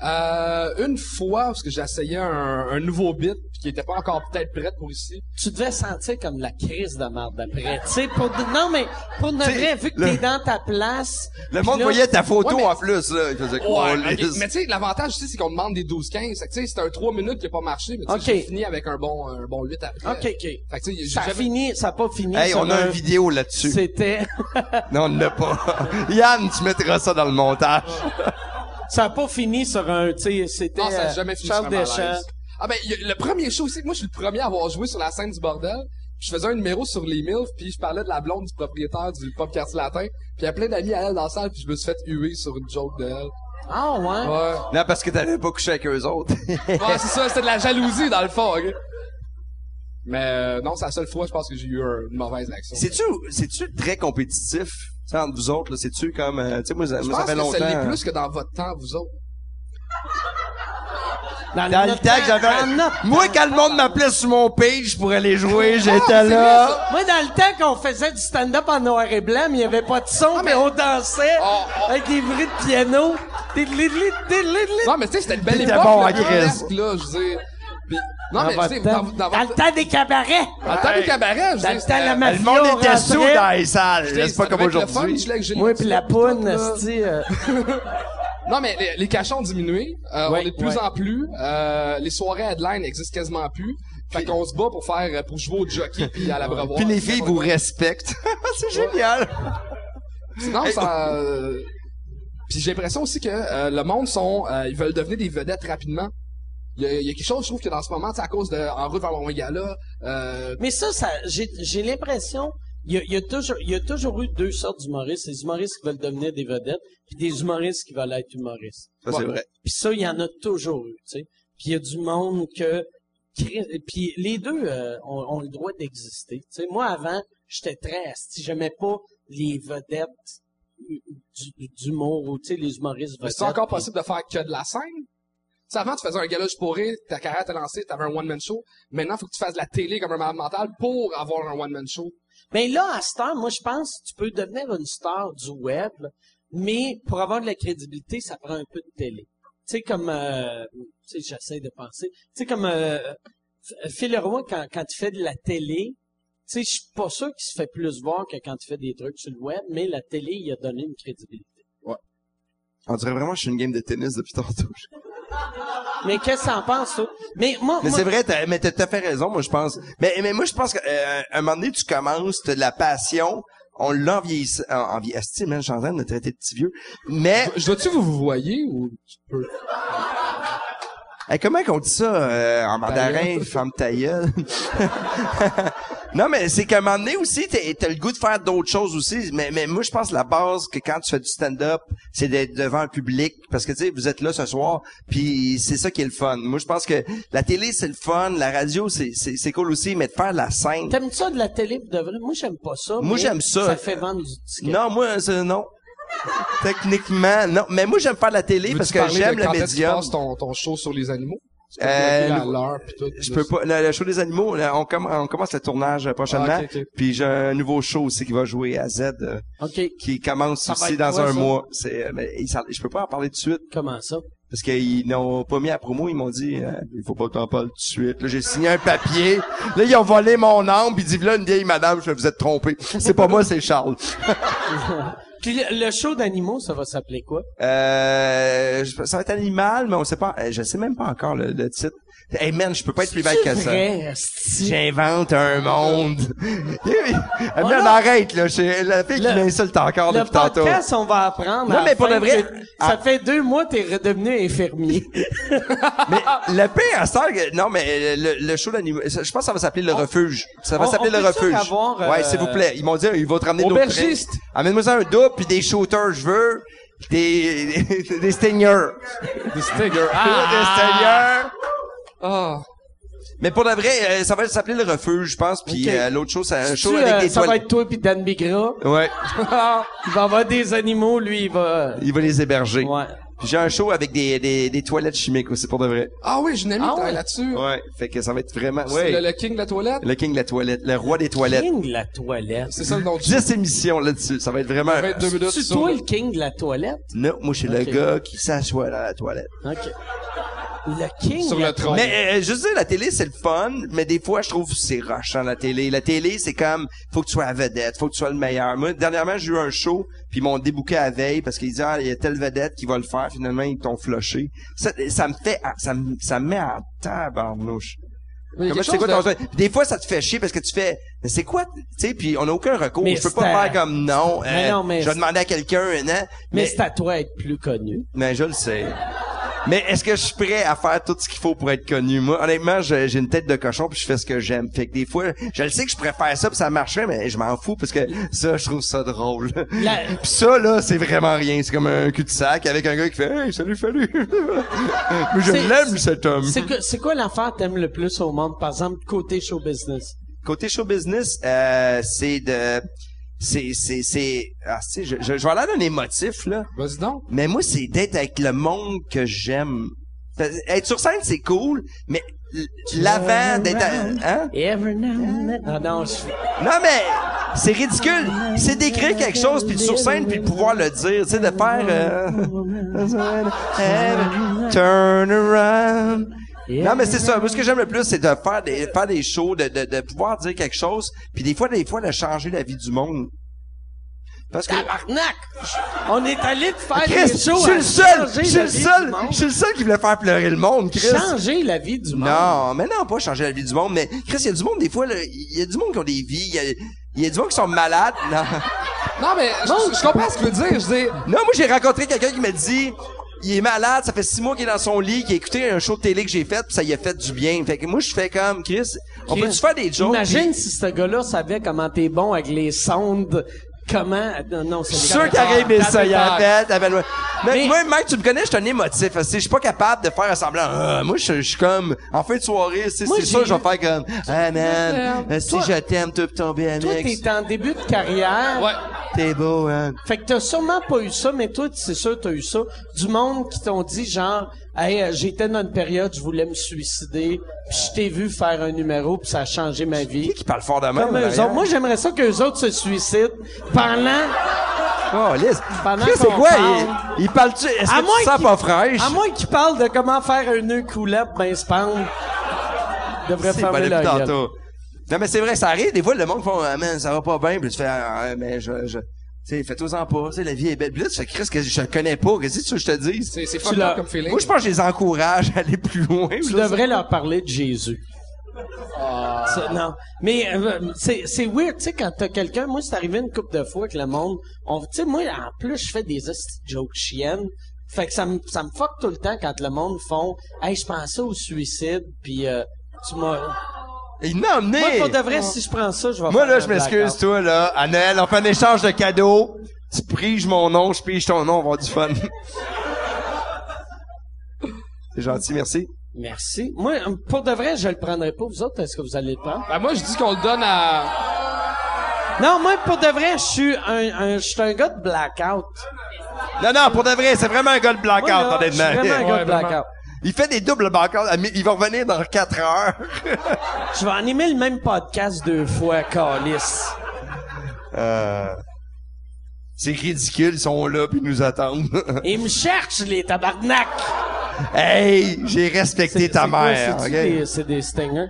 C: Euh, une fois, parce que j'essayais un, un nouveau bit puis qui était pas encore peut-être prêt pour ici.
B: Tu devais sentir comme la crise de merde d'après. tu sais, pour de- non, mais pour de
A: T'sais,
B: vrai, vu que
A: le-
B: t'es dans ta place.
A: Le
B: puis
A: monde
B: là,
A: voyait ta photo
C: Ouais, mais-
A: en plus, là. Il faisait Oh, quoi,
C: ok. Mais tu sais, l'avantage ici, c'est qu'on demande des 12-15. Fait que, Tu sais, c'est un 3 minutes qui a pas marché, mais tu sais,
B: Ok.
C: j'ai fini avec un bon, un bon 8 après.
B: OK, OK.
C: Fait que, tu sais, j'ai
B: Ça a
C: jamais-
B: fini, ça a pas fini.
A: Hey,
B: sur
A: on a
B: un-
A: une vidéo là-dessus.
B: C'était,
A: Non, on ne l'a pas. Yann, tu mettras ça dans le montage.
B: ça a pas fini sur un, tu sais, c'était
C: Non, Ah, ça a
B: euh,
C: jamais fini
B: Charles
C: sur un malaise.
B: Deschamps.
C: Ah ben, y a- le premier show aussi, moi, je suis le premier à avoir joué sur la scène du bordel. Je faisais un numéro sur les MILF, puis je parlais de la blonde du propriétaire du pop quartier latin. Puis il y a plein d'amis à elle dans la salle, puis je me suis fait huer sur une joke de elle.
B: Ah, ouais.
C: Ouais.
A: Non, parce que t'avais pas couché avec eux autres.
C: Ouais, c'est ça, c'était de la jalousie dans le fond, ok? Mais euh, non, c'est la seule fois, je pense que j'ai eu un- une mauvaise action.
A: c'est-tu, c'est-tu très compétitif? Tu sais, entre vous autres, là, c'est-tu comme, euh, tu sais, moi, ça,
C: je
A: moi, ça
C: pense
A: fait
C: que ça l'est
A: longtemps.
C: plus que dans votre temps, vous autres.
A: Dans le
B: notre
A: temps que
B: temps, dans notre
A: j'avais, moi, quand le monde m'appelait sur mon page pour aller jouer,
C: Ah,
A: j'étais
C: c'est
A: là.
B: Moi, dans le temps qu'on faisait du stand-up en noir et blanc, mais il n'y avait pas de son,
C: Ah,
B: mais... on dansait
C: Oh, oh.
B: avec des bruits de piano. Tiddly-dly, tiddly-dly.
C: Non, mais tu sais, c'était une belle
A: T'étais
C: époque,
A: bon
C: le
A: à
C: burlesque,
A: Chris.
C: là, je veux dire. Puis- non,
B: Dans
C: mais tu sais,
B: votre temps.
C: dans, Ah, dans
B: Ah, Dans
C: votre
B: le temps des cabarets.
C: dans le temps du cabaret, je euh,
B: Dans
C: veux dire,
B: le temps
C: c'était-
B: de la
A: Le
B: mafia.
A: monde
B: on
A: était sous
B: rentrait.
A: dans les salles.
C: tu
A: là,
C: sais,
A: C'est pas
C: ça
A: comme
C: devait être le fun,
A: aujourd'hui.
C: je l'ai- je l'ai-
B: Moi, puis la poune,
C: là.
B: esti, euh,
C: Non, mais les, les cachets ont diminué. Euh,
B: Ouais,
C: on est de plus
B: ouais.
C: en plus. Euh, les soirées headline n'existent quasiment plus. Fait qu'on se bat pour faire, euh, pour jouer au jockey puis à la brevoir.
A: Puis les filles vous respectent. c'est génial.
C: Non, ça. euh, Puis j'ai l'impression aussi que euh, le monde sont, euh, ils veulent devenir des vedettes rapidement. Il y, a, il y a quelque chose, je trouve que dans ce moment, c'est à cause de en route vers mon gala. Euh,
B: Mais ça, ça j'ai j'ai l'impression, il y a, il y a toujours, il y a toujours eu deux sortes d'humoristes. Des humoristes qui veulent devenir des vedettes, puis des humoristes qui veulent être humoristes.
A: Ça, c'est vrai.
B: Puis ça, il y en a toujours eu, tu sais. Puis il y a du monde que... crée- Puis les deux euh, ont, ont le droit d'exister. Tu sais, moi, avant, j'étais très asti. J'aimais pas les vedettes euh, du- d'humour ou, tu sais, les humoristes
C: mais
B: vedettes.
C: c'est encore
B: Puis-
C: possible de faire que de la scène. Tu sais, avant, tu faisais un gala juste pour rire, ta carrière t'a lancé, t'avais un one-man show. Maintenant, faut que tu fasses de la télé comme un malade mental pour avoir un one-man show.
B: Mais Ben là, à cette heure, moi, je pense que tu peux devenir une star du web, mais pour avoir de la crédibilité, ça prend un peu de télé. Tu sais, comme... euh, tu sais, j'essaie de penser. Tu sais, comme euh, F- Phil Roy, quand, quand il fait de la télé, tu sais, je suis pas sûr qu'il se fait plus voir que quand il fait des trucs sur le web, mais la télé, il a donné une crédibilité.
A: On dirait vraiment que je suis une game de tennis depuis tantôt.
B: Mais qu'est-ce que t'en penses, toi? Mais moi...
A: Mais
B: moi-
A: c'est vrai, t'as, mais t'as tout à fait raison, moi, je pense. Mais, mais moi, je pense qu'à un moment donné, tu commences, t'as de la passion, on l'envieillit, en, envie, asti, man, je suis en train de me traiter de petit vieux. Mais,
C: Je dois-tu vous vous voyez ou tu peux?
A: hey, comment qu'on dit ça, euh, en mandarin,
C: gueule.
A: femme ta gueule? Non, mais c'est qu'à un moment donné aussi, t'as, t'as le goût de faire d'autres choses aussi. Mais, mais moi, je pense la base que quand tu fais du stand-up, c'est d'être devant un public. Parce que, tu sais, vous êtes là ce soir, puis c'est ça qui est le fun. Moi, je pense que la télé, c'est le fun, la radio, c'est, c'est, c'est cool aussi, mais de faire la scène...
B: T'aimes ça de la télé pour de vrai? Moi, j'aime pas ça.
A: Moi,
B: mais
A: j'aime ça.
B: Ça fait vendre du ticket.
A: Non, moi, c'est non. Techniquement, non. Mais moi, j'aime faire de la télé parce
C: Veux-tu
A: que
C: parler
A: j'aime
C: de
A: le
C: quand est-ce que tu
A: médium.
C: passes ton, ton show sur les animaux? Tu peux
A: Euh,
C: bloquer
A: le-
C: la l'heure pis tout.
A: Je peux pas. Le, le show des animaux, là, on, comm- on commence le tournage euh, prochainement.
C: Ah, ok, ok.
A: Puis j'ai un nouveau show aussi qui va jouer à Z, euh,
B: OK.
A: qui commence
B: Ça va
A: aussi
B: être
A: dans
B: quoi,
A: un
B: ça?
A: mois. C'est, euh, mais ils s'en- je peux pas en parler tout de suite
B: Comment ça?
A: parce qu'ils n'ont pas mis à promo. Ils m'ont dit, euh, il faut pas que t'en parles tout de suite. Là, j'ai signé un papier. Là, ils ont volé mon âme. Puis ils disent, là, une vieille madame, je vous êtes trompé. C'est pas moi, c'est Charles.
B: Puis le- le show d'animaux, ça va s'appeler quoi?
A: Euh, je- ça va être animal, mais on sait pas. euh, Je sais même pas encore le, le titre. Hey man, je peux pas être plus vague que ça. J'invente un monde. Elle
B: Voilà.
A: arrête là. C'est la fille qui
B: Oh Le-
A: m'insulte encore
B: Le
A: depuis tantôt.
B: podcast, on va apprendre.
A: Non,
B: à la
A: mais pour
B: fin
A: de vrai-
B: que-
A: Ah.
B: Ça fait deux mois que t'es redevenu infirmier.
A: Mais le pire à ça, que- non mais le, le show d'animal. Je pense que ça va s'appeler le refuge. Ça va
B: on-
A: s'appeler
B: on
A: le
B: peut-tu
A: refuge.
B: avoir, euh,
A: Ouais, s'il vous plaît. Ils m'ont dit, ils vont te ramener de l'eau de près.
C: Aubergiste.
A: Amène-moi ça un double puis des shooters, je veux. Des des stingers.
C: Des stickers.
A: Des stingers.
C: Ah!
A: Mais pour de vrai, euh, ça va s'appeler le refuge, je pense. Puis
B: Ok.
A: euh, l'autre chose, c'est un show
B: Tu,
A: avec
B: euh,
A: des
B: ça va
A: toilettes.
B: être toi puis Dan Bigra.
A: Ouais.
B: il va avoir des animaux, lui, il va...
A: Il va les héberger.
B: Ouais.
A: Puis j'ai un show avec des, des, des toilettes chimiques aussi, pour de vrai.
C: Ah oui, j'ai une amie
B: Ah
C: qui travaille
B: ouais.
C: là-dessus.
A: Ouais, fait que ça va être vraiment...
C: C'est
A: ouais.
C: le,
A: Le,
C: le king de la toilette.
A: king de la toilette, le roi des toilettes.
B: King de la toilette.
C: C'est ça le nom du
A: 10 émissions là-dessus, ça va être vraiment...
C: 22 minutes.
B: C'est
C: sur-
B: toi le king de la toilette?
A: Non, moi, je suis
B: Ok.
A: le gars qui s'assoit dans la toilette.
B: OK. Le king
C: Sur
B: de la
C: le trône.
A: Mais euh, je sais, la télé, c'est le fun, mais des fois, je trouve que c'est rushant, la télé. La télé, c'est comme, faut que tu sois la vedette, faut que tu sois le meilleur. Moi, dernièrement, j'ai eu un show, puis ils m'ont débouqué à la veille, parce qu'ils disaient, ah, il y a telle vedette qui va le faire, finalement, ils t'ont floché. Ça, ça me fait, à- ça me, ça me met en tabarnouche.
C: Mais il y a
A: Comment
C: quelque
A: c'est quoi
C: chose
A: ton
C: de-
A: Des fois, ça te fait chier parce que tu fais, mais c'est quoi, tu sais, puis on n'a aucun recours.
B: Mais
A: je peux
B: c'est à-
A: pas faire comme non.
B: Mais
A: euh,
B: non, mais
A: je vais
B: c'est-
A: demander à quelqu'un, hein. non.
B: Mais c'est à toi d'être plus connu.
A: Ben, je le sais. Mais est-ce que je suis prêt à faire tout ce qu'il faut pour être connu? Moi, honnêtement, je- j'ai une tête de cochon puis je fais ce que j'aime. Fait que des fois, je le sais que je pourrais faire ça puis ça marcherait, mais je m'en fous parce que ça, je trouve ça drôle.
B: La-
A: Puis ça, là, c'est vraiment rien. C'est comme un cul-de-sac avec un gars qui fait « Hey, salut, salut! » Mais je
B: C'est-
A: l'aime, cet
C: Mhm.
A: homme.
B: C'est quoi, c'est quoi l'affaire que t'aimes le plus au monde, par exemple, côté show business?
A: Côté show business, euh, c'est de... C'est... c'est, c'est... Ah, tu sais, je, je, je vais aller dans l'émotif, là.
C: Vas-y donc.
A: Mais moi, c'est d'être avec le monde que j'aime. Fait- Être sur scène, c'est cool, mais l- l'avant d'être... à- Hein?
B: Every now and then. Ah non, je fais-
A: Non, mais c'est ridicule. C'est d'écrire quelque chose, puis de sur scène, puis de pouvoir le dire. Tu sais, de faire... euh, Turn around. Non, mais c'est ça. Moi, ce que j'aime le plus, c'est de faire des, faire des shows, de, de, de pouvoir dire quelque chose, puis des fois, des fois, de changer la vie du monde. Parce que...
B: Tabarnak! On est allé de faire
A: Chris,
B: des
A: je
B: shows.
A: suis
B: à
A: le seul,
B: changer
A: je suis
B: la
A: le
B: vie du
A: seul,
B: monde.
A: je suis le seul qui voulait faire pleurer le monde, Chris.
B: Changer la vie du monde.
A: Non, mais non, pas changer la vie du monde, mais Chris, il y a du monde, des fois, là, il y a du monde qui ont des vies, il y a, il y a du monde qui sont malades. Non,
C: Non, mais je- je, je comprends ce que tu veux dire. Je veux dire,
A: non moi, j'ai rencontré quelqu'un qui m'a dit, il est malade, ça fait six mois qu'il est dans son lit, qu'il a écouté un show de télé que j'ai fait, puis ça lui a fait du bien. Fait que moi, je fais comme, Chris, on
B: Chris,
A: peut-tu faire des jokes?
B: Imagine
A: puis-
B: si ce gars-là savait comment t'es bon avec les sondes, comment... Non, non, c'est
A: Je suis sûr qu'il aurait aimé ça, il a fait, appelle-moi. Mais,
B: Mais-
A: moi, Mike, tu me connais, je suis un émotif. parce que Je suis pas capable de faire semblant. Ah, moi, je je suis comme, en fin de soirée, c'est
B: Moi,
A: c'est ça,
B: j'ai
A: je vais
B: eu-
A: faire comme, ah, man, euh, si
B: Toi-
A: je t'aime, tu peux tomber
B: Toi,
A: avec.
B: t'es en début de carrière.
C: ouais.
A: T'es beau, hein.
B: Fait que t'as sûrement pas eu ça, mais toi, c'est sûr que t'as eu ça. Du monde qui t'ont dit, genre, « Hey, euh, j'étais dans une période, je voulais me suicider, puis je t'ai vu faire un numéro, puis ça a changé ma vie.
A: Qui parle fort de » même?
B: Comme eux
A: derrière?
B: autres. Moi, j'aimerais ça qu'eux autres se suicident pendant...
A: Oh, lisse.
B: Pendant
A: Chris, c'est
B: qu'on
A: quoi?
B: parle-
A: Il, il parle-tu? Est-ce
B: À
A: que
B: moins
A: tu sens
B: qu'il-
A: pas fraîche?
B: À moins qu'ils parlent de comment faire un nœud coulant pour bien se pendre. Ils devraient
A: C'est pas
B: fermer
A: depuis
B: leur gueule.
A: tantôt. Non, mais c'est vrai, ça arrive. Des fois, le monde font, ah, man, ça va pas bien. Puis tu fais, ah, mais je, je, tu sais, fais-toi-en pas. Tu sais, la vie est belle. Puis là, tu fais, Chris, que je te connais pas. Qu'est-ce que tu veux que je te dise?
C: C'est, c'est
B: Tu
C: fucked
B: l'as-
C: up comme feeling.
A: Moi, je pense que je les encourage à aller plus loin.
B: Tu devrais leur parler de Jésus. Ça, Non. Mais euh, c'est c'est weird, tu sais, quand t'as quelqu'un... Moi, c'est arrivé une couple de fois que le monde... on- Tu sais, moi, en plus, je fais des hosties de jokes chiennes. Fait que ça me ça me fuck tout le temps quand le monde font « Hey, je pensais au suicide, puis euh, tu m'as...
A: Il m'a » emmené.
B: Moi, pour de vrai, si je prends ça, je vais
A: Moi,
B: faire
A: là,
B: un
A: je m'excuse,
B: blackout.
A: toi, là. À Noël, on fait un échange de cadeaux. Tu priges mon nom, je pige ton nom, on va avoir du fun. c'est gentil, merci.
B: Merci. Moi, euh, pour de vrai, je le prendrais pas. Vous autres, est-ce que vous allez le prendre?
C: Ben, moi, je dis qu'on le donne à.
B: Non, moi, pour de vrai, je suis un, un, je suis un gars de blackout.
A: Non, non, pour de vrai, c'est vraiment un gars de blackout,
B: Moi, là, je suis
A: honnêtement.
B: vraiment un gars de
C: Ouais, vraiment.
B: blackout.
A: Il fait des doubles blackouts. à mi- Il va revenir dans 4 heures.
B: Je vais animer le même podcast deux fois, Calis.
A: Euh, c'est ridicule, ils sont là puis ils nous attendent.
B: Ils me cherchent, les tabarnak!
A: hey, j'ai respecté ta
B: quoi,
A: mère.
B: c'est-tu
A: Ah, ben, ok?
B: des- C'est des stingers.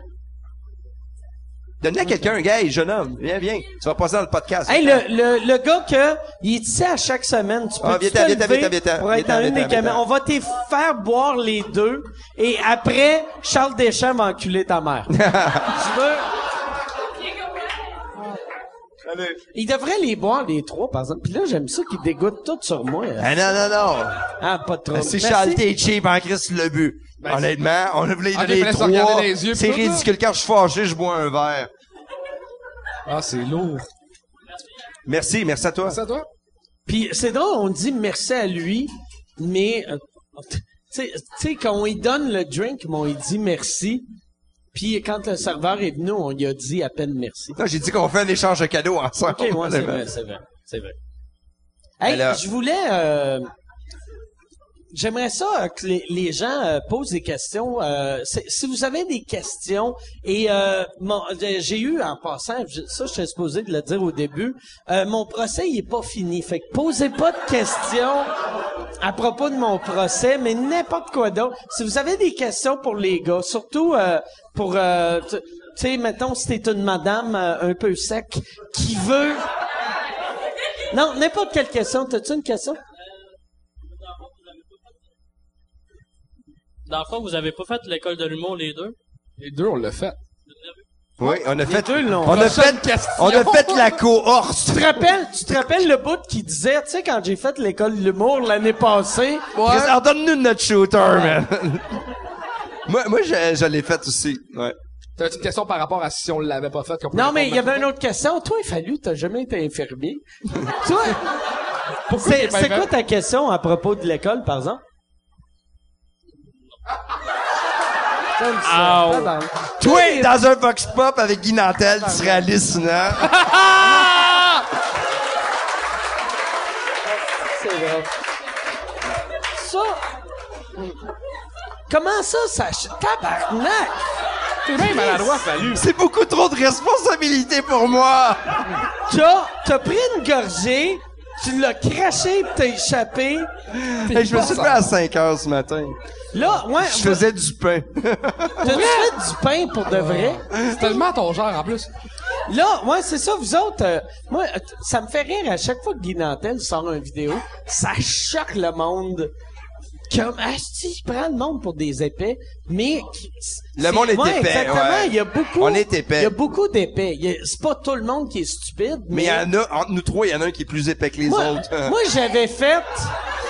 A: Donne-la à quelqu'un, gars, hey, jeune homme. Viens, viens. Tu vas passer dans le podcast.
B: Hey, le, le, le gars que, il est ici à chaque semaine, tu peux
A: Ah,
B: tu
A: viens-t'en,
B: te
A: viens-t'en,
B: lever
A: viens-t'en, viens-t'en.
B: pour être
A: Viens-t'en,
B: dans une des
A: viens-t'en,
B: caméras. On va te faire boire les deux, et après, Charles Deschamps va enculer ta mère. tu veux?
A: Salut.
B: Il devrait les boire les trois, par exemple. Puis là, j'aime ça qu'ils dégoûtent tout sur moi. hein.
A: Ah, non, non, non.
B: Ah, pas trop.
A: Ben, Si
B: Merci.
A: Charles t'es cheap en Christ, le but. Honnêtement, on a voulu
C: Ah, Ok,
A: donner
C: fallait se
A: trois.
C: regarder les yeux,
A: C'est
C: puis tout, là.
A: ridicule. Quand je suis fâché, je bois un verre.
C: Ah, c'est lourd.
A: Merci, merci à toi.
C: C'est à toi?
B: Puis c'est drôle, on dit merci à lui, mais euh, tu sais- tu sais quand on lui donne le drink, mais on lui dit merci. Puis quand le serveur est venu, on lui a dit à peine merci.
A: Non, j'ai dit qu'on fait un échange de cadeaux ensemble.
B: Ok, ouais, c'est vrai, c'est vrai, c'est vrai. Hey,
A: Alors-
B: je voulais. euh, J'aimerais ça euh, que les, les gens euh, posent des questions. euh, c'est- si vous avez des questions, et euh, mon- euh, j'ai eu en passant, je- ça j'étais supposé de le dire au début, euh, mon procès il est pas fini. Fait que posez pas de questions à propos de mon procès, mais n'importe quoi d'autre. Si vous avez des questions pour les gars, surtout euh, pour, euh, tu tu sais, mettons si t'es une madame euh, un peu sec qui veut... Non, n'importe quelle question. T'as-tu une question?
E: Dans le fond, vous avez pas fait l'école de l'humour, les deux?
C: Les deux, on l'a fait.
A: Oui, on a fait,
B: deux l'ont.
A: on a fait,
C: Prochaine question.
A: on a fait la cohorte.
B: Tu te rappelles, tu te rappelles le bout qui disait, tu sais, quand j'ai fait l'école de l'humour l'année passée,
A: Chris, Alors donne-nous notre shooter, man. moi, moi, je, je l'ai fait aussi. Ouais.
C: T'as une question par rapport à si on l'avait pas faite? qu'on peut
B: non, mais il y
C: répondre
B: avait
C: maintenant?
B: une autre question. Toi, il fallu, t'as jamais été infirmier. Toi, c'est,
C: t'es pas
B: c'est quoi
C: infirmier?
B: ta question à propos de l'école, par exemple? J'aime ça.
D: Ow.
B: Pardon.
A: Toi, dans un box pop avec Guy Nantel, tu serais hallucinant.
B: C'est vrai. Ça. Comment ça, ça. Tabarnak! T'es bien maladroit,
A: C'est beaucoup trop de responsabilité pour moi.
B: T'as, t'as pris une gorgée, tu l'as craché pis t'as échappé.
A: Hey, je me suis levé à 5 heures ce matin.
B: Là, ouais,
A: Je faisais du pain.
B: t'as fait du pain pour de vrai.
C: C'est tellement ton genre, en plus.
B: Là, ouais, c'est ça, vous autres, euh, moi, euh, t- ça me fait rire à chaque fois que Guy Nantel sort une vidéo, ça choque le monde. Comme, ah, si, je prends le monde pour des épais, mais... qui-
A: Le
B: c'est-
A: monde est épais,
B: exactement,
A: ouais.
B: il y a beaucoup...
A: On est épais.
B: Il y a beaucoup d'épais. Il y a- C'est pas tout le monde qui est stupide,
A: Mais il y en a, entre nous trois, il y en a un qui est plus épais que les
B: moi,
A: autres.
B: moi, j'avais fait.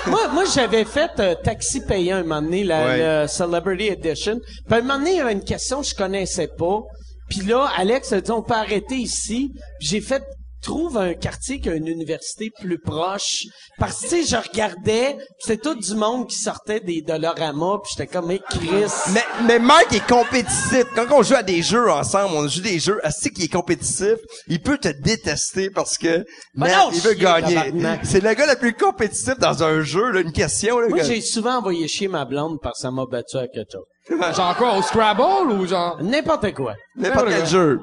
B: Moi, moi j'avais fait euh, Taxi payant un moment donné, la,
A: Ouais.
B: le Celebrity Edition. Puis à un moment donné, il y avait une question que je connaissais pas. Puis là, Alex a dit, on peut arrêter ici. Puis j'ai fait, trouve un quartier qui a une université plus proche. Parce que, tu sais, je regardais, puis c'était tout du monde qui sortait des Dollarama, puis j'étais comme, mais Chris...
A: Mais, mais Mike est compétitif. Quand on joue à des jeux ensemble, on joue des jeux assez qui est compétitif. Il peut te détester parce que
B: Ben
A: man,
B: non,
A: il veut
B: chier,
A: gagner.
B: tabarnak.
A: C'est le gars le plus compétitif dans un jeu, là, une question. Là,
B: Moi,
A: que-
B: j'ai souvent envoyé chier ma blonde parce que ça m'a battu à quelque chose.
C: Genre quoi, au Scrabble ou genre...
B: N'importe quoi.
A: N'importe quel jeu.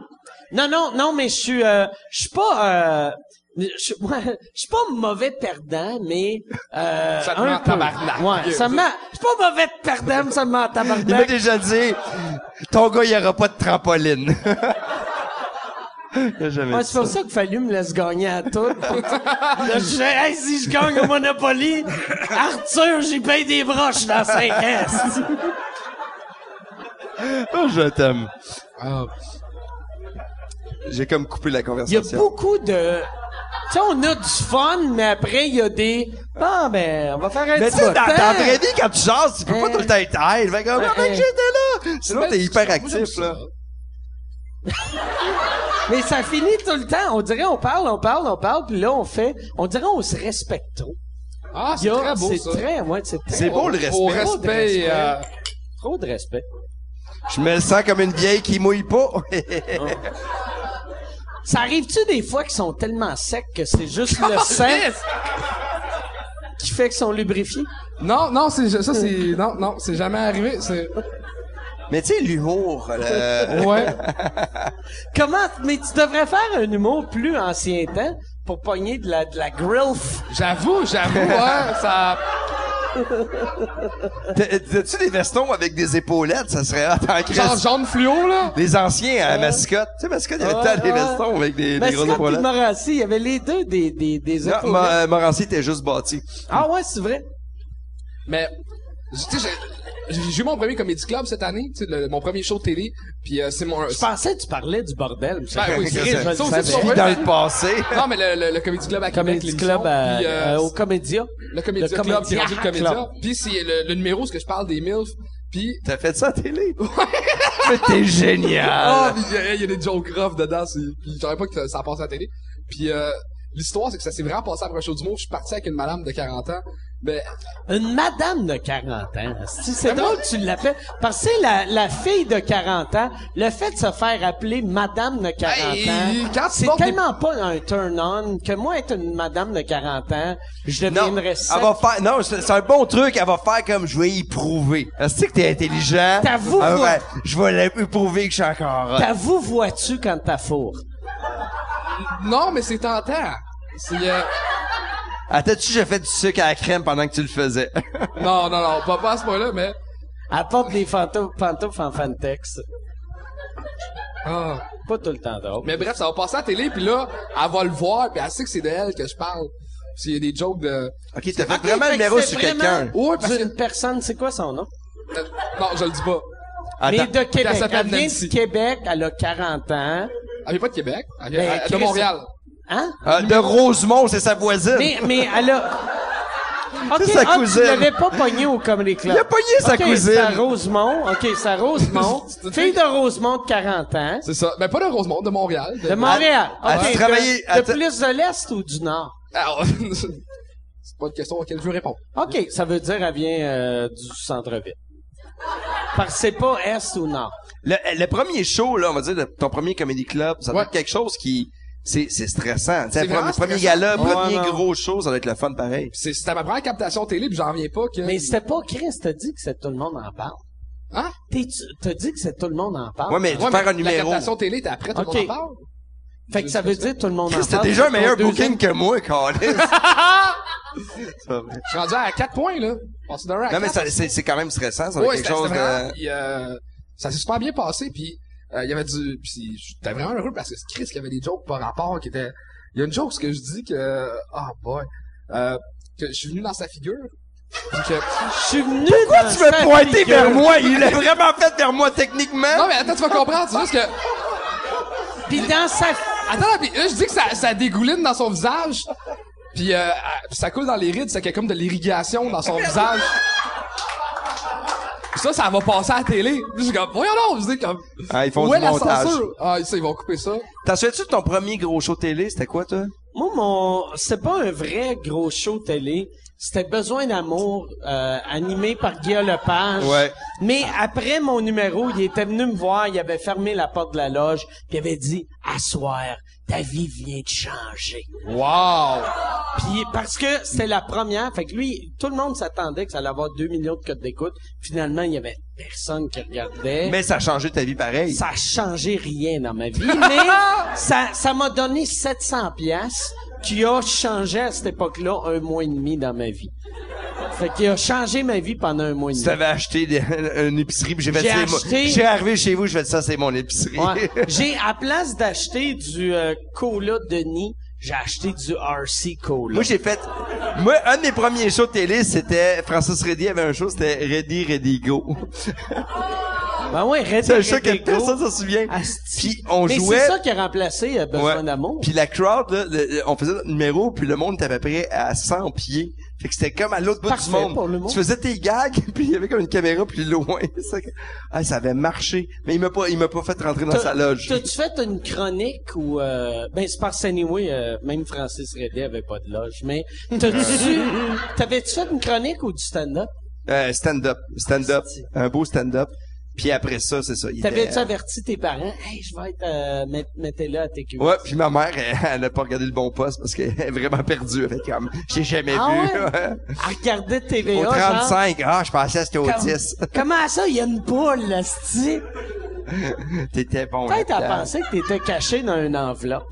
B: Non, non, non, mais je suis, euh, je suis pas, euh, je suis moi, je suis pas mauvais perdant, mais euh,
C: Ça te met
B: un
C: en
B: peu.
C: tabarnak.
B: Ouais, ça me, met- je suis pas mauvais perdant, mais ça me met en
A: Il m'a
B: tabarnak.
A: déjà dit, ton gars, il y aura pas de trampoline. Il a jamais
B: Ouais,
A: dit
B: c'est pour ça que Fallu me laisse gagner à tout. Là, je fais, Hey, si je gagne au Monopoly, Arthur, j'y paye des broches dans 5 S.
A: ça. Oh, je t'aime.
C: Ah.
A: J'ai comme coupé la
B: Il y a
A: conversation.
B: beaucoup de, tu sais, on a du fun, mais après, il y a des, bon, ben, on va faire un
A: Mais tu
B: petit
A: sais, dans,
B: bout de
A: dans
B: temps.
A: la vraie vie, quand tu jases, tu peux pas
B: Hein.
A: tout le temps être Hey, le mec, regarde,
B: Hein,
A: mec,
B: hein.
A: j'étais là! Sinon, t'es hyper
C: Ben, Moi, j'aime
A: actif,
C: ça.
A: là.
B: Mais ça finit tout le temps. On dirait on parle, on parle, on parle, puis là on fait. On dirait on se respecte trop.
C: Ah, c'est
B: Il y a-
C: très beau,
B: c'est
C: ça.
B: très, ouais, c'est très.
A: C'est beau, le
C: Au
A: respect.
C: respect,
B: respect.
C: euh,
B: Trop de respect.
A: Je me sens comme une vieille qui mouille pas.
B: Ça arrive-tu des fois qu'ils sont tellement secs que c'est juste le sang qui fait qu'ils sont lubrifiés?
C: Non, non, c'est ça, c'est non, non, c'est jamais arrivé. C'est
A: Mais tu sais, l'humour, euh,
C: ouais.
B: Comment? Mais tu devrais faire un humour plus ancien temps pour pogner de la, de la grilf.
C: J'avoue, j'avoue, ouais, ça.
A: t'as- t'as-tu des vestons avec des épaulettes? Ça serait hot en Christ.
C: Genre jaune fluo là.
A: Les anciens à mascotte. Tu sais, mascotte, il y avait
B: Ouais,
A: tant des
B: ouais.
A: vestons avec des,
B: Mais
A: des grosses
B: Ben, Scott et
A: épaulettes.
B: Morassi, il y avait les deux des, des, des
A: Non,
B: épaulettes.
A: Mo- euh, Morancy était juste bâti.
B: Ah ouais, c'est vrai.
C: Mais tu sais, j'ai- j'ai j'ai eu mon premier comédie club cette année, tu sais, le- mon premier show de télé. Puis euh, c'est mon.
B: Je pensais que tu parlais du bordel. mais
C: Ben oui,
A: que
C: Chris,
A: ça-
C: je le
A: ça
C: savais.
A: Je vis dans le passé.
C: Non, mais le, le, le comédie club à Québec,
B: Comédie
C: l'émission,
B: Club à-
C: puis, euh,
B: euh, au Comédia.
C: le comédie
B: le
C: club qui est
B: Comédia
C: rendu le comédia.
B: Club.
C: Puis c'est le, le numéro où ce que je parle des milf.
B: Euh,
C: Puis
A: T'as fait ça à télé? Mais t'es génial!
C: Ah, puis il y a- il y, a des jokes rough dedans, c'est- puis j'aurais pas que ça, ça passe à la télé. Puis euh, l'histoire, c'est que ça s'est vraiment passé après un show d'humour. Je suis parti avec une madame de 40 ans, Ben,
B: Une madame de 40 ans. Si c'est drôle que tu l'appelles. Parce que c'est la, la fille de 40 ans, le fait de se faire appeler madame de 40
C: Hey,
A: Ben,
B: ans,
C: quand tu
B: c'est
C: portes des-
B: tellement pas un turn-on que moi, être une madame de 40 ans, je
A: Non,
B: deviendrais ça.
A: elle va faire, non, c'est c'est un bon truc, elle va faire comme je vais y prouver. Est-ce que t'es intelligent?
B: T'avoues,
A: Ah
B: moi.
A: ouais, je vais lui prouver que je suis encore. hot.
B: T'as vous vois-tu quand t'as four?
C: non, mais c'est tentant. C'est, euh,
A: Attends-tu, j'ai Ah, fait du sucre à la crème pendant que tu le faisais.
C: non, non, non, pas, pas à ce point-là, mais,
B: Apporte des fantômes, pantoufles en fantex.
C: ah.
B: Pas tout le temps drôle.
C: Mais bref, ça va passer à la télé, puis là, elle va le voir, puis elle sait que c'est de elle que je parle. Puis il y a des jokes de...
A: ok, t'as fait
B: Ok,
A: vraiment le
B: fait que
A: numéro
B: c'est
A: sur
B: vraiment
A: quelqu'un.
C: Ouais, parce que-
B: D'une personne, c'est quoi son nom?
C: Euh, non, je le dis pas.
A: Attends.
B: Mais de Québec.
C: s'appelle
B: Elle vient du
C: Nancy.
B: Québec, elle a 40 ans.
C: Elle vient pas de Québec, elle vient
B: Ben,
C: elle- de
B: Chris-
C: Montréal.
B: Hein?
A: Euh, de Rosemont, c'est sa voisine.
B: Mais, mais elle a... Ok,
A: C'est sa
B: ah,
A: cousine.
B: tu l'avais pas pogné au Comedy Club.
A: Il a pogné sa
B: Ok,
A: cousine.
B: C'est à Rosemont. OK, c'est à Rosemont. Fille de Rosemont de 40 ans.
C: C'est ça. Ben, pas de Rosemont, de Montréal. De-
B: De Montréal.
A: Elle-
B: Ok,
A: elle
B: de-
A: travaillait-
B: de,
A: elle tra-
B: plus de l'Est ou du Nord?
C: Alors, c'est pas une question auquel je veux répondre.
B: OK, ça veut dire elle vient euh, du centre-ville. Parce que c'est pas Est ou Nord.
A: Le, le premier show, là, on va dire, de ton premier comedy club, ça doit
C: Ouais.
A: être quelque chose qui, c'est, c'est stressant. Tu sais,
C: C'est
A: premier,
C: vraiment
A: premier
C: stressant.
A: gala,
B: Ouais,
A: premier
B: non.
A: gros show, ça doit être le fun pareil.
C: Puis c'est- C'était ma première captation télé, puis j'en reviens pas que...
B: Mais c'était pas Chris, t'as dit que c'est tout le monde en parle.
C: Hein?
B: T'es- tu- T'as dit que c'est tout le monde en parle.
A: Ouais, mais tu
C: Ouais,
A: faire
C: mais
A: un numéro.
C: La captation télé, t'es après, tout le
B: Ok.
C: monde en parle.
B: Fait que ça veut dire tout le monde en parle.
A: C'était déjà un
B: ton
A: meilleur
B: deuxième-
A: booking que moi, Colin. C'est pas vrai.
C: Je suis rendu à 4 points, là. Passé d'un rang à
A: non, mais
C: quatre.
A: ça- c'est, c'est quand même stressant, ça doit
C: Ouais,
A: être
C: c'était
A: quelque chose
C: c'était vraiment...
A: de...
C: puis, euh, ça s'est super bien passé, puis euh, il y avait du... Puis j'étais vraiment heureux parce que c'est Chris qui avait des jokes par rapport qui étaient... Il y a une joke, ce que je dis que... Ah, boy. Euh, que je suis venu dans sa figure. Puis que...
B: Je suis venu
A: Pourquoi
B: dans
A: tu veux
B: sa
A: pointer
B: figure.
A: vers moi? Il est vraiment fait vers moi techniquement.
C: Non, mais attends, tu vas comprendre. C'est juste que...
B: Puis dans sa...
C: Attends, pis là, je dis que ça, ça dégouline dans son visage. Puis euh, ah, pis ça coule dans les rides, c'est qu'il y a comme de l'irrigation dans son visage. Pis ça, ça va passer à la télé. Pis Je suis comme, voyons donc, je dis comme...
A: Ah, ils font
C: où est
A: du
C: la
A: montage.
C: censure? Ah, ça, ils vont couper ça.
A: T'en souviens-tu de ton premier gros show télé? C'était quoi, toi?
B: Moi, mon... C'était pas un vrai gros show télé. C'était Besoin d'amour, euh, animé par Guillaume Lepage.
A: Ouais.
B: Mais après mon numéro, il était venu me voir, il avait fermé la porte de la loge, puis il avait dit « Assoir, ta vie vient de changer. »
C: Wow!
B: Puis parce que c'est la première, fait que lui, tout le monde s'attendait que ça allait avoir 2 millions de codes d'écoute. Finalement, il y avait personne qui regardait.
A: Mais ça a changé ta vie pareil.
B: ça a changé rien dans ma vie, mais ça ça m'a donné 700 pièces qui a changé à cette époque-là un mois et demi dans ma vie. Fait qu'il a changé ma vie pendant un mois et
A: Tu
B: demi.
A: t'avais acheté des- une épicerie, puis j'ai fait
B: J'ai
A: c'est mon-
B: acheté-
A: J'ai arrivé chez vous, je fais ça, c'est mon épicerie.
B: Ouais. J'ai à place d'acheter du euh, cola Denis, j'ai acheté du RC cola.
A: Moi, j'ai fait. Moi, un de mes premiers shows de télé, c'était. Francis Reddy avait un show, c'était Reddy, Reddy Go.
B: ben ouais, Red
A: C'est un
B: Red
A: show que
B: Ego.
A: personne s'en souvient.
B: Asti.
A: Puis on
B: mais
A: jouait.
B: c'est ça qui a remplacé euh, Besoin
A: Ouais.
B: d'amour.
A: Puis la crowd, là, le- le- on faisait notre numéro, puis le monde était à peu près à 100 pieds. Fait que c'était comme à l'autre bout
B: Parfait
A: du monde.
B: pour le monde.
A: Tu faisais tes gags, puis il y avait comme une caméra plus loin. Ça, ah, ça avait marché. Mais il m'a pas, il m'a pas fait rentrer dans
B: T'as-
A: sa loge.
B: T'as-tu fait une chronique ou euh, ben c'est parce que anyway, euh, même Francis Redé avait pas de loge, mais t'as-tu t'avais-tu fait une chronique ou du stand-up?
A: Euh, stand-up. Stand-up. Un beau stand-up. Puis après ça, c'est ça. il
B: T'avais-tu
A: était- euh,
B: averti tes parents? Hey, je vais être euh, met- mettez-la à TQ.
A: Ouais, puis ma mère, elle, elle a pas regardé le bon poste parce qu'elle est vraiment perdue. Elle fait comme, j'ai jamais
B: Ah
A: vu.
B: ouais? Elle regardait TVA.
A: Au
B: genre,
A: 35, ah, je pensais que c'était au
B: comme-
A: 10.
B: Comment ça, il y a une boule, là, c'ti?
A: T'étais bon.
B: Peut-être à
A: là-dedans.
B: penser que t'étais caché dans une enveloppe.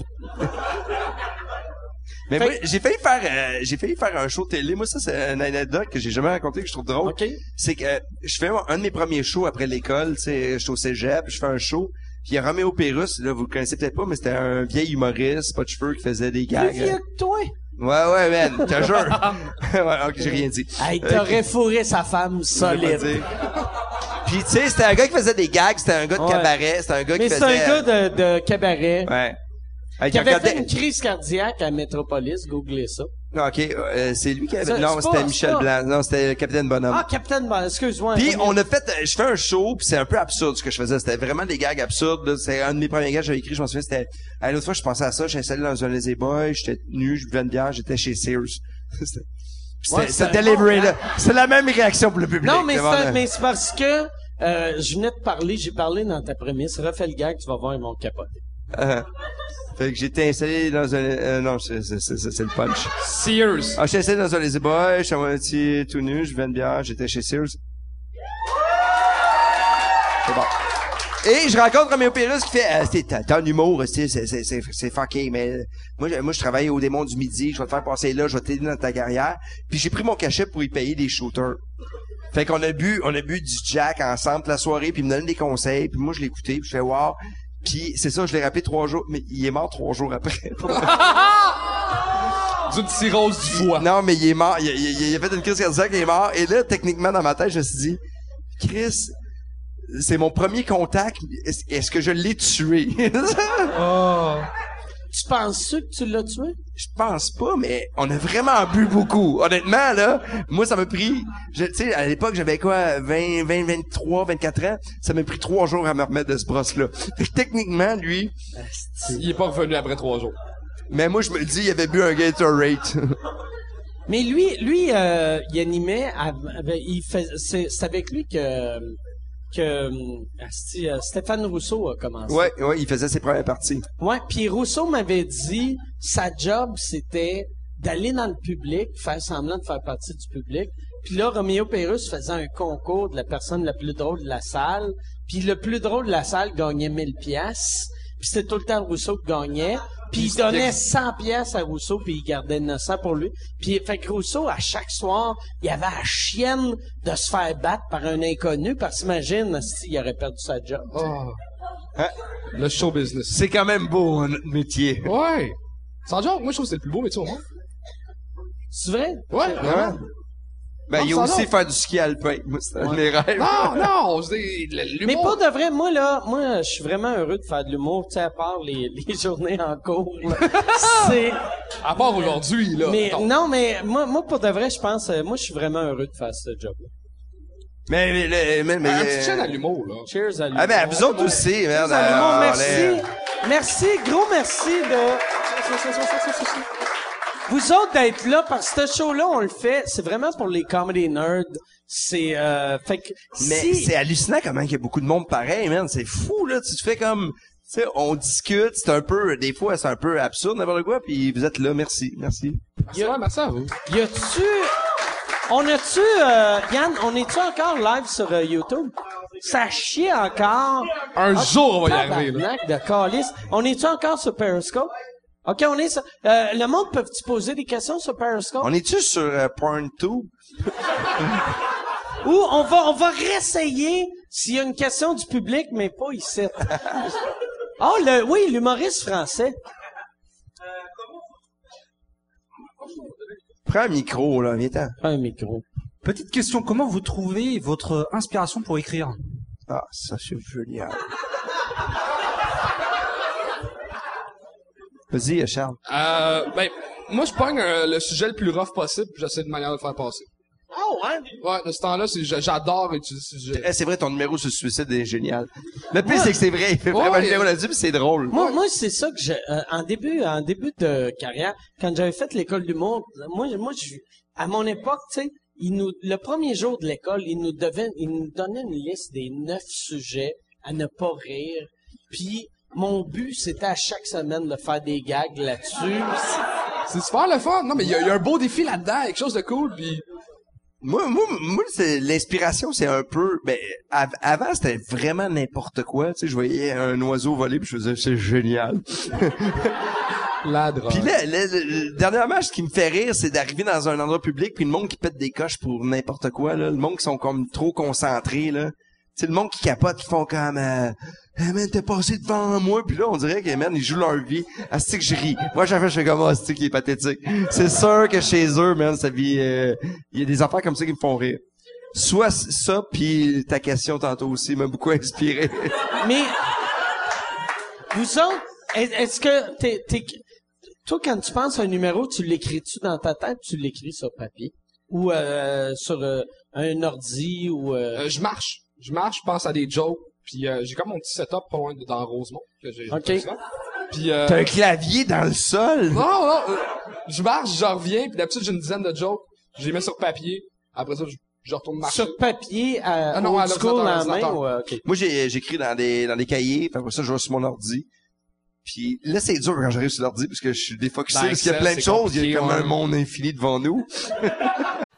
A: Mais
B: Fait-
A: moi, j'ai failli faire, euh, j'ai failli faire un show télé. Moi, ça, c'est une anecdote que j'ai jamais racontée que je trouve drôle.
B: OK.
A: C'est que euh, je fais un de mes premiers shows après l'école. Tu sais, je suis au cégep, je fais un show. Puis il y a Roméo Pérus, là, vous le connaissez peut-être pas, mais c'était un vieil humoriste, pas de cheveux, qui faisait des
B: Plus
A: gags.
B: vieux que toi.
A: Ouais, ouais, man, te jure. ouais, ok, j'ai rien dit. Euh,
B: Hey, t'aurais fourré sa femme
A: Je l'ai pas
B: solide.
A: dit. Puis tu sais, c'était un gars qui faisait des gags, c'était un gars de
B: Ouais.
A: cabaret, c'était un gars
B: Mais
A: qui
B: c'est
A: faisait... euh,
B: un gars de, de cabaret.
A: Ouais. Hey,
B: Qui
A: qui
B: avait
A: regardait-
B: fait une crise cardiaque à Métropolis, googlez ça.
A: Non, ok, euh, c'est lui qui avait...
B: Ça,
A: Non,
B: c'est
A: c'était
B: pas-
A: Michel
B: c'est
A: Blanc. Non, c'était le Capitaine Bonhomme.
B: Ah, Captain Bon, excuse-moi.
A: Puis on a fait, euh, je fais un show, puis c'est un peu absurde ce que je faisais. C'était vraiment des gags absurdes. là. C'est un de mes premiers gags que j'avais écrit. Je m'en souviens, c'était à l'autre fois, je pensais à ça. J'étais installé dans un Lazy Boy, j'étais nu, je buvais une bière, j'étais chez Sears. C'était- Puis C'était c'était delivery, là. C'est la même réaction pour le public.
B: Non, mais
A: devant
B: c'est,
A: le-
B: mais c'est parce que euh, je venais de parler, j'ai parlé dans ta prémisse. Refais le gag, tu vas voir, ils vont capoter.
A: Euh, fait que j'étais installé dans un... euh, non, c'est c'est- c'est- c'est- c'est le punch.
C: Sears.
A: Ah, j'étais installé dans un Lazy Boy, j'étais à moitié tout nu, je venais de bière, j'étais chez Sears. C'est bon. Et je rencontre Roméo Pérus qui fait Ah, c'est- t'as t'as un humour, c'est c'est- c'est- c'est- c'est fucké, mais moi je, moi je travaille au démon du midi, je vais te faire passer là, je vais t'aider dans ta carrière. Puis j'ai pris mon cachet pour y payer des shooters. Fait qu'on a bu, on a bu du Jack ensemble la soirée, puis il me donnait des conseils, puis moi je l'écoutais, puis je fais wow. Puis c'est ça, je l'ai rappelé trois jours, mais il est mort trois jours après.
C: D'une cirrhose du foie.
A: Non, mais il est mort. Il, il- il a fait une crise cardiaque, il est mort. Et là, techniquement, dans ma tête, je me suis dit, Chris, c'est mon premier contact. Est-ce est-ce que je l'ai tué?
B: Tu penses-tu que tu l'as tué?
A: je pense pas, mais on a vraiment bu beaucoup. Honnêtement, là, moi, ça m'a pris... je- Tu sais, à l'époque, j'avais quoi? 20, 20, 23, 24 ans. Ça m'a pris trois jours à me remettre de ce brosse-là. Fait que techniquement, lui...
C: Il est pas revenu après trois jours.
A: Mais moi, je me le dis, il avait bu un Gatorade.
B: Mais lui, lui, euh, il animait, av- av- il fais- c'est, c'est avec lui que, que hum, asti, euh, Stéphane Rousseau a commencé.
A: ouais, ouais, il faisait ses premières parties.
B: Ouais, puis Rousseau m'avait dit sa job c'était d'aller dans le public, faire semblant de faire partie du public. Puis là, Roméo Pérus faisait un concours de la personne la plus drôle de la salle. Puis le plus drôle de la salle gagnait 1000 pièces. Puis c'était tout le temps Rousseau qui gagnait. Puis il donnait 100 pièces à Rousseau, puis il gardait 900 pour lui. Puis fait que Rousseau, à chaque soir, il avait la chienne de se faire battre par un inconnu, parce que imagine s'il aurait perdu sa job.
C: Ah.
A: Hein?
C: Le show business.
A: C'est quand même beau, hein, notre métier.
C: Ouais. Sans genre, moi je trouve que c'est le plus beau métier au monde.
B: C'est vrai?
C: Ouais,
A: Hein?
C: vraiment.
A: Ben,
B: Ah,
C: Non,
A: il y a
C: ça
A: aussi
C: non.
A: faire du ski alpin. Moi, c'est un de mes rêves.
C: Eh, Non, non, je dis, le-
B: Mais
C: l'humour.
B: pour de vrai, moi, là, moi, je suis vraiment heureux de faire de l'humour, tu sais, à part les, les journées en cours. là. C'est,
C: À part aujourd'hui, là.
B: mais,
C: mettons.
B: non, mais, moi, moi, pour de vrai, je pense, euh, moi, je suis vraiment heureux de faire ce job-là.
A: Mais, mais, mais, mais, mais
B: Ah,
A: euh,
C: Un petit chaîne à l'humour, là.
B: Cheers à lui.
A: Ah, mais à vous autres aussi, merde.
B: Cheers à l'humour,
A: euh,
B: merci.
A: allez.
B: Merci, gros merci de, vous autres d'être là, parce que ce show-là, on le fait, c'est vraiment pour les comedy nerds. C'est, euh, fait que,
A: Mais
B: si-
A: c'est hallucinant comment il y a beaucoup de monde pareil, man. C'est fou, là. Tu te fais comme, tu sais, on discute. C'est un peu, des fois, c'est un peu absurde, n'importe quoi. Puis vous êtes là. Merci. Merci.
C: Merci, ouais, merci à vous.
B: Y a-tu. On a-tu. euh, Yann, on est-tu encore live sur euh, YouTube? Ça chie encore.
C: Un
B: Ah,
C: jour, on va y arriver, là.
B: tabarnak de calice. On est-tu encore sur Periscope? OK, on est sur. euh, le monde peut-tu poser des questions sur Periscope?
A: On est-tu sur euh, PornTube?
B: Ou on va, on va réessayer s'il y a une question du public, mais pas ici. Ah, le, oui, l'humoriste français.
A: Prends un micro, là. Viens-t'en.
B: Un micro.
F: Petite question, comment vous trouvez votre inspiration pour écrire
A: Ah, ça, c'est génial. Vas-y, euh, Charles.
C: Euh, ben, moi, je pogne euh, le sujet le plus rough possible, puis j'essaie de manière de le faire passer.
B: Oh, hein?
C: Ouais, de ce temps-là, c'est- je- j'adore utiliser le sujet.
A: Eh, c'est vrai, ton numéro sur le suicide est génial. Le pire, c'est que c'est vrai. Il fait vraiment
C: Ouais.
A: un numéro là-dessus, puis c'est drôle.
B: Moi, moi c'est ça que j'ai euh, en début en début de carrière quand j'avais fait l'école d'humour, moi moi je à mon époque, tu sais, ils nous le premier jour de l'école, ils nous devaient ils nous donnaient une liste des neuf sujets à ne pas rire. Puis mon but c'était à chaque semaine de faire des gags là-dessus.
C: C'est super le fun. Non, mais il y, a- il y a un beau défi là-dedans, quelque chose de cool, puis
A: Moi, moi, moi, c'est l'inspiration, c'est un peu. Ben, av- avant, c'était vraiment n'importe quoi. Tu sais, je voyais un oiseau voler, puis je faisais, c'est génial.
C: la drogue.
A: Puis là, le, le- le- dernièrement, ce qui me fait rire, c'est d'arriver dans un endroit public, puis le monde qui pète des coches pour n'importe quoi. Là, le monde qui sont comme trop concentrés. Là, c'est le monde qui capote, qui font comme. Euh, Hey, man, t'es passé devant moi, puis là, on dirait que, man, ils jouent leur vie. Asti que je ris. Moi, j'avais je fais comme, Ah, asti qui est pathétique. C'est sûr que chez eux, man, ça vit, euh, il y a des affaires comme ça qui me font rire. Soit c- ça, puis ta question tantôt aussi m'a beaucoup inspiré.
B: Mais vous autres, est- est-ce que t'es, t'es- toi quand tu penses à un numéro, tu l'écris-tu dans ta tête, ou tu l'écris sur papier ou euh, sur euh, un ordi ou euh,
C: Euh, je marche. Je marche, je pense à des jokes, puis euh, j'ai comme mon petit setup pas loin de, dans Rosemont, que j'ai j'ai
B: Ok.
C: fait souvent. Puis, euh,
A: T'as un clavier dans le sol.
C: non, non, euh, je marche, je reviens, puis d'habitude, j'ai une dizaine de jokes. Je les mets sur papier. Après ça, je, je retourne marcher.
B: Sur papier, à,
C: Ah non,
B: old
C: à
B: school en
C: l'ordinateur,
B: main,
C: l'ordinateur.
B: ou, euh, ok.
A: Moi, j'ai- j'écris dans des, dans des cahiers, puis après ça, je vais sur mon ordi. Puis là, c'est dur quand j'arrive sur l'ordi, parce que je suis défocusé,
C: Dans
A: parce qu'il y a
C: Excel,
A: plein de
C: c'est
A: choses. Il y a
C: compliqué,
A: comme un
C: ouais.
A: monde infini devant nous.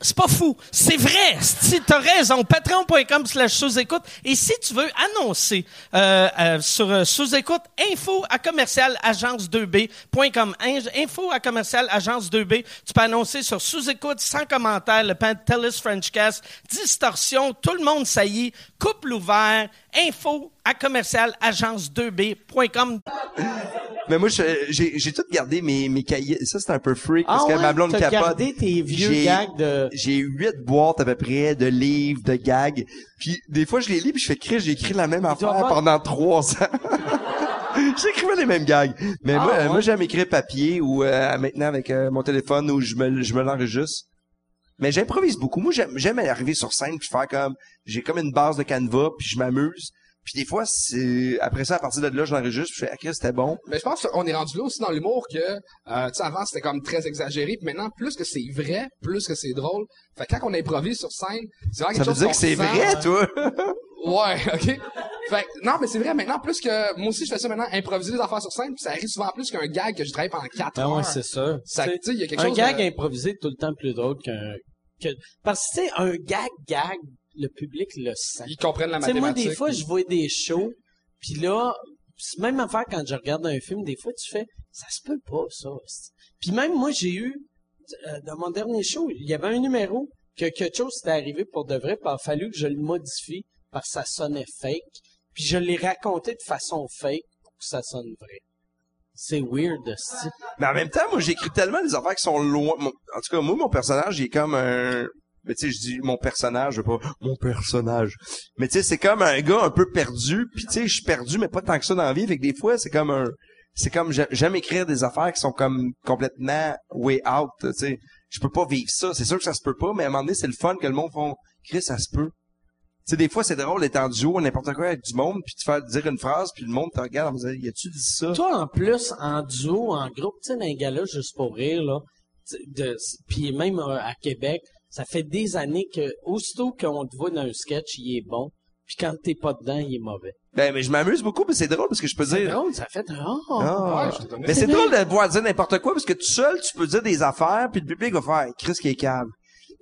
D: C'est pas fou. C'est vrai. Si t'as raison, patreon.com slash sous-écoute. Et si tu veux annoncer euh, euh, sur euh, sous-écoute, info à commercial agence2b.com. Inge- Info à commercial agence2b. Tu peux annoncer sur sous-écoute, sans commentaire, le pan TELUS Frenchcast, distorsion, tout le monde saillit, couple ouvert, info à commercial agence2b.com.
A: Mais moi, je- j'ai j'ai tout gardé mes, mes cahiers. Ça, c'est un peu freak, parce
B: Ah
A: que
B: ouais,
A: ma blonde
B: t'as
A: capote.
B: gardé tes vieux
A: J'ai-
B: gags de-
A: J'ai huit boîtes à peu près de livres, de gags. Puis des fois, je les lis, puis je fais crier, j'ai écrit la même affaire
B: avoir-
A: pendant trois ans. J'écrivais les mêmes gags. Mais
C: Ah,
A: moi, euh, moi j'aime écrire papier ou euh, maintenant avec euh, mon téléphone où je me, je me l'enregistre. Mais j'improvise beaucoup. Moi, j'aime- j'aime arriver sur scène puis faire comme... J'ai comme une base de Canva, puis je m'amuse. Puis des fois, c'est après ça, à partir de là, je l'enregistre, puis je fais « Ah, Chris, c'était bon. »
C: Mais je pense qu'on est rendu là aussi dans l'humour que, euh, tu sais, avant c'était comme très exagéré, puis maintenant, plus que c'est vrai, plus que c'est drôle. Fait que quand on improvise sur scène, c'est vraiment
A: Ça
C: quelque
A: veut
C: chose
A: dire
C: qu'on
A: que
C: hein.
A: c'est
C: ressent.
A: vrai, toi?
C: Ouais, ok. Fait que, non, mais c'est vrai, maintenant, plus que, moi aussi, je fais ça maintenant, improviser des affaires sur scène, puis ça arrive souvent plus qu'un gag que je travaille pendant 4
B: Ah
C: heures.
B: ouais, c'est sûr.
C: ça, tu
B: T'sais,
C: sais, il y a quelque
B: un
C: chose
B: gag
C: de-
B: improvisé est tout le temps plus drôle qu'un... Que... Parce que, tu sais, un gag, gag, le public le sent.
C: Ils comprennent la
B: Tu sais, moi,
C: mathématique.
B: des fois, je vois des shows, puis là, c'est même affaire quand je regarde un film, des fois, tu fais, ça se peut pas, ça. c'est- Puis même, moi, j'ai eu, euh, dans mon dernier show, il y avait un numéro que quelque chose était arrivé pour de vrai, puis il a fallu que je le modifie parce que ça sonnait fake, puis je l'ai raconté de façon fake pour que ça sonne vrai. C'est weird, aussi.
A: Mais en même temps, moi, j'écris tellement des affaires qui sont loin. mon- En tout cas, moi, mon personnage, il est comme un... Mais tu sais, je dis mon personnage, je veux pas mon personnage. Mais tu sais, c'est comme un gars un peu perdu. Puis tu sais, je suis perdu, mais pas tant que ça dans la vie. Fait que des fois, c'est comme un... C'est comme... j'a- J'aime écrire des affaires qui sont comme complètement way out, tu sais. Je peux pas vivre ça. C'est sûr que ça se peut pas, mais à un moment donné, c'est le fun que le monde font... Chris, ça se peut. Tu sais, des fois, c'est drôle d'être en duo, n'importe quoi avec du monde, puis tu fais dire une phrase, puis le monde te regarde en disant, y a-tu dit ça?
B: Toi, en plus, en duo, en groupe, tu sais, dans les galas, juste pour rire, là, tu- de- puis même euh, à Québec, ça fait des années que, aussitôt qu'on te voit dans un sketch, il est bon, puis quand t'es pas dedans, il est mauvais.
A: Ben, mais je m'amuse beaucoup, mais c'est drôle parce que je peux
B: C'est
A: dire.
B: drôle, ça fait... Oh,
A: Ah.
C: Ouais, je t'ai donné.
A: mais c'est
B: C'est
A: drôle de voir dire n'importe quoi parce que tout seul, tu peux dire des affaires, puis le public va faire Chris qui est câble.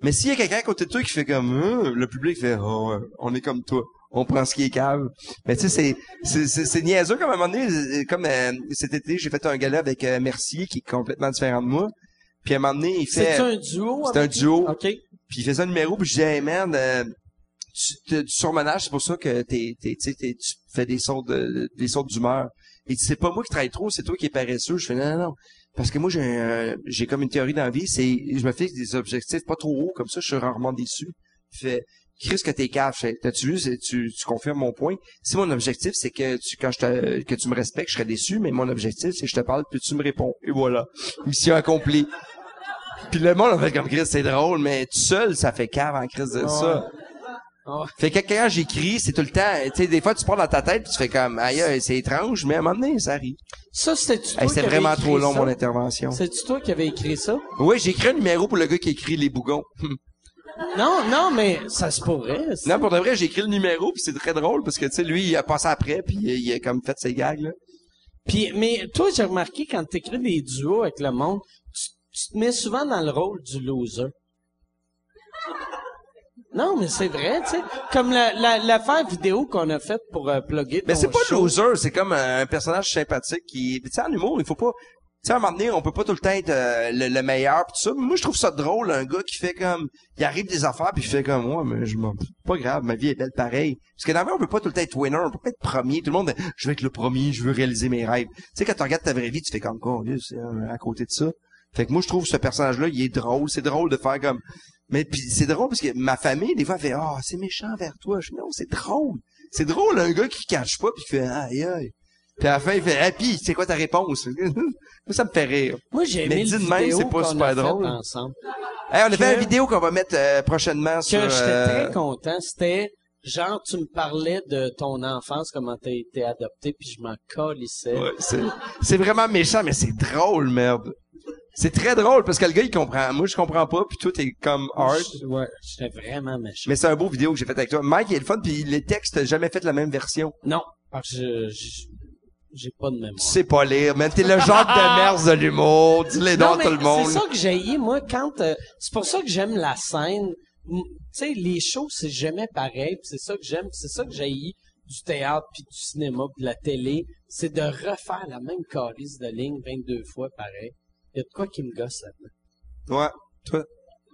A: Mais s'il y a quelqu'un à côté de toi qui fait comme Hum le public fait oh, ouais, on est comme toi. On prend ce qui est câble. Mais tu sais, c'est, c'est, c'est, c'est niaiseux comme à un moment donné, euh, comme euh, cet été, j'ai fait un gala avec euh, Mercier qui est complètement différent de moi. Puis à un moment donné, il fait.
B: C'est un duo?
A: C'est un
B: avec-
A: duo.
B: OK.
A: Puis il faisait un numéro, puis je disais, hey man, euh, tu, t'as du surmenage, c'est pour ça que t'es, t'es, tu sais, t'es- tu fais des sauts de, des sauts d'humeur. Et c'est pas moi qui travaille trop, c'est toi qui es paresseux. Je fais, non, non, non. Parce que moi, j'ai, euh, j'ai comme une théorie dans la vie, c'est, je me fixe des objectifs pas trop hauts, comme ça, je suis rarement déçu. Il fait, Chris, que t'es cave. Je fais, T'as-tu vu, c'est- tu, tu confirmes mon point. Si mon objectif, c'est que tu, quand je te, que tu me respectes, je serais déçu, mais mon objectif, c'est que je te parle, puis tu me réponds. Et voilà. Mission accomplie. Puis le monde en fait comme Chris, c'est drôle, mais tout seul, ça fait cave en Chris de ça.
B: Ouais.
A: Fait que quand j'écris, c'est tout le temps, tu sais, des fois, tu pars dans ta tête puis tu fais comme, aïe, aïe, c'est étrange, mais à un moment donné, ça rit.
B: Ça, c'était-tu toi
A: Hey,
B: qui
A: c'est
B: avais
A: vraiment
B: écrit
A: trop long,
B: ça?
A: mon intervention.
B: C'est-tu toi qui avais écrit ça?
A: Oui, j'ai écrit un numéro pour le gars qui écrit les bougons.
B: Non, non, mais ça se pourrait. c'est-
A: non, pour de vrai, j'ai écrit le numéro puis c'est très drôle parce que, tu sais, lui, il a passé après puis il a- il a comme fait ses gags, là.
B: Puis, mais toi, j'ai remarqué quand t'écris des duos avec le monde, tu, tu te mets souvent dans le rôle du loser. Non, mais c'est vrai, tu sais. Comme la, la, l'affaire vidéo qu'on a faite pour euh, plugger
A: Mais
B: ton
A: c'est pas
B: show.
A: loser, c'est comme euh, un personnage sympathique qui, tu sais, en humour, il faut pas, tu sais, à un moment donné, on peut pas tout le temps être euh, le, le meilleur pis tout ça. Mais moi, je trouve ça drôle, un gars qui fait comme, il arrive des affaires puis il fait comme, moi, mais je m'en, pas grave, ma vie est belle pareil. Parce que dans la vie, on peut pas tout le temps être winner, on peut pas être premier. Tout le monde, je veux être le premier, je veux réaliser mes rêves. Tu sais, quand tu regardes ta vraie vie, tu fais comme quoi, c'est euh, à côté de ça. Fait que moi, je trouve ce personnage-là, il est drôle. C'est drôle de faire comme... Mais puis c'est drôle parce que ma famille, des fois, elle fait « Ah, c'est méchant vers toi. » Je dis « Non, c'est drôle. C'est drôle, un gars qui cache pas puis qui fait « Aïe, aïe. » Puis à la fin, il fait « Ah, puis, c'est quoi ta réponse? » Moi, ça me fait rire.
B: Moi, j'ai
A: Mais
B: aimé
A: dit
B: le
A: de même,
B: vidéo
A: c'est pas
B: qu'on a
A: super
B: fait
A: drôle.
B: ensemble.
A: Hey, on a fait
B: Que-
A: une vidéo qu'on va mettre euh, prochainement
B: Que
A: sur...
B: j'étais
A: euh,
B: très content, c'était genre tu me parlais de ton enfance, comment t'as été adopté, puis je m'en colissais.
A: Ouais, c'est- c'est vraiment méchant, mais c'est drôle, merde. C'est très drôle parce que le gars, il comprend. Moi, je comprends pas, puis tout est comme hard.
B: Je- Ouais, j'étais vraiment méchant.
A: Mais c'est un beau vidéo que j'ai fait avec toi. Mike, il est le fun, puis les textes, t'as jamais fait la même version.
B: Non, parce que je- je- j'ai pas de mémoire.
A: Tu sais pas lire, man. T'es le genre de merde de l'humour. Dis-les
B: Non,
A: donc,
B: mais
A: tout le monde.
B: C'est ça que j'ai moi, quand... euh, c'est pour ça que j'aime la scène. M- Tu sais, les shows, c'est jamais pareil. puis C'est ça que j'aime. puis C'est ça que j'ai du théâtre, puis du cinéma, puis de la télé. C'est de refaire la même calice de ligne 22 fois pareil. Il y a de quoi qui me gosse là-dedans.
A: Ouais. Toi.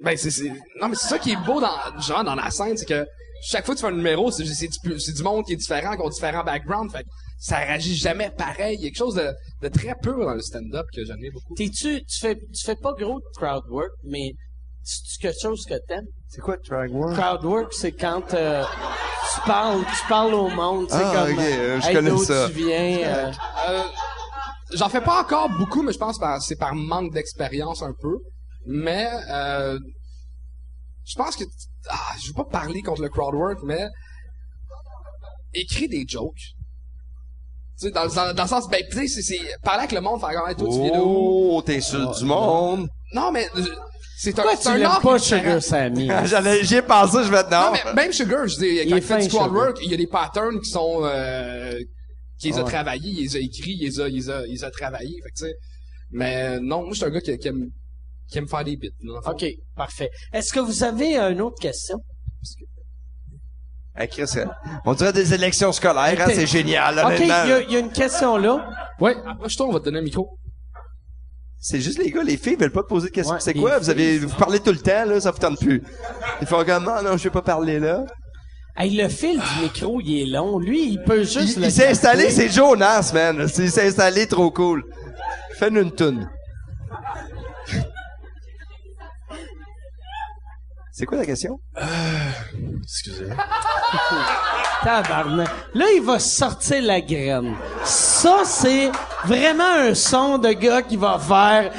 C: Ben, c'est, c'est- Non, mais c'est ça qui est beau dans, genre, dans la scène, c'est que chaque fois que tu fais un numéro, c'est, c'est, du, plus- c'est du monde qui est différent, qui ont différents backgrounds, fait que ça réagit jamais pareil. Il y a quelque chose de, de très pur dans le stand-up que j'aime beaucoup.
B: T'es-tu... Tu fais, tu fais pas gros de crowd work, mais c'est quelque chose que t'aimes?
A: C'est quoi, Drag War?
B: Crowd work, c'est quand euh, tu parles, tu parles au monde, tu sais,
A: Ah,
B: comme,
A: ok, euh, je
B: Hey,
A: connais
B: d'où
A: ça.
B: tu viens, euh,
C: Euh, j'en fais pas encore beaucoup, mais je pense que par- c'est par manque d'expérience un peu. Mais, euh, je pense que... Ah, je veux pas parler contre le crowd work, mais... Écris des jokes. Tu sais, dans, dans, dans le sens... Ben, tu sais, c'est, c'est... Parler avec le monde, faire comme... Hey, toi, tu viens de où?
A: Oh, t'es sur du monde.
C: Non, mais euh, c'est un,
B: Pourquoi
C: c'est
B: tu
C: un
B: l'aimes
C: art
B: pas,
C: différent.
B: Sugar Sammy?
A: J'allais, j'y ai pensé, je vais te
C: Non,
A: non.
C: mais même Sugar, je dis,
B: est
C: quand il fait
B: fin,
C: du crowd
B: Sugar.
C: work, il y a des patterns qui sont, euh, qu'il
B: Ah
C: les a travaillés, il les a écrits, il les a, il les a, il les a travaillés, fait que tu sais. Mais non, moi, je suis un gars qui, qui aime, qui aime faire des bits, là, dans le fond.
B: OK, parfait. Est-ce que vous avez euh, une autre question?
A: Ah, Chris, euh, on dirait des élections scolaires, hein,
B: T'es-
A: c'est génial,
B: OK, il y,
A: honnêtement.
B: a- il y a une question là.
C: Ouais, approche-toi, on va te donner un micro.
A: C'est juste les gars, les filles veulent pas te poser de questions.
B: Ouais,
A: c'est
B: les
A: quoi? Vous avez,
B: filles,
A: vous parlez tout le temps, là, ça vous tente plus. Ils font comme, ah, non, non, je vais pas parler là.
B: Hey, le fil du micro, il est long. Lui, Ah. il peut juste...
A: Il,
B: le
A: il s'est
B: casser.
A: installé, c'est Jonas, man. Il s'est installé trop cool. Fais-nous une toune. C'est quoi la question?
B: Tabarnak. Là, il va sortir la graine. Ça, c'est vraiment un son de gars qui va faire...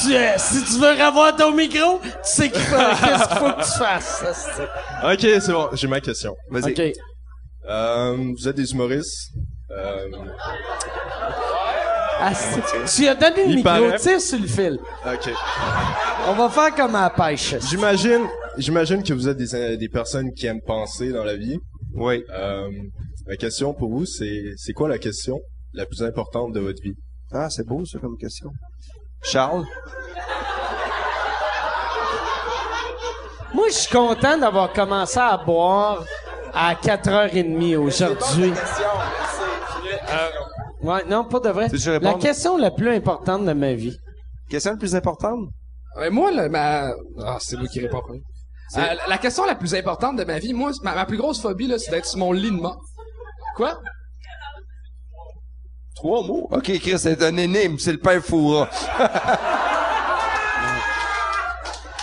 B: Tu, euh, si tu veux revoir ton micro, tu sais qu'il faut- qu'est-ce qu'il faut que tu fasses. ça, c'est-
G: Ah, Ok, c'est bon, j'ai ma question.
A: Vas-y.
B: OK.
G: Euh, vous êtes des humoristes. Euh,
B: Ah, c'est- tu lui as donné le
G: Il
B: micro,
G: paraît.
B: tire sur le fil.
G: ok.
B: On va faire comme à la pêche.
G: J'imagine, j'imagine que vous êtes des, des personnes qui aiment penser dans la vie.
A: Oui.
G: Euh, ma question pour vous, c'est, c'est quoi la question la plus importante de votre vie?
A: Ah, c'est beau, ça, comme question. Charles?
B: Moi, je suis content d'avoir commencé à boire à 4h30 aujourd'hui. Euh, ouais, non, pas de vrai.
A: Tu veux que je
B: La
A: réponde?
B: question la plus importante de ma vie.
A: Question la plus importante?
C: Mais moi, là, ma... Ah, c'est moi qui réponds. hein. Euh, la- la question la plus importante de ma vie, moi, ma, ma plus grosse phobie, là, c'est d'être sur mon lit de mort. Quoi?
A: Trois mots. OK, Chris, c'est un énigme. C'est le père Foura.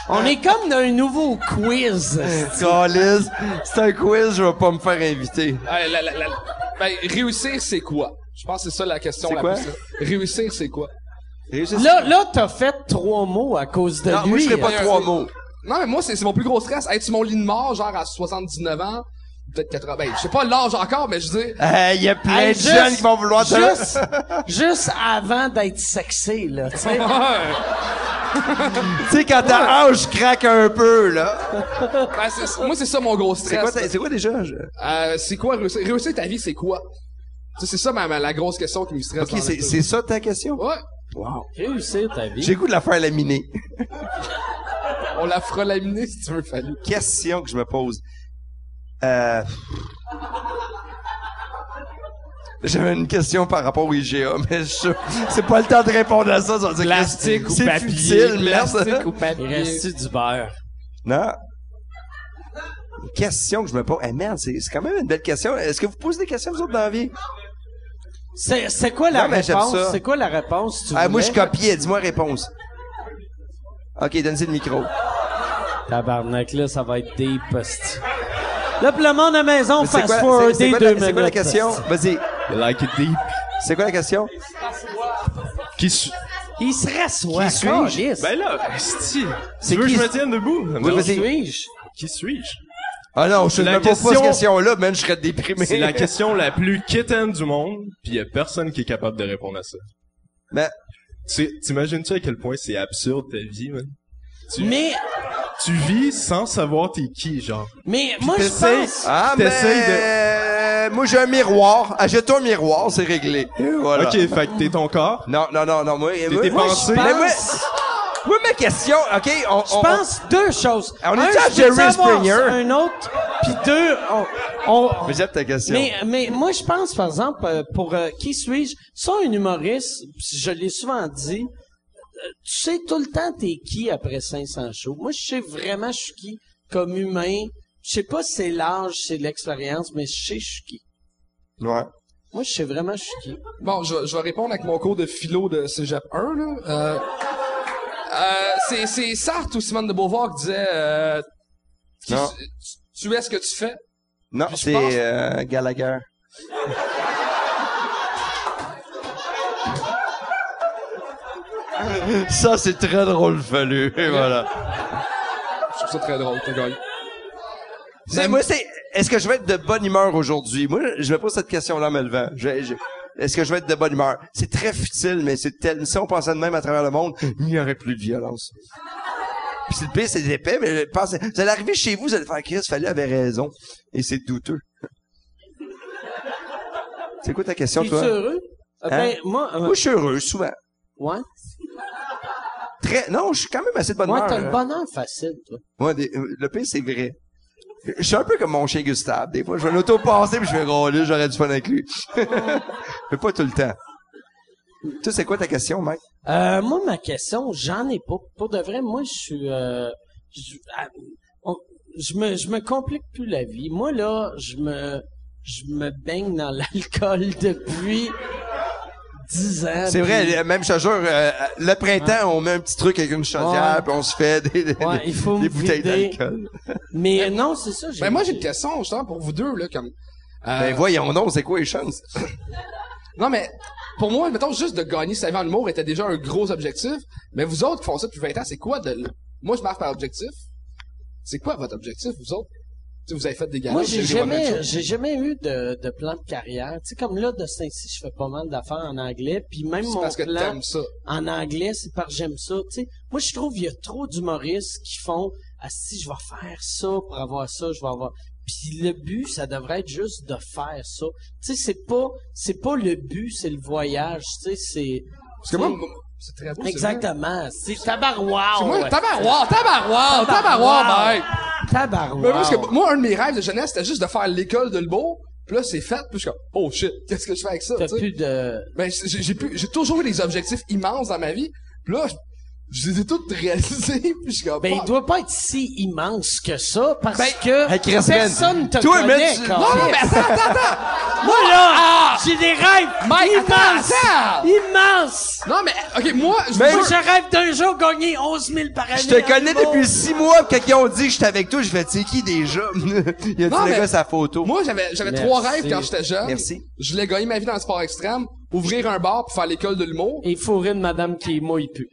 B: On est comme dans un nouveau quiz.
A: Calisse. C'est un quiz, je vais pas me faire inviter.
C: Ah, la- la- la- Ben, réussir, c'est quoi? Je pense que c'est ça la question
A: C'est
C: la
A: quoi?
C: plus... Réussir, c'est quoi?
B: Là, là, t'as fait trois mots à cause de
A: non,
B: lui.
A: moi, je ferai
C: il y
A: pas
C: a-
A: trois mots.
C: Non, mais moi, c'est c'est mon plus gros stress. Être sur mon lit de mort, genre à 79 ans, peut-être 80. Ben, je sais pas l'âge encore, mais je dis.
A: Il y a plein
B: Hey,
A: de
B: juste-
A: jeunes qui vont vouloir te...
B: juste, juste avant d'être sexy, là, tu sais.
C: ben,
A: Tu sais, quand ta hanche craque un peu, là.
C: c'est- moi, c'est ça mon gros
A: C'est quoi,
C: stress.
A: ta- c'est quoi déjà? je-
C: Euh, c'est quoi réussir? Réussir ta vie, c'est quoi? Tu sais, c'est ça ma, ma- la grosse question qui me stresse.
A: OK,
C: dans la
A: c'est
C: vie.
A: c'est ça ta question?
C: Ouais,
B: Réussir ta vie.
A: J'ai le goût de la faire laminer.
C: on la fera laminer si tu veux, Fanny.
A: Question que je me pose. Euh... J'avais une question par rapport au IGA, mais je... c'est pas le temps de répondre à ça. ça veut dire que
E: Plastique ou
A: c'est
E: papier?
A: futile, merde.
E: Plastique ou papier?
B: Il reste-tu
E: du beurre?
A: Non. Une Question que je me pose. Eh merde, c'est c'est quand même une belle question. Est-ce que vous posez des questions, vous autres, dans la vie?
B: C'est c'est quoi la
A: Non, mais j'aime
B: réponse?
A: ça.
B: C'est quoi la réponse? Tu
A: Ah, moi,
B: voulais?
A: je copiais. Dis-moi réponse. OK, donnez-y le micro.
B: Tabarnak, là, ça va être des postes. Là, puis le monde à maison,
A: Mais C'est
B: fast
A: quoi, c'est-
B: forward
A: c'est
B: des
A: quoi
B: deux
A: la-
B: minutes.
A: c'est quoi la question? Vas-y.
G: You Like it deep.
A: C'est quoi la question?
G: Qui suis
B: Il se rassoit.
A: Qui suis-je?
B: Calisse.
G: Ben là, esti.
A: C'est
G: Tu veux que
A: qui-
G: je me tienne debout?
A: Oui,
G: Non.
A: vas-y.
B: suis-je?
G: Qui suis-je?
A: Ah non, je
G: La
A: ne pose pas
G: question-
A: cette question-là, man, je serais déprimé.
G: C'est la question la plus kitten du monde, puis y a personne qui est capable de répondre à ça.
A: Mais-
G: Tu- T'imagines-tu à quel point c'est absurde ta vie, man? Tu,
B: Mais,
G: tu vis sans savoir t'es qui, genre.
B: mais, moi, je
G: t'essayes-
B: pense...
A: Ah, mais...
G: T'essayes
A: euh, Moi, j'ai un miroir. Achète-toi un miroir, c'est réglé. Et voilà.
G: Ok, fait que t'es ton corps.
A: Non, non, non, non, moi... moi-
G: tes
A: moi,
G: pensées.
A: je pense- Mais moi...
B: pense-
A: Moi, ma question... OK, on...
B: Je pense deux choses.
A: On est
B: Un,
A: déjà à
B: je
A: Jerry
B: veux savoir
A: Springer.
B: si Un autre, puis deux, on... on-
A: Mais jette ta question.
B: mais, mais moi, je pense, par exemple, euh, pour euh, qui suis-je, ça, un humoriste, pis je l'ai souvent dit, euh, tu sais tout le temps t'es qui après 500 shows. Moi, je sais vraiment je suis qui comme humain. Je sais pas si c'est l'âge, si c'est l'expérience, mais je sais je suis qui.
A: Ouais.
B: Moi, je sais vraiment je suis qui.
C: Bon, je, vais- je vais répondre avec mon cours de philo de Cégep 1, là. Euh, euh, c'est, c'est Sartre ou Simone de Beauvoir qui disait... euh, qui-
A: Non.
C: tu, tu es ce que tu fais.
A: Non,
C: Puis je
A: c'est
C: pense-
A: euh, Gallagher. Ça, c'est très drôle, fallu. Et voilà.
C: Je trouve ça très drôle, t'as gagné.
A: Mais moi, c'est, est-ce que je vais être de bonne humeur aujourd'hui? Moi, je me pose cette question-là en me levant. Je- je- est-ce que je vais être de bonne humeur? C'est très futile, mais c'est tel, si on pensait de même à travers le monde, il n'y aurait plus de violence. Puis c'est le pire, c'est épais, mais je pense- vous allez arriver chez vous, vous allez faire Chris, Fallu avait raison. Et c'est douteux. c'est quoi ta question,
B: Es-tu
A: toi? Hein?
B: heureux? Euh, Ben, moi, euh,
A: Moi, je suis heureux, souvent.
B: ouais.
A: Très, non, je suis quand même assez de bonne
B: Moi,
A: humeur.
B: t'as le
A: hein.
B: bonheur facile, toi.
A: Moi, des- euh, le pire, c'est vrai. Je suis un peu comme mon chien Gustave. Des fois, je vais l'auto-passer puis je vais rôler, j'aurais du fun avec lui. Mais pas tout le temps. Tu sais quoi ta question, mec?
B: Euh, moi, ma question, j'en ai pas. Pour de vrai, moi, je suis... euh, je, ah, on- je me, je me complique plus la vie. Moi, là, je me... Je me baigne dans l'alcool depuis 10 ans.
A: C'est
B: Ah, puis-
A: vrai, euh, même je te jure, euh, le printemps, on met un petit truc avec une chaudière
B: Ouais.
A: puis on se fait des, des-
B: Ouais,
A: des-
B: il faut me
A: des bouteilles
B: vider.
A: d'alcool.
B: Mais euh, non, c'est ça.
C: Ben, moi, j'ai une question, justement, pour vous deux, là, comme... euh,
A: Ben voyons donc, c'est quoi les chances?
C: Non, mais pour moi, mettons, juste de gagner sa vie en humour était déjà un gros objectif. Mais vous autres qui font ça depuis 20 ans, c'est quoi de... Moi, je marche par objectif. C'est quoi votre objectif, vous autres? Tu sais, vous avez fait des galas.
B: Moi,
C: vous
B: j'ai
C: avez joué à la même
B: jamais,
C: chose.
B: j'ai jamais eu de, de plan de carrière. Tu sais, comme là, de ce temps-ci, je fais pas mal d'affaires en anglais. Puis même
C: C'est
B: mon
C: parce que
B: plan
C: t'aimes ça.
B: en anglais, c'est par j'aime ça. Tu sais, moi, je trouve qu'il y a trop d'humoristes qui font ah si je vais faire ça pour avoir ça, je vais avoir. Puis le but, ça devrait être juste de faire ça. Tu sais, c'est pas, c'est pas le but, c'est le voyage. Tu sais, c'est
C: Parce que moi, moi, c'est très beau. c'est
B: exactement. C'est
C: vrai. Moi,
B: tabarouard.
C: tabarouard, tabarouard, tabarouard, mec! Mais
B: Tabarouard.
C: parce que moi, un de mes rêves de jeunesse, c'était juste de faire l'école de l'humour. Puis là, c'est fait. Puis je suis comme, oh shit, qu'est-ce que je fais avec ça?
B: T'as
C: tu sais?
B: plus de.
C: Ben, j'ai j'ai pu- j'ai toujours eu des objectifs immenses dans ma vie. Puis là, je, je les ai tous réalisés. Puis je suis comme,
B: Ben,
C: fuck.
B: il doit pas être si immense que ça, parce
C: Ben,
B: que
A: hey, Chris,
B: personne
A: man,
B: te
A: toi,
B: connaît.
A: mais tu-
B: Carl.
C: Non, non, mais attends, attends, attends. ah,
B: Moi, là, j'ai des rêves
C: Mike,
B: immenses!
C: attends, attends.
B: Immenses!
C: Non, mais, ok, moi, je
A: Ben,
B: Moi,
C: veux-
B: je rêve d'un jour gagner 11 000 par année.
A: Je te
B: en
A: connais
B: humour.
A: depuis six mois pis quand ils ont dit que j'étais avec toi, je fais, c'est qui déjà? Il a dit
C: Non,
A: le
C: mais-
A: gars sa photo.
C: moi, j'avais, j'avais
B: Merci.
C: trois rêves quand j'étais jeune.
A: Merci.
C: Je voulais gagner ma vie dans le sport extrême, ouvrir un bar pour faire l'école de l'humour.
B: Et fourrer une madame qui mouille plus.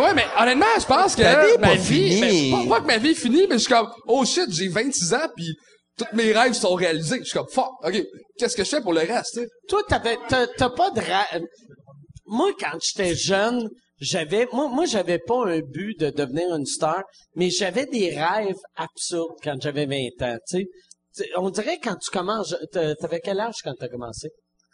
C: Ouais, mais honnêtement, je pense que
A: Ta vie est
C: ma
A: pas
C: vie,
A: finie.
C: ben, pas, pas que ma vie est finie, mais je suis comme, oh shit, j'ai 26 ans, puis tous mes rêves sont réalisés. Je suis comme, fuck, ok, qu'est-ce que je fais pour le reste, tu sais?
B: Toi, t'avais, t'as, t'as pas de rêve. Moi, quand j'étais jeune, j'avais, moi, moi, j'avais pas un but de devenir une star, mais j'avais des rêves absurdes quand j'avais 20 ans, tu sais. Tu sais. On dirait quand tu commences, t'a- t'avais quel âge quand t'as commencé?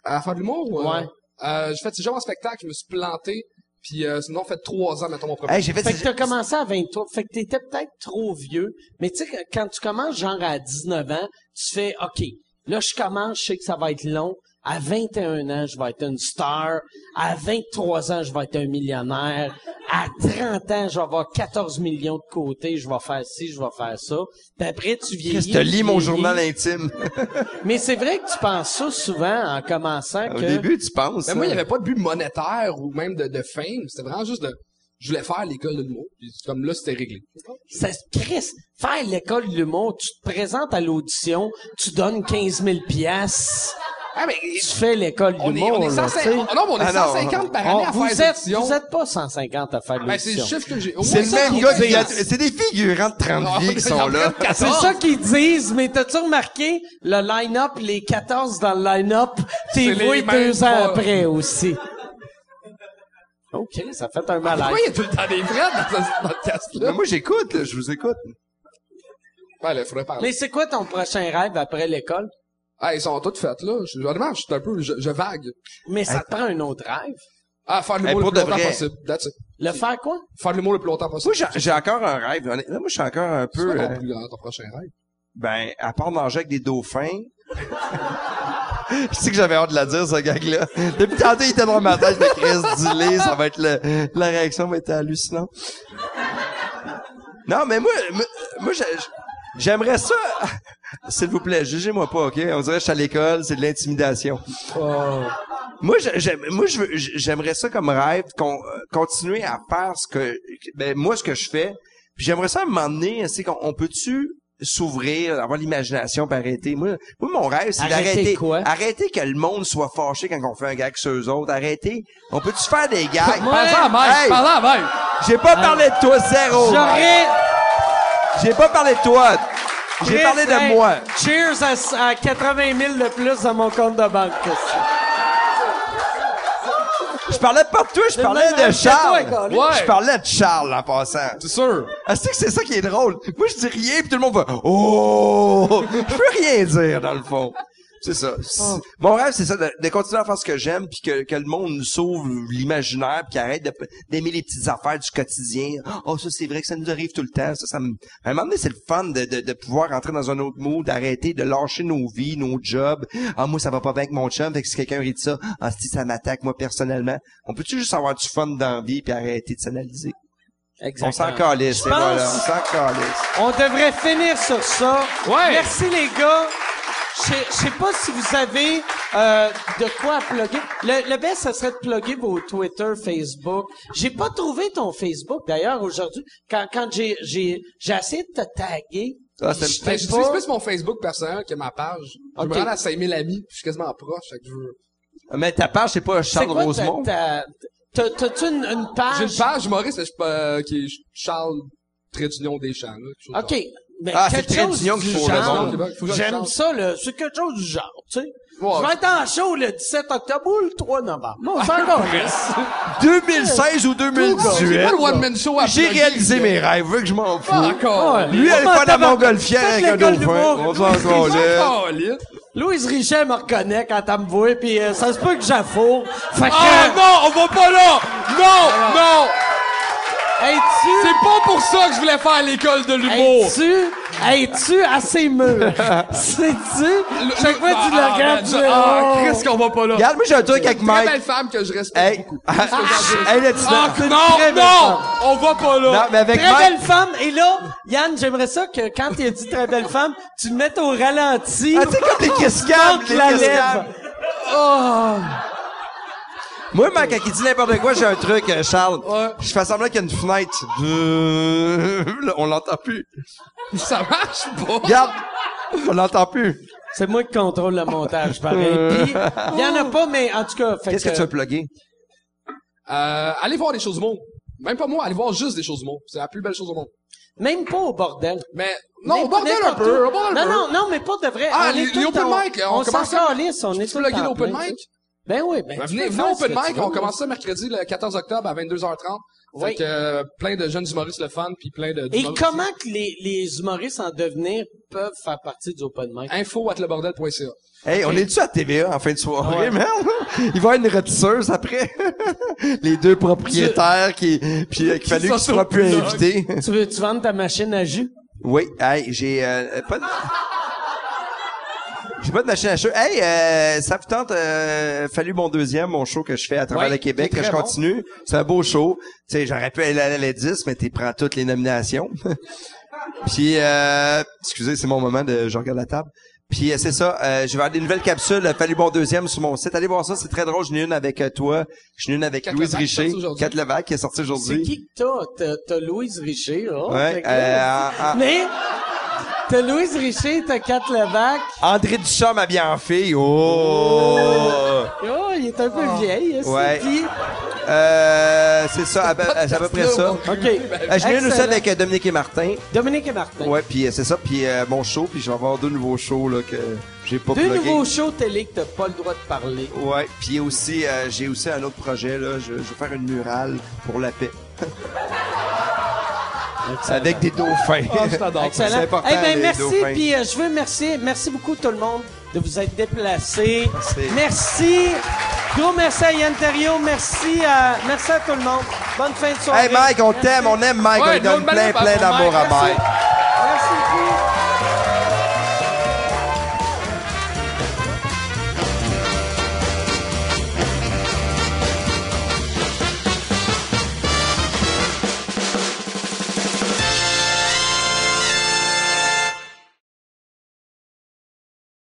C: À faire de l'humour, ou, euh,
B: Ouais.
C: Euh, j'ai fait déjà en spectacle, je me suis planté, puis euh, sinon, fait trois ans, mettons, mon premier.
A: Hey, j'ai fait,
B: Fait que t'as commencé à 23. Fait que t'étais peut-être trop vieux. Mais tu sais, que- quand tu commences genre à 19 ans, tu fais, OK, là, je commence, je sais que ça va être long. À 21 ans, je vais être une star. À 23 ans, je vais être un millionnaire. À 30 ans, je vais avoir 14 millions de côté. Je vais faire ci, je vais faire ça. Puis après, tu vieillis.
A: je te lis
B: tu
A: mon
B: vieillis.
A: journal intime.
B: Mais c'est vrai que tu penses ça souvent en commençant
A: Ah, Au
B: que...
A: début, tu penses.
C: Mais Ben, moi, il
A: hein.
C: n'y avait pas de but monétaire ou même de, de fame. C'était vraiment juste de je voulais faire l'école de l'humour. Puis comme là, c'était réglé.
B: Ça se crisse. Faire l'école de l'humour, tu te présentes à l'audition, tu donnes 15 000 piastres,
C: Ah, mais
B: tu fais l'école de
C: on est, on
B: l'humour.
C: est
B: là,
C: 150,
B: tu sais.
C: oh, non, mais on est
A: Ah, non.
C: 150 par année
B: On-
C: à
B: vous,
C: faire
B: êtes,
C: l'édition.
B: vous êtes pas 150 à faire de
C: Ben, c'est le
B: l'audition.
C: chiffre que j'ai. au
A: C'est
C: moins
A: le
C: ça
A: même
C: qui
A: gars Ah,
C: est-
A: qui a- C'est des figurants de 30 vies qui sont là.
B: C'est ça qu'ils disent, mais t'as-tu remarqué le line-up, les 14 dans le line-up, t'es
C: C'est les
B: voué
C: mêmes
B: deux ans
C: pas.
B: après aussi. OK, ça fait un
A: Ah,
B: malaise.
C: Pourquoi il y a tout le temps des vrais dans ce podcast-là?
A: Mais moi, j'écoute, là, je vous écoute.
C: Ben, là, faudrait parler.
B: Mais c'est quoi ton prochain rêve après l'école?
C: Ah, ils sont tous faits, là. Je, honnêtement, je suis un peu, je, je vague.
B: Mais ça te prend un autre rêve.
C: Ah, faire de
A: Hey,
C: l'humour
A: pour
C: le plus
A: de
C: longtemps
A: vrai.
C: possible. That's it.
B: Le faire quoi?
C: Faire de l'humour le plus longtemps possible.
A: Moi, j'ai- j'ai encore un rêve. honnêtement. Moi, je suis encore un
C: C'est
A: peu...
C: quoi
A: euh,
C: ton plus grand, ton prochain rêve?
A: Ben, à part manger avec des dauphins. je sais que j'avais hâte de la dire, ce gag-là. Depuis tantôt, il était dans ma tête, je me crise du lait, ça va être le, la réaction va être hallucinante. Non, mais moi, moi, moi, j'ai- j'aimerais ça. S'il vous plaît, jugez-moi pas, ok? On dirait que je suis à l'école, c'est de l'intimidation.
B: Oh.
A: Moi, je- j'aime- moi, je veux- j'aimerais ça comme rêve, qu'on euh, continuer à faire ce que, que- ben, moi, ce que je fais. Puis j'aimerais ça à un moment donné, c'est qu'on on peut-tu s'ouvrir, avoir l'imagination, puis arrêter. Moi, moi, mon rêve, c'est
B: Arrêter
A: d'arrêter,
B: quoi?
A: arrêter que le monde soit fâché quand on fait un gag sur eux autres. Arrêter. On peut-tu faire des gags?
C: Parle-en à Mike!
A: Hey,
C: Parle-en à Mike!
A: j'ai pas parlé de toi, zéro. Mike.
B: J'aurais...
A: J'ai pas parlé de toi. J'ai
B: Chris,
A: parlé de
B: hey,
A: moi.
B: Cheers à, à 80 000 de plus dans mon compte de banque.
A: Je parlais pas de toi, je parlais
B: même
A: de
B: rêve que toi,
A: Charles.
B: Colin.
C: Ouais.
A: Je parlais de Charles en passant.
C: C'est sûr!
A: Est-ce que Ah, c'est ça qui est drôle? Moi, je dis rien, puis tout le monde va « Oh! » Je peux rien dire, dans le fond. C'est ça. C'est- Mon rêve, c'est ça, de, de continuer à faire ce que j'aime, puis que, que le monde nous sauve l'imaginaire, puis qu'il arrête de- d'aimer les petites affaires du quotidien. « Oh, ça, c'est vrai que ça nous arrive tout le temps. » Ça, ça me... À un moment donné, c'est le fun de, de, de pouvoir entrer dans un autre mood, d'arrêter, de lâcher nos vies, nos jobs. « Ah, moi, ça va pas bien avec mon chum, fait que si quelqu'un rit de ça, ah, si ça m'attaque, moi, personnellement. » On peut-tu juste avoir du fun dans la vie, puis arrêter de s'analyser? On s'en calisse, c'est
B: pense-
A: voilà, on s'en calisse.
B: On devrait finir sur ça.
C: Ouais.
B: Merci les gars. Je sais- je sais pas si vous avez euh, de quoi à plugger. Le, le best, ça serait de plugger vos Twitter, Facebook. J'ai pas trouvé ton Facebook d'ailleurs aujourd'hui. Quand, quand j'ai, j'ai, j'ai essayé de te taguer.
A: Ah, c'est-
B: je t'ai
C: Ben, j'utilise
B: pas-
C: plus mon Facebook personnel que ma page. Je
B: Ok.
C: me rends à 5000 amis, puis je suis quasiment proche, fait que je veux-
A: Mais ta page, c'est pas
B: C'est
A: Charles
B: quoi ta-
A: Rosemont?
B: ta- ta- T'as-tu une, une
A: Ah,
C: J'ai
B: page?
C: une page humoriste, mais je suis pas, euh, qui est Charles Trait d'Union des Champs, là. quelque chose
B: OK. Mais
A: Ah,
B: quelque
A: c'est très
B: chose
A: d'union qu'il
B: du
A: faut
B: genre.
A: répondre.
C: Au Québec, faut que je
B: J'aime
C: chante.
B: ça, là. C'est quelque chose du genre, tu sais.
C: Ouais.
B: Je vais être en show le 17 octobre ou le 3 novembre. Non, c'est encore
A: 2016 ou
C: comme ça. J'ai pas
A: 2018?
C: le one-man show à
A: J'ai
C: plugger,
A: réalisé
C: là. Ah,
A: mes rêves, vu que je m'en fous.
C: Pas encore.
B: Ouais.
A: Lui, elle est
B: Comment
A: pas dans
B: t'as-
A: Montgolfière avec
B: Faites
A: un
B: l'école
A: dauphin.
B: d'humour.
A: On s'en calisse.
C: Pas lit.
B: Louise Richet me reconnaît quand elle me voit, puis euh, ça se peut que j'affourre. Fait que...
C: Ah non, on va pas là! Non, non!
B: Es-tu...
C: C'est pas pour ça que je voulais faire l'école de l'humour!
B: Es-tu... Es-tu assez mûr? C'est-tu? Chaque fois, tu la regardes, tu fais,
C: Ah,
B: oh.
C: Chris, qu'on va pas là!
A: Regarde, moi, j'ai un truc avec
C: Très
A: Mike.
C: belle femme que je respecte
A: Hey,
C: beaucoup.
A: hey, le petit-
C: Ah,
B: une
C: non,
B: très belle
C: non!
B: femme.
C: On va pas là!
A: Non, mais avec
B: Très
A: Mike.
B: belle femme. Et là, Yann, j'aimerais ça que quand il a dit très belle femme, tu le mettes au ralenti.
A: Ah, c'est comme les cascades,
B: Montre
A: les
B: la
A: cascades.
B: lèvre.
A: Moi, Mike, quand il dit n'importe quoi, j'ai un truc, euh, Charles. Je fais semblant qu'il y a une fenêtre. Euh, Là, On l'entend plus.
C: Ça marche pas!
A: Regarde. On l'entend plus.
B: C'est moi qui contrôle le montage, pareil. Puis, il y en a pas, mais en tout cas, fait
A: Qu'est-ce que tu as plugué?
C: Euh, allez voir des choses du monde. Même pas moi, allez voir juste des choses du monde. C'est la plus belle chose au monde.
B: Même pas au bordel.
C: Mais, non,
B: N'importe-
C: on bordel un
B: n'importe
C: peu,
B: où.
C: on bordel un
B: Non,
C: peu.
B: non, non, mais pas de vrai. On
C: Ah,
B: est
C: les-
B: tout
C: les
B: le
C: open
B: temps-
C: mic, là, on
B: on s'en
C: commence ça.
B: calisse, on
C: Je
B: est
C: peux
B: tout le
C: plugger
B: temps
C: l'open
B: plein, tu
C: mic?
B: sais. Ben oui, ben.
C: Ben,
B: tu
C: venez,
B: peux
C: venez
B: faire
C: au
B: ce
C: open
B: que tu
C: mic,
B: veux,
C: on
B: là.
C: commence ça mercredi le 14 octobre à 22h30.
B: Oui.
C: Fait que euh, plein de jeunes humoristes le fan puis plein de
B: Et
C: d'humoristes-
B: comment que les, les humoristes en devenir peuvent faire partie du open mic?
C: info at lebordel.ca.
A: Hey, on est-tu à TVA en fin de soirée, merde? Il va y avoir une rôtisseuse après. Les deux propriétaires qui, puis, euh, qu'il fallait qu'ils soient plus invités.
B: Tu veux, tu vendre ta machine à jus?
A: Oui, hey, j'ai, euh, pas de... J'ai pas de machine à cheveux. Hey, euh, ça vous tente, euh, fallu mon deuxième, mon show que je fais à travers
C: Ouais,
A: le Québec,
C: qui est
A: que je
C: très
A: continue. C'est un beau show. Tu sais, j'aurais pu aller à la 10, mais t'es prends toutes les nominations. Puis, euh, excusez, c'est mon moment de, je regarde la table. Puis euh, c'est ça, euh, je vais avoir des nouvelles capsules. euh, Fallu bon deuxième sur mon site. Allez voir ça, c'est très drôle. Je n'ai une avec euh, toi, je n'ai une avec
C: Kat
A: Louise
C: Levac,
A: Richer,
C: sorti aujourd'hui.
A: Kat Levac qui est sortie
B: C'est
A: aujourd'hui.
B: qui que t'as? T'as- T'as Louise Richer, oh,
A: Ouais,
B: fait que-
A: euh, en- en-
B: Mais, t'as Louise Richer, t'as Kat Levac.
A: André Duchamp habillé en fille. Oh!
B: Oh, il est un peu hein, vieil, c'est
A: Ah. Ouais.
B: qui?
A: Euh, c'est ça, à, peu- à peu près ça.
B: Oh, OK.
A: Euh, je n'ai une aussi
B: Excellent.
A: avec euh, Dominique et Martin.
B: Dominique et Martin.
A: Ouais, puis euh, c'est ça, puis euh, mon show, puis je vais avoir deux nouveaux shows là que j'ai pas
B: Deux
A: plugués.
B: nouveaux shows télé que t'as pas le droit de parler.
A: Ouais, puis aussi euh, j'ai aussi un autre projet là, je, je vais faire une murale pour la paix. Avec des dauphins.
B: Ah,
A: Ah, C'est
B: Excellent.
A: important,
B: Eh ben,
A: les
B: merci.
A: dauphins.
B: Puis euh, je veux merci, merci beaucoup tout le monde de vous être déplacés.
A: Merci.
B: Merci. Gros merci à Yann Terriot. Merci à, merci à tout le monde. Bonne fin de soirée.
A: Hey Mike, on
B: Merci.
A: t'aime, on aime Mike,
C: Ouais,
A: on lui donne
C: une autre
A: plein
C: manip à
A: plein
C: mon
A: d'amour à
C: Mike, merci.
A: Mike.